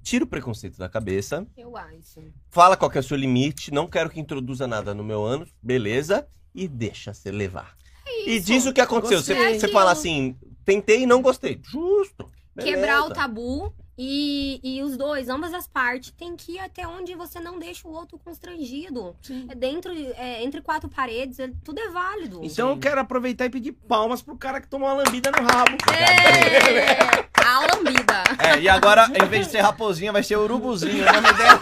Speaker 2: Tira o preconceito da cabeça.
Speaker 4: Eu acho.
Speaker 2: fala qual que é o seu limite, não quero que introduza nada no meu ano, beleza? E deixa você levar.
Speaker 4: É
Speaker 2: E diz o que aconteceu. Você,
Speaker 4: Gostei.
Speaker 2: você fala assim, tentei e não gostei. Justo. beleza.
Speaker 4: Quebrar o tabu e, e os dois, ambas as partes, tem que ir até onde você não deixa o outro constrangido. É dentro, de- é, entre quatro paredes, é- tudo é válido.
Speaker 1: Então eu quero aproveitar e pedir palmas pro cara que tomou uma lambida no rabo.
Speaker 4: É, a lambida.
Speaker 3: É, e agora, em vez de ser raposinha, vai ser urubuzinho. O nome dela.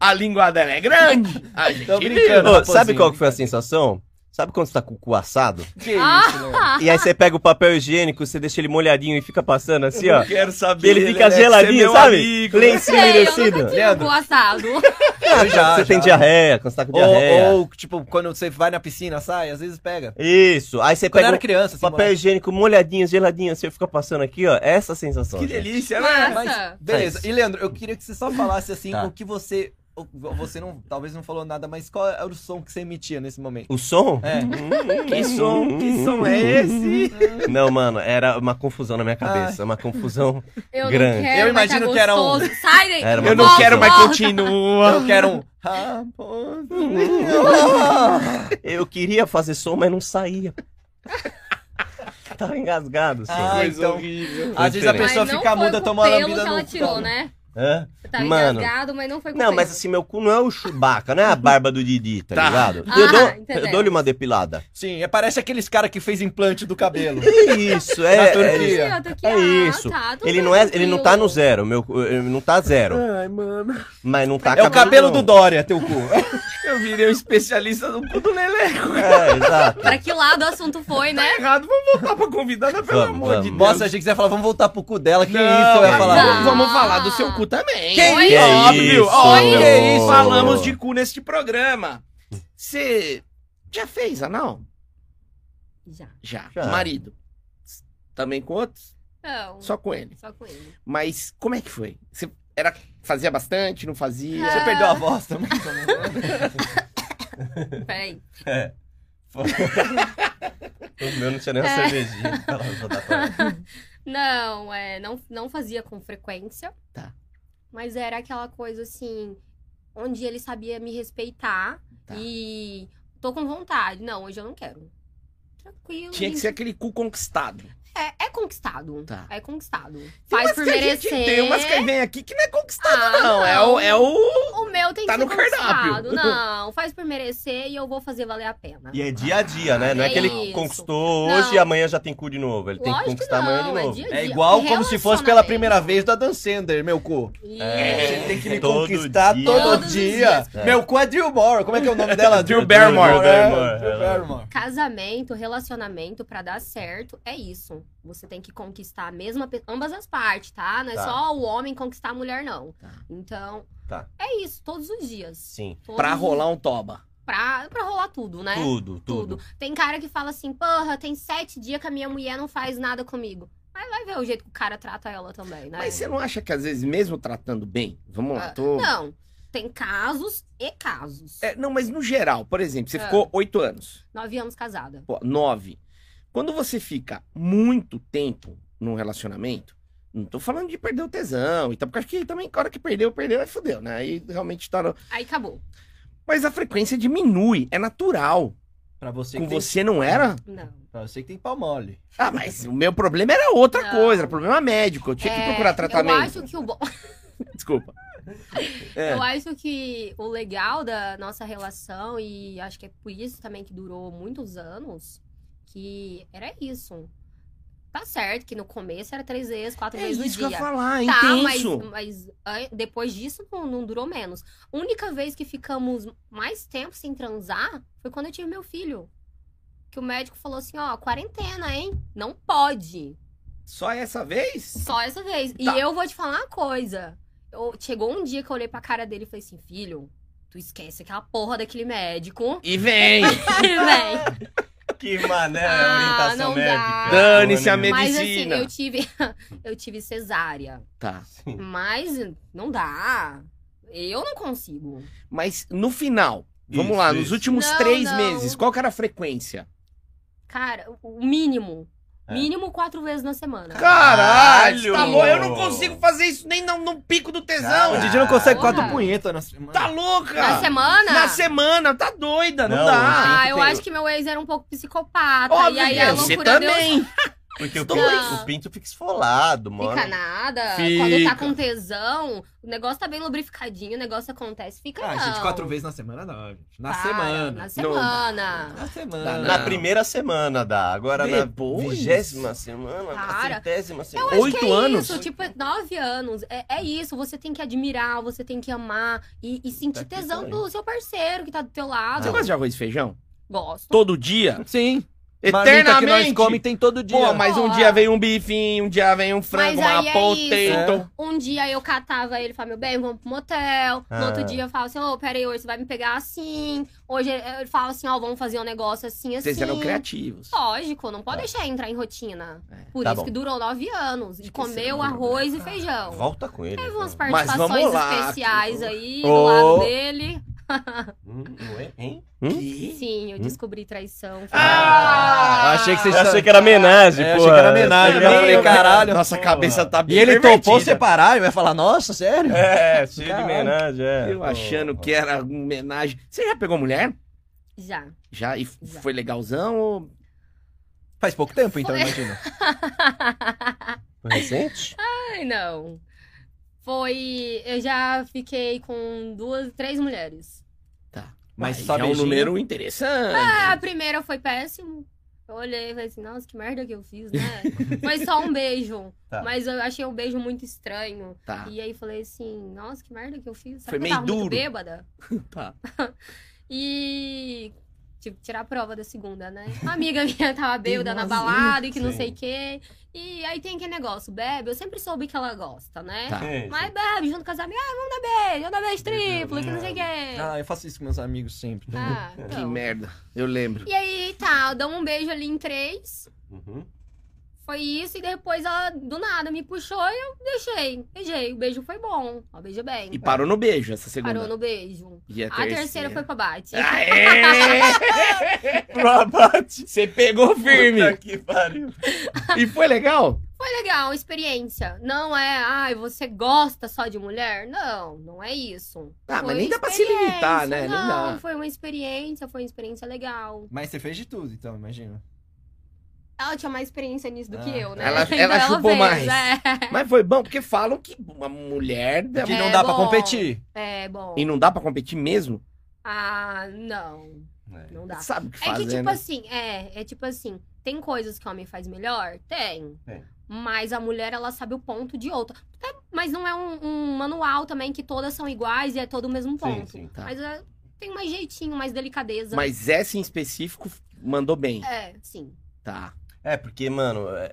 Speaker 1: A língua dela é grande. A gente
Speaker 3: Tô
Speaker 2: Ô,
Speaker 3: brincando.
Speaker 2: sabe qual que foi a sensação? Sabe quando você tá com o cu assado?
Speaker 3: Que isso, né? Leandro?
Speaker 4: Ah,
Speaker 2: E aí você pega o papel higiênico, você deixa ele molhadinho e fica passando assim, ó.
Speaker 1: quero
Speaker 2: E
Speaker 1: saber.
Speaker 2: ele fica
Speaker 1: deve ser
Speaker 2: geladinho,
Speaker 1: meu
Speaker 2: sabe?
Speaker 1: amigo.
Speaker 3: é
Speaker 2: Lencinho
Speaker 4: sei, eu nunca
Speaker 2: umedecido.
Speaker 4: tive
Speaker 3: Leandro.
Speaker 4: um assado.
Speaker 3: Eu já,
Speaker 2: Ah, Você tem
Speaker 3: já.
Speaker 2: diarreia, quando você tá com diarreia.
Speaker 3: Ou, ou, tipo, quando você vai na piscina, sai, às vezes pega.
Speaker 2: Isso. Aí você
Speaker 3: Quando eu
Speaker 2: pega
Speaker 3: era
Speaker 2: o
Speaker 3: criança, assim,
Speaker 2: papel
Speaker 3: moleque.
Speaker 2: higiênico molhadinho, geladinho, assim, fica passando aqui, ó. Essa sensação.
Speaker 1: Que
Speaker 2: gente.
Speaker 1: delícia, né?
Speaker 4: Massa.
Speaker 3: Beleza. E Leandro, eu queria que você só falasse assim
Speaker 2: Tá.
Speaker 3: o que você. o- Você não. Talvez não falou nada, mas qual era o som que você emitia nesse momento?
Speaker 2: O som? Hum,
Speaker 3: É.
Speaker 1: Que som, que som é esse?
Speaker 2: Não, mano, era uma confusão na minha cabeça. Uma confusão.
Speaker 4: Eu
Speaker 2: Grande.
Speaker 4: não quero.
Speaker 3: Eu
Speaker 4: mas
Speaker 3: imagino
Speaker 4: tá
Speaker 3: que era um-
Speaker 4: gostoso. Sai daí.
Speaker 2: Era uma
Speaker 1: Eu não
Speaker 2: Volta,
Speaker 1: quero, mas
Speaker 4: volta.
Speaker 1: continua.
Speaker 3: Eu quero um. Raposinha.
Speaker 2: Eu queria fazer som, mas não saía. Tava engasgado, assim.
Speaker 3: Ah,
Speaker 1: Coisa
Speaker 3: então.
Speaker 1: horrível.
Speaker 3: Às vezes a
Speaker 2: diferente.
Speaker 3: pessoa
Speaker 4: Mas não
Speaker 3: fica
Speaker 4: foi
Speaker 3: muda,
Speaker 4: com
Speaker 3: toma a
Speaker 4: o pelo
Speaker 3: lambida
Speaker 4: que
Speaker 3: no
Speaker 4: ela tirou,
Speaker 3: cu.
Speaker 4: né?
Speaker 2: Hã?
Speaker 4: Você tava
Speaker 2: Mano.
Speaker 4: engasgado, mas não foi com
Speaker 2: Não,
Speaker 4: o
Speaker 2: mas
Speaker 4: pelo.
Speaker 2: assim, meu cu não é o Chewbacca, não é a barba do Didi, tá,
Speaker 1: Tá.
Speaker 2: ligado?
Speaker 4: Ah,
Speaker 2: eu dou- eu
Speaker 4: entendemos.
Speaker 2: dou-lhe uma depilada.
Speaker 3: Sim, é, parece aqueles cara que fez implante do cabelo.
Speaker 2: É Isso, é.
Speaker 3: Na
Speaker 2: é
Speaker 3: Turquia.
Speaker 2: isso.
Speaker 4: Eu tô aqui,
Speaker 2: É
Speaker 4: ah,
Speaker 2: isso.
Speaker 4: tá, tudo
Speaker 2: Ele não, é, ele
Speaker 4: tranquilo.
Speaker 2: não tá no zero, meu, cu- ele não tá zero,
Speaker 1: Ai, mano.
Speaker 2: mas não tá
Speaker 3: É o cabelo do Dória, teu cu.
Speaker 1: Eu virei um especialista no cu do Leleco.
Speaker 2: É, exato.
Speaker 4: Pra que lado o assunto foi, né?
Speaker 1: Tá errado, vamos voltar pra convidada, pelo
Speaker 2: Vamos,
Speaker 1: amor de
Speaker 2: vamos.
Speaker 1: Deus.
Speaker 3: Nossa, achei que você ia falar, vamos voltar pro cu dela, que
Speaker 1: Não,
Speaker 3: isso eu ia
Speaker 1: mas
Speaker 3: falar.
Speaker 1: vamos- Vamos falar do seu cu também.
Speaker 3: Que
Speaker 2: Que
Speaker 1: Óbvio, óbvio.
Speaker 2: isso?
Speaker 1: óbvio.
Speaker 3: Que isso?
Speaker 1: Falamos de cu neste programa. Você já fez anal?
Speaker 4: Já.
Speaker 1: Já.
Speaker 2: Já.
Speaker 1: Marido? Também com outros?
Speaker 4: Não.
Speaker 1: Só com ele.
Speaker 4: Só com ele.
Speaker 1: Mas como é que foi? Você era, fazia bastante, não fazia?
Speaker 3: Você perdeu a voz também.
Speaker 4: Peraí.
Speaker 2: O meu não tinha nem uma
Speaker 4: É.
Speaker 2: cervejinha. Ela só dá pra-
Speaker 4: Não, é, não, não fazia com frequência.
Speaker 1: Tá.
Speaker 4: Mas era aquela coisa assim, onde ele sabia me respeitar
Speaker 1: Tá.
Speaker 4: e tô com vontade. Não, hoje eu não quero. Tranquilo.
Speaker 1: Tinha que
Speaker 4: gente.
Speaker 1: ser aquele cu conquistado.
Speaker 4: é, é conquistado.
Speaker 1: Tá.
Speaker 4: É conquistado.
Speaker 1: Tem
Speaker 4: Faz
Speaker 1: umas
Speaker 4: por
Speaker 1: que a gente
Speaker 4: merecer.
Speaker 1: Tem umas que vem aqui que não é conquistado,
Speaker 4: Ah,
Speaker 1: não. É o. É o...
Speaker 4: O meu tem que
Speaker 1: Tá
Speaker 4: ser
Speaker 1: no cardápio.
Speaker 4: conquistado. Não, faz por merecer e eu vou fazer valer a pena.
Speaker 2: E é dia a dia, né? Não é,
Speaker 4: É
Speaker 2: que ele
Speaker 4: isso.
Speaker 2: conquistou
Speaker 4: Não.
Speaker 2: hoje e amanhã já tem cu de novo. Ele tem que
Speaker 4: Lógico
Speaker 2: conquistar
Speaker 4: não,
Speaker 2: amanhã de
Speaker 4: é
Speaker 2: novo.
Speaker 4: dia-
Speaker 3: É igual como se fosse pela
Speaker 4: Relacionamento.
Speaker 3: primeira vez da Dan Sander, meu cu.
Speaker 4: E-
Speaker 1: É.
Speaker 3: Você tem que me
Speaker 2: Todo
Speaker 3: conquistar
Speaker 2: dia.
Speaker 3: É, todo
Speaker 4: Todos os
Speaker 3: dia.
Speaker 4: dias.
Speaker 3: Meu cu é Drew Barrymore. Como é que é o nome dela?
Speaker 1: Drew Barrymore.
Speaker 3: Drew Barrymore.
Speaker 2: Barrymore.
Speaker 3: é, Drew Barrymore.
Speaker 4: Casamento, relacionamento, pra dar certo, é isso. Você tem que conquistar a mesma pe- ambas as partes, tá? Não é
Speaker 2: Tá.
Speaker 4: só o homem conquistar a mulher, não.
Speaker 1: Tá.
Speaker 4: Então,
Speaker 2: Tá.
Speaker 4: é isso, todos os dias.
Speaker 2: Sim.
Speaker 4: Todos
Speaker 1: Pra
Speaker 4: os-
Speaker 1: rolar um toba.
Speaker 4: Pra, pra rolar tudo, né?
Speaker 2: Tudo,
Speaker 4: Tudo.
Speaker 2: tudo.
Speaker 4: Tem cara que fala assim, porra, tem sete dias que a minha mulher não faz nada comigo. Mas vai ver o jeito que o cara trata ela também, né?
Speaker 1: Mas você não acha que às vezes, mesmo tratando bem, vamos lá,
Speaker 4: Ah,
Speaker 1: tô.
Speaker 4: Não, tem casos e casos.
Speaker 1: É, não, mas no geral, por exemplo, você
Speaker 4: Ah.
Speaker 1: ficou oito anos,
Speaker 4: Nove anos casada.
Speaker 1: pô, nove. Quando você fica muito tempo num relacionamento, não tô falando de perder o tesão e tal, porque acho que também, a hora que perdeu, perdeu, é fudeu, né? Aí realmente tá. no-
Speaker 4: Aí acabou.
Speaker 1: Mas a frequência diminui, é natural.
Speaker 3: Pra você
Speaker 1: Com
Speaker 3: que tem-
Speaker 1: você não era?
Speaker 4: Não.
Speaker 3: Pra você que tem pau mole.
Speaker 1: Ah, mas o meu problema era outra
Speaker 4: Não.
Speaker 1: coisa, era problema médico. Eu tinha que
Speaker 4: É,
Speaker 1: procurar
Speaker 4: Eu
Speaker 1: tratamento.
Speaker 4: acho que o bom.
Speaker 1: Desculpa. É.
Speaker 4: Eu acho que o legal da nossa relação, e acho que é por isso também que durou muitos anos, que era isso. Tá certo que no começo era três vezes, quatro
Speaker 1: É
Speaker 4: vezes no
Speaker 1: isso que eu ia
Speaker 4: dia.
Speaker 1: falar, é
Speaker 4: Tá, mas,
Speaker 1: intenso.
Speaker 4: mas an- depois disso não, não durou menos. Única vez que ficamos mais tempo sem transar foi quando eu tive meu filho. Que o médico falou assim, ó, quarentena, hein? Não pode.
Speaker 1: Só essa vez?
Speaker 4: Só essa vez.
Speaker 1: Tá.
Speaker 4: E eu vou te falar uma coisa. Eu- chegou um dia que eu olhei pra cara dele e falei assim, filho, tu esquece aquela porra daquele médico.
Speaker 1: E vem!
Speaker 4: Véi.
Speaker 2: Que mané,
Speaker 4: Ah,
Speaker 2: orientação
Speaker 4: não dá.
Speaker 2: médica. né?
Speaker 1: Dane-se a
Speaker 2: Porra nenhuma.
Speaker 4: Mas assim,
Speaker 1: Medicina.
Speaker 4: eu tive, eu tive cesárea.
Speaker 1: Tá.
Speaker 4: Mas não dá. Eu não consigo.
Speaker 1: Mas no final, vamos
Speaker 2: Isso,
Speaker 1: lá, nos
Speaker 2: isso.
Speaker 1: últimos
Speaker 4: Não,
Speaker 1: três
Speaker 4: não.
Speaker 1: meses, qual que era a frequência?
Speaker 4: Cara, o mínimo.
Speaker 2: É.
Speaker 4: Mínimo quatro vezes na semana.
Speaker 1: Caralho!
Speaker 2: Caralho!
Speaker 1: Tá louco, eu não consigo fazer isso nem no, no pico do tesão.
Speaker 6: O
Speaker 2: Caralho.
Speaker 6: Didi não consegue
Speaker 4: Porra.
Speaker 6: quatro punhetas na semana.
Speaker 1: Tá louca?
Speaker 4: Na semana?
Speaker 1: Na semana, tá doida, não,
Speaker 2: Não,
Speaker 1: dá.
Speaker 4: Ah,
Speaker 2: Tem que
Speaker 4: eu
Speaker 2: ter.
Speaker 4: acho que meu ex era um pouco psicopata.
Speaker 1: Óbvio
Speaker 4: Tá, e aí
Speaker 1: que
Speaker 4: a
Speaker 1: é,
Speaker 4: loucura
Speaker 1: você também.
Speaker 4: deu.
Speaker 2: Porque o
Speaker 1: Não.
Speaker 2: pinto, o pinto fica esfolado, mano.
Speaker 4: Fica nada.
Speaker 1: Fica.
Speaker 4: Quando tá com tesão, o negócio tá bem lubrificadinho, o negócio acontece. Fica
Speaker 6: Ah,
Speaker 4: não.
Speaker 6: gente, quatro vezes na semana não, gente. Na
Speaker 4: Para,
Speaker 6: semana.
Speaker 4: Na
Speaker 6: Na,
Speaker 4: semana.
Speaker 6: semana.
Speaker 1: Não.
Speaker 2: Na primeira semana dá. Agora
Speaker 1: Depois?
Speaker 2: na vigésima semana,
Speaker 4: Cara,
Speaker 2: na centésima
Speaker 4: Eu
Speaker 2: semana.
Speaker 4: acho
Speaker 1: Oito
Speaker 4: que é
Speaker 1: anos?
Speaker 4: isso, tipo, é nove anos. É, é isso, você tem que admirar, você tem que amar e, e sentir
Speaker 2: Puta que
Speaker 4: tesão
Speaker 2: pariu.
Speaker 4: do seu parceiro que tá do teu lado.
Speaker 1: Você gosta de arroz e feijão?
Speaker 4: Gosto.
Speaker 1: Todo dia?
Speaker 6: Sim. Marmita que nós
Speaker 1: Eternamente?
Speaker 6: come tem todo dia.
Speaker 1: Pô, mas um
Speaker 4: Pô.
Speaker 1: dia vem um bifinho, um dia vem um frango,
Speaker 4: Mas
Speaker 1: uma
Speaker 4: aí é isso.
Speaker 1: potato.
Speaker 4: Um dia eu catava ele e falava, meu bem, vamos pro motel. No
Speaker 2: Ah.
Speaker 4: outro dia eu falava assim, ô, peraí, hoje você vai me pegar assim. Hoje ele fala assim, ó, vamos fazer um negócio assim, assim.
Speaker 1: Vocês eram criativos.
Speaker 4: Lógico, não pode
Speaker 2: Tá.
Speaker 4: deixar entrar em rotina.
Speaker 1: É.
Speaker 4: Por
Speaker 2: Tá
Speaker 4: isso
Speaker 2: bom.
Speaker 4: que durou nove anos. E comeu
Speaker 1: né,
Speaker 4: arroz e feijão.
Speaker 2: Volta então. com ele.
Speaker 4: Teve umas
Speaker 2: cara.
Speaker 1: Mas vamos
Speaker 4: participações
Speaker 1: lá.
Speaker 4: especiais aí, do
Speaker 6: Ô.
Speaker 4: lado dele.
Speaker 2: Hum, não é? Hein?
Speaker 1: Que?
Speaker 4: Sim, eu descobri traição.
Speaker 1: Ah!
Speaker 6: Eu achei que vocês
Speaker 2: Eu achei que era homenagem,
Speaker 6: É, eu
Speaker 2: pô.
Speaker 6: achei que era homenagem,
Speaker 2: Eu
Speaker 6: eu
Speaker 2: falei,
Speaker 1: né?
Speaker 6: falei,
Speaker 2: caralho.
Speaker 1: Nossa cabeça tá
Speaker 6: E
Speaker 1: bem
Speaker 6: ele topou
Speaker 1: pervertida.
Speaker 6: separar, eu ia falar, nossa, sério?
Speaker 2: É, cheio de
Speaker 6: Caralho.
Speaker 2: homenagem, é.
Speaker 1: Eu achando que era uma homenagem. Você já pegou mulher?
Speaker 4: Já.
Speaker 1: Já? E f-
Speaker 4: Já.
Speaker 1: foi legalzão ou...
Speaker 6: Faz pouco tempo, então,
Speaker 4: Foi.
Speaker 6: imagina.
Speaker 2: Recente?
Speaker 4: Ai, não. Foi. Eu já fiquei com duas, três mulheres.
Speaker 1: Tá.
Speaker 6: Mas
Speaker 1: Aí
Speaker 6: só
Speaker 1: já é um
Speaker 6: beijinho?
Speaker 1: número interessante.
Speaker 4: A primeira foi péssimo. Eu olhei e falei assim, nossa, que merda que eu fiz, né? Foi só um beijo.
Speaker 2: Tá.
Speaker 4: Mas eu achei o beijo muito estranho.
Speaker 1: Tá,
Speaker 4: E aí falei assim, nossa, que merda que eu fiz.
Speaker 1: Foi
Speaker 4: Será que eu
Speaker 1: meio
Speaker 4: tava
Speaker 1: duro.
Speaker 4: muito bêbada?
Speaker 1: tá.
Speaker 4: E tive que tirar a prova da segunda, né? Uma amiga minha tava bêbada na
Speaker 1: Teimosinha.
Speaker 4: balada e que não
Speaker 2: Sim.
Speaker 4: sei o quê. E aí tem aquele negócio, bebe. Eu sempre soube que ela gosta, né?
Speaker 1: Tá.
Speaker 2: Sim,
Speaker 4: Mas bebe, junto com as amigas, ah, vamos dar beijo, vamos dar beijo triplo, que não sei o quê.
Speaker 6: Ah, eu faço isso com meus amigos sempre. também.
Speaker 4: Ah,
Speaker 1: Que
Speaker 4: então.
Speaker 1: merda. Eu lembro.
Speaker 4: E aí, tá, eu dou um beijo ali em três.
Speaker 2: Uhum.
Speaker 4: Foi isso, e depois ela do nada me puxou e eu deixei. Beijei. O beijo foi bom. Ó, beija bem.
Speaker 1: E parou no beijo essa segunda.
Speaker 4: Parou no beijo.
Speaker 1: E a, Ah,
Speaker 4: A terceira, foi pra bate.
Speaker 1: Aê!
Speaker 2: Pro abate.
Speaker 1: é? Você pegou firme.
Speaker 2: Puta que pariu.
Speaker 1: E foi legal?
Speaker 4: Foi legal, experiência. Não é, ai, você gosta só de mulher? Não, não é isso.
Speaker 1: Ah, mas
Speaker 4: Foi
Speaker 1: nem dá pra se limitar, né?
Speaker 4: experiência.
Speaker 1: Não dá.
Speaker 4: Não, foi uma experiência, foi uma experiência legal.
Speaker 6: Mas você fez de tudo, então, imagina.
Speaker 4: Ela tinha mais experiência nisso do
Speaker 6: Ah,
Speaker 4: que eu, né?
Speaker 1: ela- ela chupou mais.
Speaker 4: É,
Speaker 1: Mas foi bom, porque falam que uma mulher...
Speaker 6: Que
Speaker 4: É
Speaker 6: não dá pra
Speaker 4: bom.
Speaker 6: competir.
Speaker 4: é bom.
Speaker 1: E não dá pra competir mesmo?
Speaker 4: Ah, não,
Speaker 2: É.
Speaker 4: não dá.
Speaker 1: Sabe o que
Speaker 4: É
Speaker 1: fazer,
Speaker 4: que, tipo
Speaker 1: né?
Speaker 4: assim, é, é tipo assim, tem coisas que homem faz melhor? Tem.
Speaker 1: É.
Speaker 2: Tem.
Speaker 4: Mas a mulher, ela sabe o ponto de outra. Até- mas não é um, um manual também que todas são iguais e é todo o mesmo
Speaker 2: Sim,
Speaker 4: ponto.
Speaker 2: sim.
Speaker 1: Tá.
Speaker 4: Mas é, tem mais jeitinho, mais delicadeza.
Speaker 1: Mas essa em específico mandou bem.
Speaker 4: É, sim.
Speaker 1: Tá.
Speaker 2: É, porque, mano, é,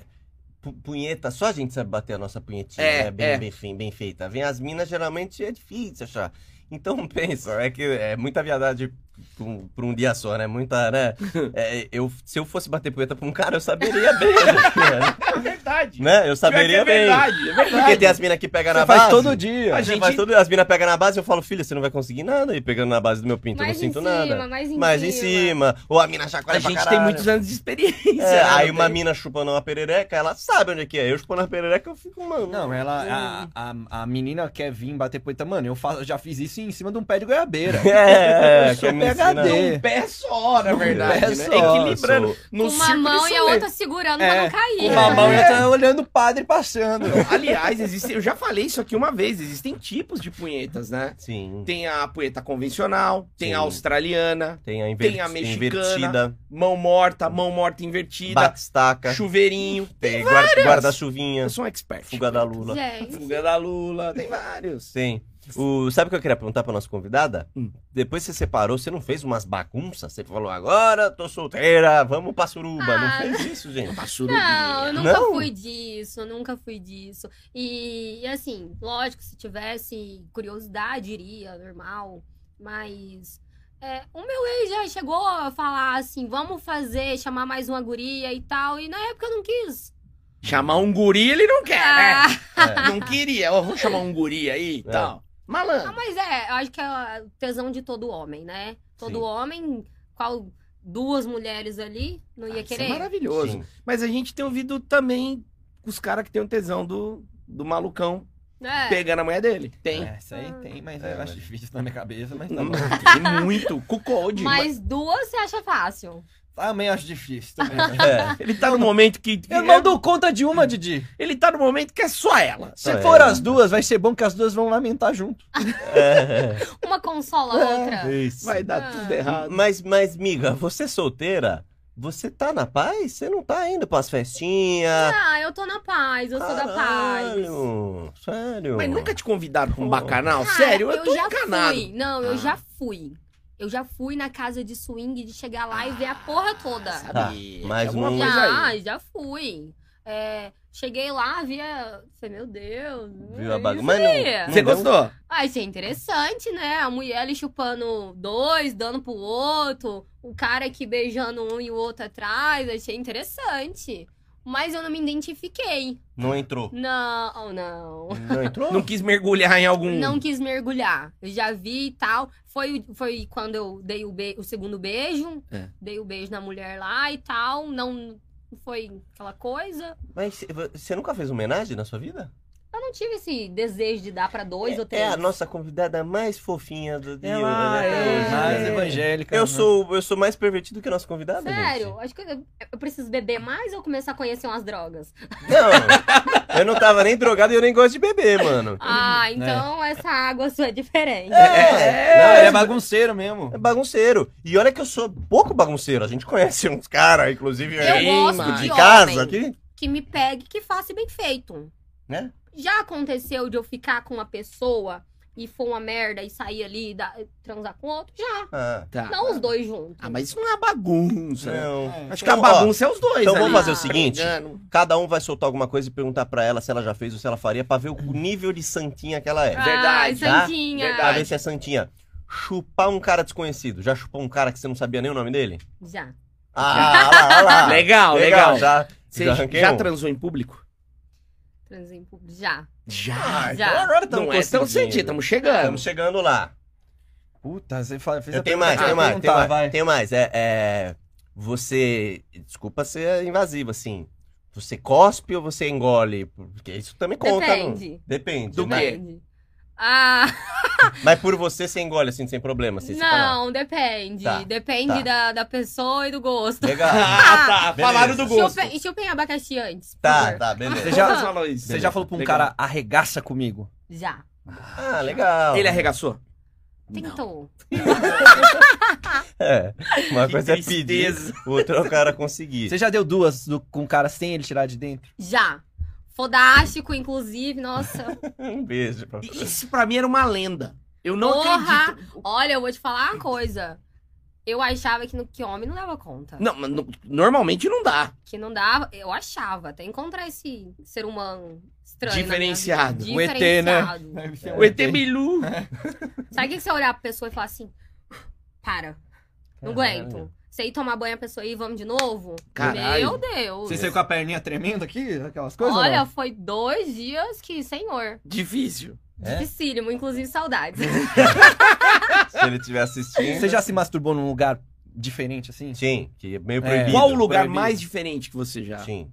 Speaker 2: pu- punheta, só a gente sabe bater a nossa punhetinha,
Speaker 1: É,
Speaker 2: né? Bem,
Speaker 1: é.
Speaker 2: bem, fe- bem feita. Vem as minas, geralmente é difícil achar. Então, pensa, é que é muita viadagem pra um, pra um dia só, né? Muita, né? É, eu, se eu fosse bater punheta pra um cara, eu saberia bem, né?
Speaker 1: É verdade.
Speaker 2: né? Eu saberia bem.
Speaker 1: é
Speaker 2: Porque tem as minas que pegam na
Speaker 6: Você faz
Speaker 2: base.
Speaker 6: todo dia.
Speaker 2: A gente faz todo, as minas pegam na base, eu falo, filha, você não vai conseguir nada. E pegando na base do meu pinto, eu
Speaker 4: mais
Speaker 2: Então, não sinto
Speaker 4: em cima,
Speaker 2: nada.
Speaker 4: mais em
Speaker 2: Mas
Speaker 4: cima.
Speaker 2: em cima. Ou a mina
Speaker 1: A
Speaker 2: chacoalha pra
Speaker 1: gente tem
Speaker 2: caralho.
Speaker 1: muitos anos de experiência. né?
Speaker 2: É, aí
Speaker 1: Não
Speaker 2: uma
Speaker 1: tem-
Speaker 2: mina chupando uma perereca, ela sabe onde é que é. Eu chupando a perereca, eu fico, mano.
Speaker 6: Não, ela. A, a, a menina quer vir bater poeta. Mano, eu, faço, eu já fiz isso em cima de um pé de goiabeira.
Speaker 2: É, é,
Speaker 6: Eu
Speaker 2: que é
Speaker 6: pego HD.
Speaker 1: num
Speaker 6: Um
Speaker 1: pé só, na verdade.
Speaker 6: pé
Speaker 1: né?
Speaker 6: só,
Speaker 1: Equilibrando. No
Speaker 4: uma
Speaker 1: Cirque du
Speaker 4: mão e a
Speaker 1: Soleil.
Speaker 4: outra segurando pra
Speaker 6: É,
Speaker 4: não cair.
Speaker 6: Uma
Speaker 4: né?
Speaker 6: mão já tá olhando o padre passando.
Speaker 1: Aliás, existem, eu já falei isso aqui uma vez, existem tipos de punhetas, né?
Speaker 2: Sim.
Speaker 1: Tem a punheta convencional, tem a
Speaker 2: Sim.
Speaker 1: australiana,
Speaker 2: Tem a, inver...
Speaker 1: Tem a mexicana,
Speaker 2: invertida,
Speaker 1: mão morta, mão morta invertida,
Speaker 2: batistaca,
Speaker 1: chuveirinho.
Speaker 2: tem guar- guarda-chuvinha,
Speaker 1: Eu sou um expert.
Speaker 2: fuga da lula.
Speaker 4: Gente,
Speaker 1: Fuga da Lula, tem vários.
Speaker 2: Sim. O, sabe o que eu queria perguntar pra nossa convidada?
Speaker 1: Hum.
Speaker 2: Depois que você separou, você não fez umas bagunças? Você falou, agora tô solteira, vamos pra suruba. Não
Speaker 4: Ah.
Speaker 2: fez isso, gente?
Speaker 4: não, eu
Speaker 1: Tá Surubinha.
Speaker 4: nunca
Speaker 2: Não?
Speaker 4: fui disso, eu nunca fui disso. E, e assim, lógico, se tivesse curiosidade, iria, normal. Mas é, o meu ex já chegou a falar assim, vamos fazer, chamar mais uma guria e tal. E na época eu não quis.
Speaker 1: Chamar um guri ele não quer, né?
Speaker 4: Ah,
Speaker 1: Não queria. Ó, vamos chamar um guri aí e
Speaker 2: É.
Speaker 1: tal.
Speaker 4: Ah,
Speaker 1: Malandro.
Speaker 4: mas é, eu acho que é o tesão de todo homem, né? Todo
Speaker 2: Sim.
Speaker 4: homem, qual duas mulheres ali, não ia
Speaker 1: Isso é
Speaker 4: querer.
Speaker 1: maravilhoso.
Speaker 2: Sim.
Speaker 1: Mas a gente tem ouvido também os caras que tem o tesão do, do malucão
Speaker 4: É.
Speaker 1: pegando a mulher dele. Tem.
Speaker 6: É, isso aí tem, mas
Speaker 2: É,
Speaker 6: eu acho
Speaker 2: mas-
Speaker 6: difícil na minha cabeça, mas tá
Speaker 1: Não,
Speaker 6: bom.
Speaker 1: Tem muito. Cucode.
Speaker 4: Mas duas você acha fácil.
Speaker 6: Também acho difícil. Também.
Speaker 2: É.
Speaker 1: Ele tá no momento que. que
Speaker 6: Eu não dou conta de uma, Didi.
Speaker 1: Ele tá no momento que é só ela.
Speaker 6: Se
Speaker 2: É.
Speaker 6: for as duas, vai ser bom que as duas vão lamentar junto.
Speaker 2: é,
Speaker 4: Uma consola a
Speaker 1: É.
Speaker 4: outra.
Speaker 2: Isso.
Speaker 1: Vai dar
Speaker 4: Ah.
Speaker 1: tudo errado.
Speaker 2: Mas, mas, miga, você é solteira, você tá na paz? Você não tá indo pras festinhas?
Speaker 4: Ah, eu tô na paz, eu sou da paz.
Speaker 2: Caralho, Sério?
Speaker 1: Mas nunca te convidaram pra um
Speaker 2: Pô.
Speaker 1: bacanal?
Speaker 4: Cara,
Speaker 1: Sério? Eu, tô
Speaker 4: já
Speaker 1: encanado.
Speaker 4: fui. Não, eu
Speaker 1: Ah.
Speaker 4: já fui. Eu já fui na casa de swing de chegar lá e ver a porra toda.
Speaker 2: Tá,
Speaker 1: Sabia.
Speaker 2: mais
Speaker 1: Alguma
Speaker 2: um.
Speaker 1: coisa Ah, aí.
Speaker 4: Já, já fui. É, cheguei lá, via. Falei, meu Deus.
Speaker 2: Viu a
Speaker 4: é
Speaker 2: bagunça?
Speaker 4: isso
Speaker 2: Mas
Speaker 4: aí.
Speaker 2: não.
Speaker 1: Você gostou?
Speaker 4: Ah, isso é interessante, né? A mulher ali chupando dois, dando pro outro. O cara aqui beijando um e o outro atrás. Achei interessante. Mas eu não me identifiquei.
Speaker 2: Não entrou.
Speaker 4: Não, oh, não.
Speaker 2: Não entrou?
Speaker 1: Não quis mergulhar em
Speaker 2: Hum.
Speaker 1: algum.
Speaker 4: Não quis mergulhar. Eu já vi e tal. Foi, foi quando eu dei o, be- o segundo beijo.
Speaker 1: É.
Speaker 4: Dei o beijo na mulher lá e tal. Não foi aquela coisa.
Speaker 2: Mas cê- você nunca fez homenagem na sua vida?
Speaker 4: Eu não tive esse desejo de dar pra dois ou
Speaker 2: é,
Speaker 4: três.
Speaker 2: a nossa convidada mais fofinha do dia. né?
Speaker 6: Ela
Speaker 4: é
Speaker 6: mais
Speaker 2: é.
Speaker 6: evangélica.
Speaker 2: Eu
Speaker 6: Ah, né?
Speaker 2: sou, eu sou mais pervertido que o nosso convidado,
Speaker 4: Sério, acho que eu, eu preciso beber mais ou começar a conhecer umas drogas?
Speaker 2: gente. Não, eu não tava nem drogado e eu nem gosto de beber, mano.
Speaker 4: Ah, então essa água sua é diferente.
Speaker 2: É,
Speaker 6: Não, ele
Speaker 2: é,
Speaker 6: é bagunceiro mesmo.
Speaker 2: é bagunceiro. E olha que eu sou pouco bagunceiro. A gente conhece uns caras, inclusive,
Speaker 4: Eu
Speaker 2: é,
Speaker 4: gosto
Speaker 1: mano.
Speaker 4: de,
Speaker 2: de
Speaker 4: homem
Speaker 2: casa aqui.
Speaker 4: que me pegue e que faça bem feito.
Speaker 2: Né?
Speaker 4: Já aconteceu de eu ficar com uma pessoa e for uma merda e sair ali e dar- transar com outro? Já.
Speaker 2: Ah,
Speaker 1: Tá.
Speaker 4: Não os dois juntos.
Speaker 1: Ah, mas isso não é bagunça. né?
Speaker 2: não.
Speaker 1: Acho que a
Speaker 2: Então, ó,
Speaker 1: bagunça é os dois. Tá.
Speaker 2: então vamos
Speaker 1: ali,
Speaker 6: tá
Speaker 2: fazer o seguinte?
Speaker 1: brigando.
Speaker 2: Cada um vai soltar alguma coisa e perguntar pra ela se ela já fez ou se ela faria, pra ver o nível de santinha que ela é.
Speaker 4: Ai,
Speaker 1: verdade,
Speaker 2: tá?
Speaker 4: Santinha.
Speaker 2: Pra ver se é santinha. Chupar um cara desconhecido. Já chupou um cara que você não sabia nem o nome dele?
Speaker 4: Já.
Speaker 2: Ah, lá, lá, lá.
Speaker 1: Legal, legal.
Speaker 2: Já,
Speaker 1: Você
Speaker 2: já
Speaker 1: já,
Speaker 2: arranquei um?
Speaker 1: transou em público?
Speaker 4: Transei em público. Já.
Speaker 1: Já.
Speaker 4: Já.
Speaker 2: Então agora estamos
Speaker 1: Não é tão sentido, estamos chegando.
Speaker 2: Estamos chegando lá.
Speaker 6: Puta, você fala, fez
Speaker 2: Eu
Speaker 6: a
Speaker 2: tenho mais,
Speaker 6: pergunta
Speaker 2: tenho
Speaker 6: que eu ia
Speaker 2: mais,
Speaker 3: Tá,
Speaker 2: tenho
Speaker 6: perguntar,
Speaker 2: mais. Tenho mais. É, é, Você. Desculpa ser invasivo, assim. Você cospe ou você engole? Porque isso também conta.
Speaker 4: Depende.
Speaker 2: Não? Depende.
Speaker 1: Do
Speaker 2: né?
Speaker 1: quê?
Speaker 4: Depende. Ah,
Speaker 2: Mas por você você engole, assim, sem problema. Assim, você fala,
Speaker 4: não, depende.
Speaker 2: Tá,
Speaker 4: Depende
Speaker 2: tá.
Speaker 4: Da, da pessoa e do gosto.
Speaker 2: Legal.
Speaker 1: Ah, tá.
Speaker 2: Beleza.
Speaker 1: Falaram do gosto.
Speaker 4: Chupem, chupem abacaxi antes. por
Speaker 2: Tá,
Speaker 4: favor.
Speaker 2: tá, beleza.
Speaker 6: Você já-
Speaker 1: Todas falam isso.
Speaker 6: Você já falou pra um
Speaker 1: Legal.
Speaker 6: cara, arregaça comigo.
Speaker 4: Já.
Speaker 2: Ah, legal.
Speaker 1: Ele arregaçou?
Speaker 4: Tentou.
Speaker 2: É. Uma
Speaker 1: Que
Speaker 2: coisa
Speaker 1: tristeza.
Speaker 2: é pedir, outra é o cara conseguir.
Speaker 6: Você já deu duas do- com o cara sem ele tirar de dentro?
Speaker 4: Já. Fodástico, inclusive. Nossa.
Speaker 2: Um beijo. pra-
Speaker 1: Isso pra mim era uma lenda. Eu não
Speaker 4: Porra!
Speaker 1: acredito.
Speaker 4: Olha, eu vou te falar uma coisa. Eu achava que, no, que homem não dava conta.
Speaker 1: Não, mas no- normalmente não dá.
Speaker 4: Que não dava. Eu achava. Até encontrar esse ser humano estranho. na minha
Speaker 1: Diferenciado.
Speaker 4: vida.
Speaker 6: O ET, né?
Speaker 4: Diferenciado.
Speaker 2: um
Speaker 1: O ET Bilu.
Speaker 4: Sabe o que que você olhar pra pessoa e falar assim? Para. Não
Speaker 2: Caralho.
Speaker 4: aguento. Você ir tomar banho a pessoa e vamos de novo?
Speaker 1: Caralho.
Speaker 4: Meu Deus.
Speaker 6: Você saiu com a perninha tremendo aqui? Aquelas coisas? ou
Speaker 4: Olha,
Speaker 6: não?
Speaker 4: foi dois dias que, senhor.
Speaker 1: Difícil.
Speaker 2: É?
Speaker 4: Dificílimo, inclusive saudades.
Speaker 2: Se ele estiver assistindo.
Speaker 6: Você já se masturbou num lugar diferente assim?
Speaker 2: Sim, que é meio
Speaker 6: É.
Speaker 2: proibido.
Speaker 1: Qual o lugar
Speaker 6: proibido.
Speaker 1: mais diferente que você já?
Speaker 2: Sim.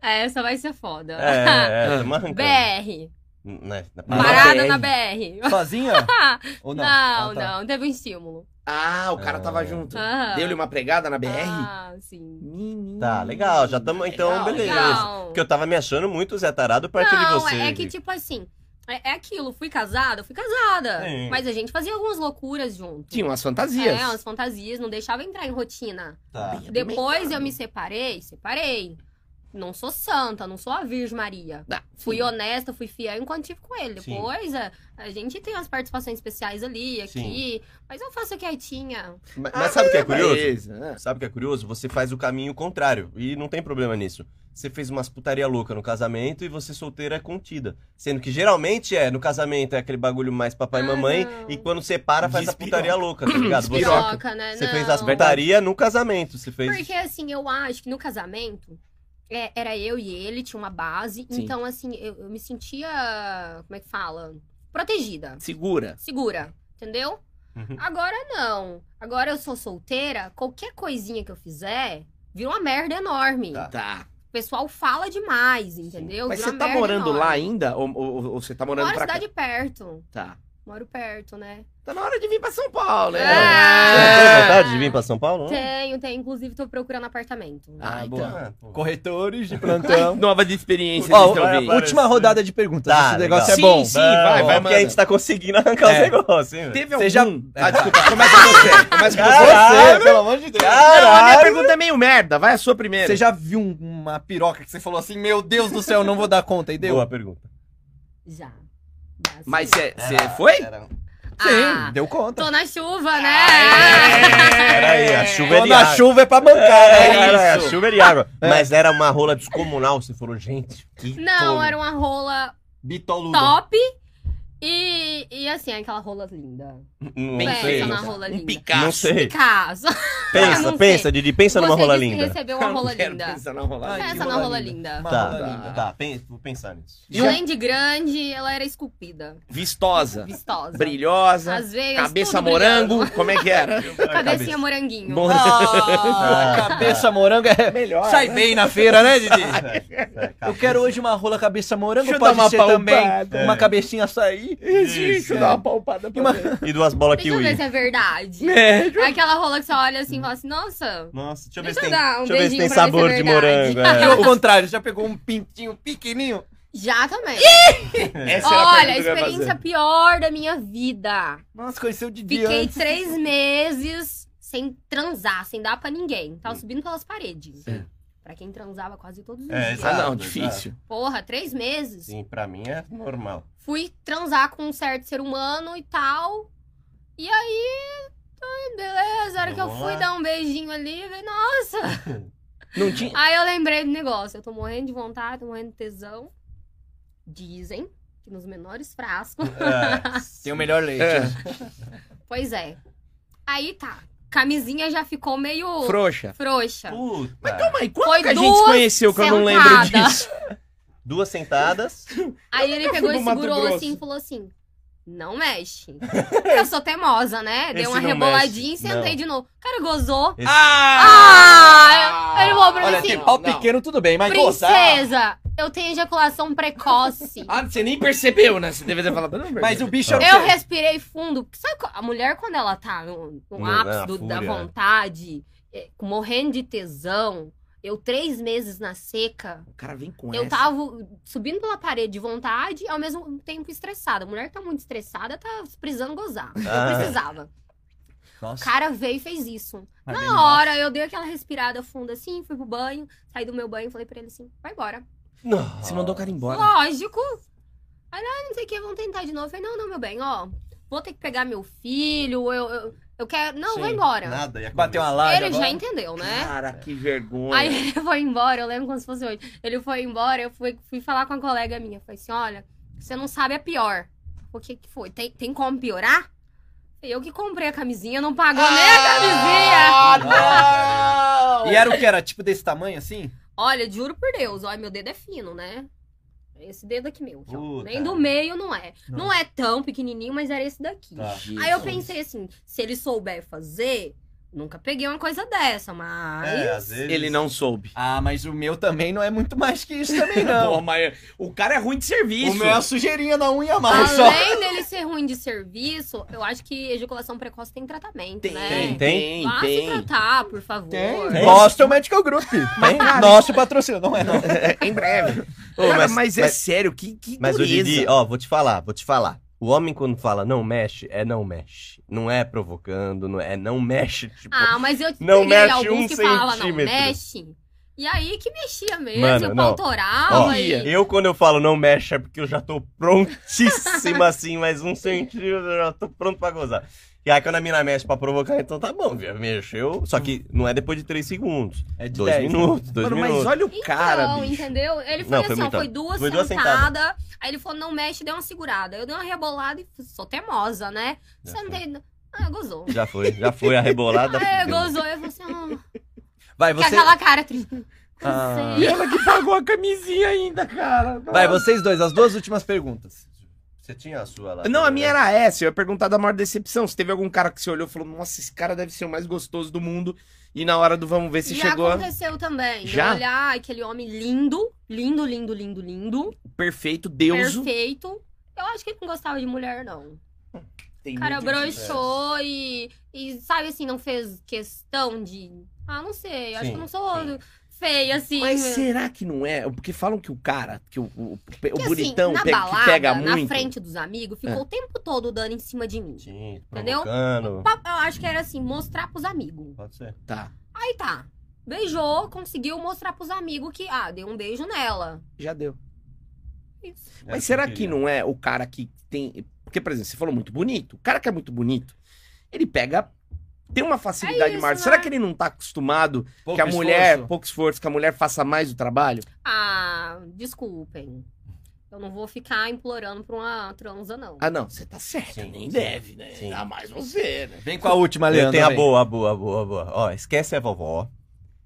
Speaker 4: Essa vai ser foda.
Speaker 2: É, é, é, tamo arrancando.
Speaker 4: BR.
Speaker 2: Né, na
Speaker 6: Ah,
Speaker 4: Parada
Speaker 2: BR.
Speaker 4: na BR.
Speaker 6: Sozinha? Ou não?
Speaker 4: Não,
Speaker 6: Ah, tá.
Speaker 4: não, teve um estímulo.
Speaker 1: Ah, o cara
Speaker 2: Ah.
Speaker 1: tava junto.
Speaker 4: Aham.
Speaker 1: Deu-lhe uma pregada na BR?
Speaker 4: Ah, sim.
Speaker 1: Menino.
Speaker 2: Tá, legal, já tamo- então,
Speaker 1: Legal,
Speaker 2: beleza.
Speaker 1: legal.
Speaker 4: Não.
Speaker 2: Porque eu tava me achando muito Zé Tarado perto de
Speaker 4: não,
Speaker 2: você.
Speaker 4: é que
Speaker 2: Vicky.
Speaker 4: tipo assim, é, é aquilo, fui casada, fui casada.
Speaker 2: Sim.
Speaker 4: Mas a gente fazia algumas loucuras junto.
Speaker 1: Tinha umas fantasias. Ah,
Speaker 4: É, umas fantasias, não deixava entrar em rotina.
Speaker 2: Tá.
Speaker 1: Bem
Speaker 4: Depois eu
Speaker 1: apimentado.
Speaker 4: me separei, separei. Não sou santa, não sou a Virgem Maria.
Speaker 1: Tá,
Speaker 4: Fui
Speaker 1: sim.
Speaker 4: honesta, fui fiel enquanto tive com ele.
Speaker 2: Sim.
Speaker 4: Depois a, a gente tem umas participações especiais ali, aqui. Mas eu faço quietinha.
Speaker 2: Mas,
Speaker 1: Ah,
Speaker 2: mas sabe o que é curioso?
Speaker 1: beleza, né?
Speaker 2: Sabe o que é curioso? Você faz o caminho contrário. E não tem problema nisso. Você fez umas putaria louca no casamento e você solteira é contida. Sendo que geralmente é, no casamento é aquele bagulho mais papai e
Speaker 4: Ah,
Speaker 2: mamãe.
Speaker 4: não.
Speaker 2: E quando separa, faz
Speaker 1: Despiroca.
Speaker 2: a putaria louca, tá ligado? Você,
Speaker 1: Despiroca.
Speaker 4: Piroca, né?
Speaker 2: você
Speaker 4: não.
Speaker 2: fez as putaria no casamento. Você fez.
Speaker 4: Porque assim, eu acho que no casamento é, era eu e ele, tinha uma base.
Speaker 1: Sim.
Speaker 4: Então, assim, eu, eu me sentia. Como é que fala? Protegida.
Speaker 1: Segura.
Speaker 4: Segura. Entendeu?
Speaker 2: Uhum.
Speaker 4: Agora não. Agora eu sou solteira, qualquer coisinha que eu fizer. Vira uma merda enorme.
Speaker 2: Tá.
Speaker 1: Tá.
Speaker 4: O pessoal fala demais, entendeu?
Speaker 1: Mas
Speaker 4: Vira
Speaker 1: você
Speaker 4: uma
Speaker 1: tá
Speaker 4: merda é
Speaker 1: morando
Speaker 4: enorme.
Speaker 1: lá ainda? Ou, ou- ou você tá morando
Speaker 4: Moro
Speaker 1: pra
Speaker 4: cidade perto.
Speaker 1: cá? Tá.
Speaker 4: Moro perto, né?
Speaker 1: Tá na hora de vir pra São Paulo, hein?
Speaker 2: Você
Speaker 4: É.
Speaker 2: não tem vontade de vir pra São Paulo? Não?
Speaker 4: Tenho, tenho. Inclusive, tô procurando apartamento.
Speaker 1: Hum? Ah, então.
Speaker 2: Ah, pô.
Speaker 6: Corretores de plantão.
Speaker 1: Nova de experiência
Speaker 6: Então. Ó,
Speaker 1: de
Speaker 6: ó,
Speaker 1: ouvintes.
Speaker 6: última rodada de perguntas.
Speaker 2: Tá,
Speaker 6: Esse negócio
Speaker 1: legal.
Speaker 6: é bom.
Speaker 1: Sim, sim, vai,
Speaker 2: Ó,
Speaker 1: vai,
Speaker 2: Porque a gente
Speaker 1: manda.
Speaker 2: tá conseguindo arrancar
Speaker 6: É.
Speaker 2: os negócios, hein? velho?
Speaker 1: Teve algum...
Speaker 6: Você já-
Speaker 1: Ah, desculpa. Começa você. Começa com você.
Speaker 2: Caralho!
Speaker 6: Você, pelo amor de Deus.
Speaker 1: Não, a minha
Speaker 2: Caralho!
Speaker 1: pergunta é meio merda. Vai a sua primeira.
Speaker 6: Você já viu um- uma piroca que você falou assim, meu Deus do céu, não vou dar conta, e deu?
Speaker 2: Boa pergunta.
Speaker 4: Já. Já, sim.
Speaker 1: Mas você foi?
Speaker 2: Era-
Speaker 6: Sim,
Speaker 4: Ah,
Speaker 6: deu conta.
Speaker 4: Tô na chuva,
Speaker 1: Ah,
Speaker 4: né?
Speaker 1: é.
Speaker 2: Pera aí, a chuva é
Speaker 6: Quando
Speaker 2: de
Speaker 6: a
Speaker 2: água.
Speaker 6: chuva é pra bancar,
Speaker 2: É,
Speaker 6: né?
Speaker 1: isso.
Speaker 2: era, era chuva de água.
Speaker 6: É.
Speaker 2: Mas era uma rola descomunal, você falou, gente. Que
Speaker 4: Não,
Speaker 2: como.
Speaker 4: era uma rola
Speaker 6: Bitoluda.
Speaker 4: top. E, e assim, aquela rola linda.
Speaker 2: Não
Speaker 1: Bem
Speaker 4: Pensa
Speaker 2: sei.
Speaker 4: na rola
Speaker 1: Um
Speaker 4: linda.
Speaker 1: Picasso.
Speaker 2: Não sei.
Speaker 4: Caso.
Speaker 2: Pensa,
Speaker 4: Não
Speaker 2: pensa,
Speaker 4: sei.
Speaker 2: Didi, pensa
Speaker 1: é
Speaker 2: numa
Speaker 4: Você
Speaker 2: rola
Speaker 4: disse que é
Speaker 2: linda.
Speaker 4: recebeu uma rola
Speaker 1: Eu não quero
Speaker 4: linda. É.
Speaker 1: pensar na rola
Speaker 6: Ai,
Speaker 1: linda.
Speaker 4: Pensa
Speaker 6: que
Speaker 4: na
Speaker 6: rola
Speaker 4: rola
Speaker 6: linda.
Speaker 4: linda.
Speaker 6: Uma rola
Speaker 2: Tá,
Speaker 4: né?
Speaker 6: linda.
Speaker 2: tá, pen- vou pensar nisso.
Speaker 1: Já-
Speaker 4: Além de grande, ela era esculpida,
Speaker 1: Vistosa.
Speaker 4: vistosa.
Speaker 1: Brilhosa.
Speaker 4: As veias,
Speaker 1: Cabeça
Speaker 4: tudo
Speaker 1: morango.
Speaker 4: brilhando.
Speaker 1: Como é que era?
Speaker 4: Cabecinha moranguinho.
Speaker 1: Mor-
Speaker 6: Ah, cabeça morango é
Speaker 1: Melhor,
Speaker 6: Sai
Speaker 1: né?
Speaker 6: bem na feira, né,
Speaker 2: tá.
Speaker 6: Didi?
Speaker 2: Eu
Speaker 6: Eu quero hoje uma rola cabeça morango,
Speaker 1: Deixa eu
Speaker 6: pode
Speaker 1: dar uma
Speaker 6: ser
Speaker 1: palpada.
Speaker 6: também uma cabecinha açaí.
Speaker 1: Isso, dá uma palpada pra
Speaker 6: é. Uma-
Speaker 1: ver.
Speaker 2: E duas bolas
Speaker 4: Deixa eu ver
Speaker 2: kiwi.
Speaker 4: se é verdade.
Speaker 1: É,
Speaker 4: Aquela rola que você olha assim e fala assim, nossa,
Speaker 2: Nossa, deixa eu ver
Speaker 4: Deixa
Speaker 2: se tem,
Speaker 4: eu dar um
Speaker 2: deixa eu ver se
Speaker 4: beijinho
Speaker 2: tem
Speaker 4: pra ver se é
Speaker 2: sabor de
Speaker 4: verdade.
Speaker 2: morango.
Speaker 6: E
Speaker 2: é.
Speaker 6: ao contrário, já pegou um pintinho pequenininho?
Speaker 4: já também.
Speaker 1: Essa era
Speaker 4: Olha,
Speaker 1: pergunta
Speaker 4: a
Speaker 1: que eu ia
Speaker 4: experiência
Speaker 1: fazer.
Speaker 4: pior da minha vida.
Speaker 6: Nossa, conheceu de dia.
Speaker 4: Fiquei três meses sem transar, sem dar pra ninguém. Tava subindo pelas paredes. Pra quem transava quase todos os
Speaker 2: É,
Speaker 4: dias.
Speaker 2: exato.
Speaker 1: Ah, não, difícil.
Speaker 4: Porra, três meses.
Speaker 2: Sim, pra mim é normal.
Speaker 4: Fui transar com um certo ser humano e tal. E aí, ai, beleza. A hora que eu
Speaker 2: Vamos
Speaker 4: fui
Speaker 2: lá.
Speaker 4: dar um beijinho ali, eu falei, nossa.
Speaker 1: Não tinha.
Speaker 4: Aí eu lembrei do negócio. Eu tô morrendo de vontade, tô morrendo de tesão. Dizem que nos menores frascos.
Speaker 2: É.
Speaker 6: Tem o melhor leite.
Speaker 1: É.
Speaker 4: Pois é. Aí tá. Camisinha já ficou meio
Speaker 1: Frouxa.
Speaker 4: frouxa.
Speaker 2: Puta.
Speaker 1: Calma aí, quando
Speaker 4: Foi
Speaker 1: que a gente
Speaker 4: duas
Speaker 1: conheceu que eu não lembro
Speaker 4: sentadas.
Speaker 1: disso?
Speaker 2: Duas sentadas.
Speaker 4: Aí ele pegou
Speaker 1: fui
Speaker 4: e
Speaker 1: pro Mato
Speaker 4: segurou
Speaker 1: Grosso.
Speaker 4: assim e falou assim: Não mexe. Eu sou teimosa, né? Dei
Speaker 2: Esse
Speaker 4: uma
Speaker 2: não
Speaker 4: reboladinha
Speaker 2: mexe.
Speaker 4: e sentei
Speaker 2: Não.
Speaker 4: de novo. O cara gozou.
Speaker 2: Esse-
Speaker 4: Ah! Ele falou pra mim
Speaker 6: Olha,
Speaker 4: assim,
Speaker 6: tem pau pequeno, tudo bem, mas gozar...
Speaker 4: Princesa, eu tenho ejaculação precoce.
Speaker 1: Ah, você nem percebeu, né? Você deve ter falado. "Não,
Speaker 6: Mas
Speaker 1: Roberto."
Speaker 6: o bicho é o
Speaker 4: Eu
Speaker 6: quê?
Speaker 4: respirei fundo. Porque Sabe, co- a mulher, quando ela tá no, no
Speaker 2: Não, na
Speaker 4: ápice do- da
Speaker 2: fúria.
Speaker 4: vontade, é, morrendo de tesão, eu três meses na seca,
Speaker 1: O cara vem com
Speaker 4: eu
Speaker 1: essa.
Speaker 4: tava subindo pela parede de vontade e ao mesmo tempo estressada. A mulher tá muito estressada, tá precisando gozar.
Speaker 2: Ah.
Speaker 4: Eu precisava. O
Speaker 6: Nossa,
Speaker 4: cara veio e fez isso.
Speaker 6: mas bem
Speaker 4: Na hora, eu dei aquela respirada funda assim, fui pro banho, saí do meu banho e falei pra ele assim: vai embora.
Speaker 2: Não.
Speaker 1: Você mandou o cara embora.
Speaker 4: Lógico. Aí, ah, não sei o que, vamos tentar de novo. Eu falei, não, não, meu bem, ó. Vou ter que pegar meu filho, eu, eu, eu quero. Não,
Speaker 6: Sim,
Speaker 4: vou embora.
Speaker 2: Nada, ia
Speaker 6: Bateu uma
Speaker 2: começar.
Speaker 6: laje
Speaker 4: ele
Speaker 6: agora.
Speaker 4: já entendeu, né?
Speaker 1: Cara, que vergonha.
Speaker 4: Aí ele foi embora, eu lembro como se fosse hoje. Ele foi embora, eu fui, fui falar com uma colega minha. Falei assim: olha, você não sabe é pior. O que que foi? Tem, tem como piorar? Eu que comprei a camisinha, não pagou nem a camisinha.
Speaker 1: Ah, não!
Speaker 6: E era o que? Era tipo desse tamanho, assim?
Speaker 4: Olha, juro por Deus, olha, meu dedo é fino, né? Esse dedo aqui meu. aqui, ó.
Speaker 2: Puta.
Speaker 4: Nem do meio não é.
Speaker 6: Não.
Speaker 4: Não, é tão pequenininho, mas era esse daqui.
Speaker 2: Tá.
Speaker 4: Aí eu pensei assim, se ele souber fazer, Nunca peguei uma coisa dessa, mas.
Speaker 2: É, às vezes.
Speaker 1: Ele não soube.
Speaker 6: Ah, mas o meu também não é muito mais que isso também, não.
Speaker 1: Pô, mas o cara é ruim de serviço.
Speaker 6: o meu é a sujeirinha da unha a
Speaker 4: Ah,
Speaker 6: mais só.
Speaker 4: Além dele ser ruim de serviço, eu acho que ejaculação precoce tem tratamento, né?
Speaker 1: Tem, tem,
Speaker 4: Vá se
Speaker 1: tem.
Speaker 4: tratar, por favor.
Speaker 6: Tem. Nosso é o Medical Group. Tem.
Speaker 4: né?
Speaker 6: Nosso patrocínio, não é não.
Speaker 1: em breve.
Speaker 2: Ô,
Speaker 1: Cara, mas,
Speaker 2: mas-
Speaker 1: é
Speaker 2: mas-
Speaker 1: sério, que, que
Speaker 2: Mas o
Speaker 1: dureza.
Speaker 2: Didi, ó, vou te falar, vou te falar. O homem quando fala não mexe, é não mexe. Não é provocando, não é, é não mexe, tipo...
Speaker 4: Ah, mas eu
Speaker 2: Não
Speaker 4: peguei
Speaker 2: mexe
Speaker 4: alguns
Speaker 2: um
Speaker 4: que falavam, não
Speaker 2: centímetro.
Speaker 4: mexe. E aí que mexia mesmo,
Speaker 2: Mano,
Speaker 4: eu
Speaker 2: não.
Speaker 4: pautorava
Speaker 2: Ó,
Speaker 4: e...
Speaker 2: Eu, quando eu falo não mexe, é porque eu já tô prontíssimo assim, mais um centímetro, eu já tô pronto pra gozar. E aí, quando a mina mexe pra provocar, então tá bom, viu? mexeu. Só que não é depois de três segundos.
Speaker 6: É de
Speaker 2: dois
Speaker 6: 10,
Speaker 2: minutos, dois
Speaker 1: Mano,
Speaker 2: minutos.
Speaker 1: mas olha o
Speaker 4: Então,
Speaker 1: cara, bicho.
Speaker 4: entendeu? Ele foi
Speaker 2: Não, foi
Speaker 4: assim, ó,
Speaker 2: muito-
Speaker 4: foi duas
Speaker 2: foi duas
Speaker 4: sentadas, aí ele falou, não mexe, deu uma segurada. Eu dei uma rebolada e fui- sou teimosa, né?
Speaker 2: Já
Speaker 4: Você não
Speaker 2: foi.
Speaker 4: tem... Ah, gozou.
Speaker 2: Já foi, já foi a rebolada.
Speaker 4: É, gozou, eu falei assim, ó...
Speaker 6: Vai,
Speaker 4: Com
Speaker 6: você...
Speaker 4: aquela cara, triste.
Speaker 6: Ah.
Speaker 1: E ela que pagou a camisinha ainda, cara.
Speaker 6: Vai, vocês dois, as duas últimas perguntas.
Speaker 2: Você tinha a sua lá.
Speaker 1: Não, a
Speaker 2: também,
Speaker 1: minha
Speaker 2: né?
Speaker 1: era essa. Eu ia perguntar da maior decepção. Se teve algum cara que você olhou e falou, nossa, esse cara deve ser o mais gostoso do mundo. E na hora do vamos ver se
Speaker 4: Já
Speaker 1: chegou a-
Speaker 4: aconteceu também. de
Speaker 1: Já?
Speaker 4: Olhar aquele homem lindo, lindo, lindo, lindo, lindo,
Speaker 1: perfeito, deuso.
Speaker 4: perfeito. Eu acho que ele não gostava de mulher, não.
Speaker 1: Tem
Speaker 4: O cara
Speaker 1: muito disso.
Speaker 4: broxou e, e, sabe assim, não fez questão de. Ah, não sei, acho
Speaker 2: Sim,
Speaker 4: que eu não sou
Speaker 2: sim.
Speaker 4: feia assim.
Speaker 1: Mas
Speaker 4: né?
Speaker 1: será que não é? Porque falam que o cara, que o, o- o pe- o
Speaker 4: Porque,
Speaker 1: bonitão
Speaker 4: assim, na
Speaker 1: pe-
Speaker 4: balada,
Speaker 1: que pega
Speaker 4: na
Speaker 1: muito.
Speaker 4: frente dos amigos, ficou
Speaker 1: É.
Speaker 4: o tempo todo dando em cima de mim.
Speaker 2: Sim,
Speaker 4: Entendeu?
Speaker 2: provocando.
Speaker 4: Pa- Eu acho que era assim, mostrar pros amigos.
Speaker 2: Pode ser.
Speaker 1: Tá,
Speaker 4: Aí tá. Beijou, conseguiu mostrar pros amigos que, ah, deu um beijo nela.
Speaker 1: já deu.
Speaker 4: Isso.
Speaker 2: Era
Speaker 1: Mas será
Speaker 2: eu
Speaker 1: que
Speaker 2: queria.
Speaker 1: não é o cara que tem. Porque, por exemplo, você falou muito bonito. O cara que é muito bonito, ele pega. Tem uma facilidade
Speaker 4: É isso,
Speaker 1: maior.
Speaker 4: né?
Speaker 1: Será que ele não tá acostumado que a mulher, pouco esforço, que a mulher faça mais o trabalho?
Speaker 4: Ah, desculpem. Eu não vou ficar implorando pra uma transa, não.
Speaker 1: Ah, não, você tá certa,
Speaker 2: Sim,
Speaker 1: nem
Speaker 2: sim,
Speaker 1: deve, né?
Speaker 2: sim.
Speaker 1: Ainda mais você, né?
Speaker 6: Vem com é a última,
Speaker 2: Eu
Speaker 6: Leandro.
Speaker 2: tenho a
Speaker 6: vem.
Speaker 2: boa, a boa, a boa, a boa. Ó, esquece a vovó.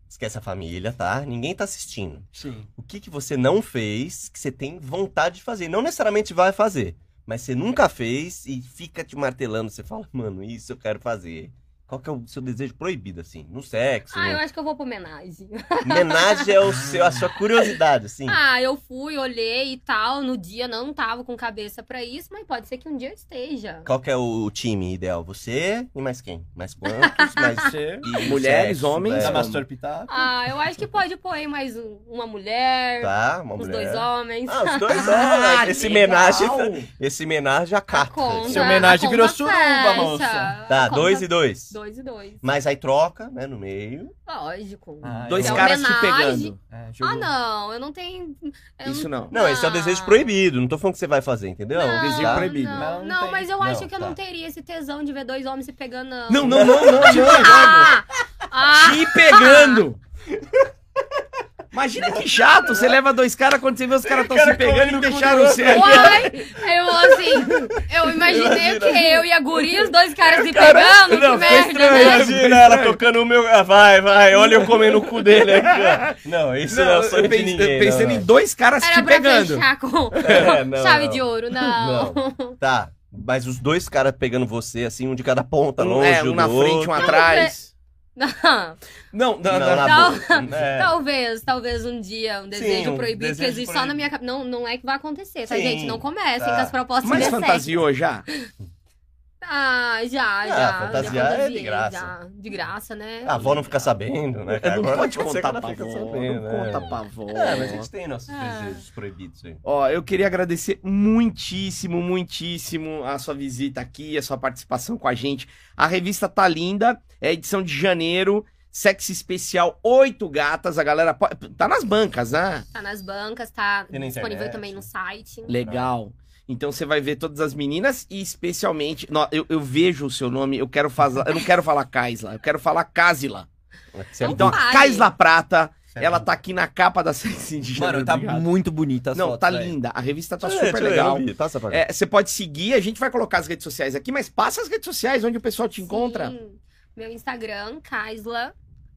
Speaker 2: Esquece a família, tá? Ninguém tá assistindo.
Speaker 3: Sim.
Speaker 2: o que, que você não fez que você tem vontade de fazer. Não necessariamente vai fazer, mas você nunca fez e fica te martelando. Você fala, mano, isso eu quero fazer. Qual que é o seu desejo proibido, assim? No sexo,
Speaker 4: Ah, eu
Speaker 2: no...
Speaker 4: acho que eu vou pra homenagem.
Speaker 2: Homenagem é o seu, a sua curiosidade, assim.
Speaker 4: Ah, eu fui, olhei e tal. No dia não tava com cabeça pra isso, mas pode ser que um dia eu esteja.
Speaker 2: Qual que é o time ideal? Você e mais quem? Mais quantos? Mais...
Speaker 6: Você.
Speaker 2: e o
Speaker 1: Mulheres, homens? Tá,
Speaker 2: né?
Speaker 6: Da
Speaker 1: Vamos.
Speaker 6: Mastor Pitaco.
Speaker 4: Ah, eu acho que pode pôr aí mais um- uma mulher,
Speaker 2: Tá, uma
Speaker 4: uns
Speaker 2: mulher.
Speaker 4: dois homens.
Speaker 2: Ah, os
Speaker 1: Então, é
Speaker 2: dois homens. Esse homenagem,
Speaker 1: legal.
Speaker 2: esse homenagem a
Speaker 4: A
Speaker 2: carta.
Speaker 4: conta-
Speaker 6: Seu homenagem
Speaker 4: a
Speaker 6: virou
Speaker 4: conta
Speaker 6: suruba,
Speaker 4: fecha.
Speaker 6: moça.
Speaker 2: Tá,
Speaker 4: A conta-
Speaker 2: dois e dois.
Speaker 4: Dois e dois.
Speaker 2: Mas aí troca, né, no meio.
Speaker 4: Lógico.
Speaker 6: Ah,
Speaker 1: Dois
Speaker 6: é.
Speaker 1: caras te
Speaker 4: homenagem.
Speaker 1: pegando.
Speaker 6: É, jogou.
Speaker 4: Ah, não, eu não tenho. eu
Speaker 1: Isso não.
Speaker 2: Não, esse é o desejo
Speaker 4: Ah.
Speaker 2: proibido. Não tô falando que você vai fazer, entendeu?
Speaker 4: Não,
Speaker 1: desejo
Speaker 2: Tá?
Speaker 1: proibido.
Speaker 4: Não,
Speaker 6: Não, não
Speaker 4: não,
Speaker 6: tem.
Speaker 4: mas eu
Speaker 2: Não,
Speaker 4: acho que eu não
Speaker 2: tá.
Speaker 4: teria esse tesão de ver dois homens se pegando.
Speaker 1: Não, não, não, não, não.
Speaker 4: Ah! ah!
Speaker 1: Te pegando! Imagina que chato, você leva dois caras quando você vê os caras estão se pegando e deixaram você aqui.
Speaker 4: Uai! Eu assim, eu imaginei que eu e a Guri, os dois caras se pegando,
Speaker 1: não,
Speaker 4: que
Speaker 1: foi
Speaker 4: merda,
Speaker 1: estranho,
Speaker 4: né?
Speaker 2: Imagina ela tocando o meu. Ah, vai, vai, olha eu comendo o cu dele aqui. ó. Não, isso não, é o sonho
Speaker 1: eu
Speaker 2: de
Speaker 1: pense-
Speaker 2: ninguém.
Speaker 1: eu pensando
Speaker 2: não,
Speaker 1: em dois caras
Speaker 4: Era
Speaker 1: te
Speaker 4: pra
Speaker 1: pegando.
Speaker 4: fechar com
Speaker 2: É, não,
Speaker 4: chave
Speaker 2: não.
Speaker 4: de ouro, não.
Speaker 2: não. Tá, mas os dois caras pegando você, assim, um de cada ponta,
Speaker 1: Um,
Speaker 2: longe,
Speaker 1: é, um
Speaker 2: do
Speaker 1: na frente,
Speaker 2: outro.
Speaker 1: um atrás.
Speaker 4: Não.
Speaker 1: Não, não,
Speaker 2: Não,
Speaker 1: não.
Speaker 2: na
Speaker 4: Não.
Speaker 2: boca. É.
Speaker 4: Talvez, talvez um dia um desejo
Speaker 2: um
Speaker 4: proibido
Speaker 2: desejo
Speaker 4: que existe só na
Speaker 2: proibido.
Speaker 4: minha cabeça. Não, não é que vai acontecer, tá,
Speaker 2: Sim,
Speaker 4: gente? Não comecem
Speaker 2: tá.
Speaker 4: com as propostas
Speaker 1: Mas
Speaker 4: indecentes.
Speaker 1: fantasiou já?
Speaker 2: É,
Speaker 4: Ah, já,
Speaker 2: Ah,
Speaker 4: já.
Speaker 2: fantasiar
Speaker 4: já
Speaker 2: é de
Speaker 4: fantasiei,
Speaker 2: graça. Ah.
Speaker 4: já. De graça, né?
Speaker 2: A avó não fica sabendo, né? cara?
Speaker 1: É, Não
Speaker 2: Agora
Speaker 1: pode
Speaker 2: você que
Speaker 1: contar
Speaker 2: ela
Speaker 1: pra
Speaker 2: fica
Speaker 1: avó,
Speaker 2: sabendo,
Speaker 1: não
Speaker 2: né?
Speaker 1: conta pra avó.
Speaker 2: É, mas a gente tem nossos
Speaker 4: Ah.
Speaker 2: desejos proibidos aí.
Speaker 1: Ó, eu queria agradecer muitíssimo, muitíssimo a sua visita aqui, a sua participação com a gente. A revista tá linda, é edição de janeiro, sexo especial, oito gatas, a galera po- tá nas bancas, né?
Speaker 4: Tá nas bancas, tá
Speaker 2: E na
Speaker 4: disponível
Speaker 2: internet.
Speaker 4: também no site.
Speaker 1: Legal. Então você vai ver todas as meninas e especialmente, Nó, eu, eu vejo o seu nome, eu quero fazer, eu não quero falar Kaisla, eu quero falar Casila.
Speaker 2: Você é
Speaker 4: Não
Speaker 1: Então,
Speaker 2: burro,
Speaker 1: a
Speaker 4: Vai.
Speaker 1: Kaisla Prata,
Speaker 2: você é
Speaker 1: ela
Speaker 2: burro.
Speaker 1: tá aqui na capa da Sexy de
Speaker 6: Mano,
Speaker 1: Janeiro.
Speaker 6: tá
Speaker 1: obrigado.
Speaker 6: muito bonita a
Speaker 1: Não, tá linda. A revista tá
Speaker 2: É, Deixa eu ver,
Speaker 1: super
Speaker 2: deixa eu ver, eu
Speaker 1: legal.
Speaker 2: vi. Passa pra cá.
Speaker 1: É, você pode seguir, a gente vai colocar as redes sociais aqui, mas passa as redes sociais onde o pessoal te encontra.
Speaker 4: Sim. Meu Instagram, Kaisla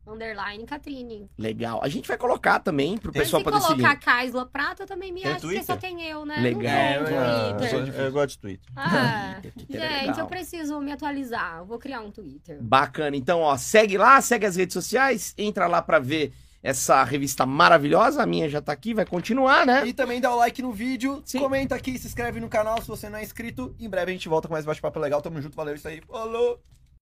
Speaker 4: Underline Catrine.
Speaker 1: Legal. A gente vai colocar também pro
Speaker 4: Mas
Speaker 1: pessoal
Speaker 4: se
Speaker 1: poder seguir.
Speaker 4: colocar Kaisla Prata, eu também me
Speaker 2: Tem
Speaker 4: acho, porque
Speaker 2: Twitter?
Speaker 4: só tem eu, né?
Speaker 1: Legal.
Speaker 4: Não tem
Speaker 7: É,
Speaker 2: Ah,
Speaker 7: eu
Speaker 4: Twitter.
Speaker 7: sou-
Speaker 2: eu, eu gosto de Twitter.
Speaker 4: Ah,
Speaker 1: Twitter é
Speaker 4: gente,
Speaker 1: legal.
Speaker 4: eu preciso me atualizar. Eu vou criar um Twitter.
Speaker 1: Bacana. Então, ó, segue lá, segue as redes sociais, entra lá pra ver essa revista maravilhosa. A minha já tá aqui, vai continuar, né?
Speaker 3: E também dá o like no vídeo,
Speaker 1: Sim.
Speaker 3: comenta aqui, se inscreve no canal se você não é inscrito. Em breve a gente volta com mais bate-papo legal. Tamo junto, valeu, isso aí. Falou!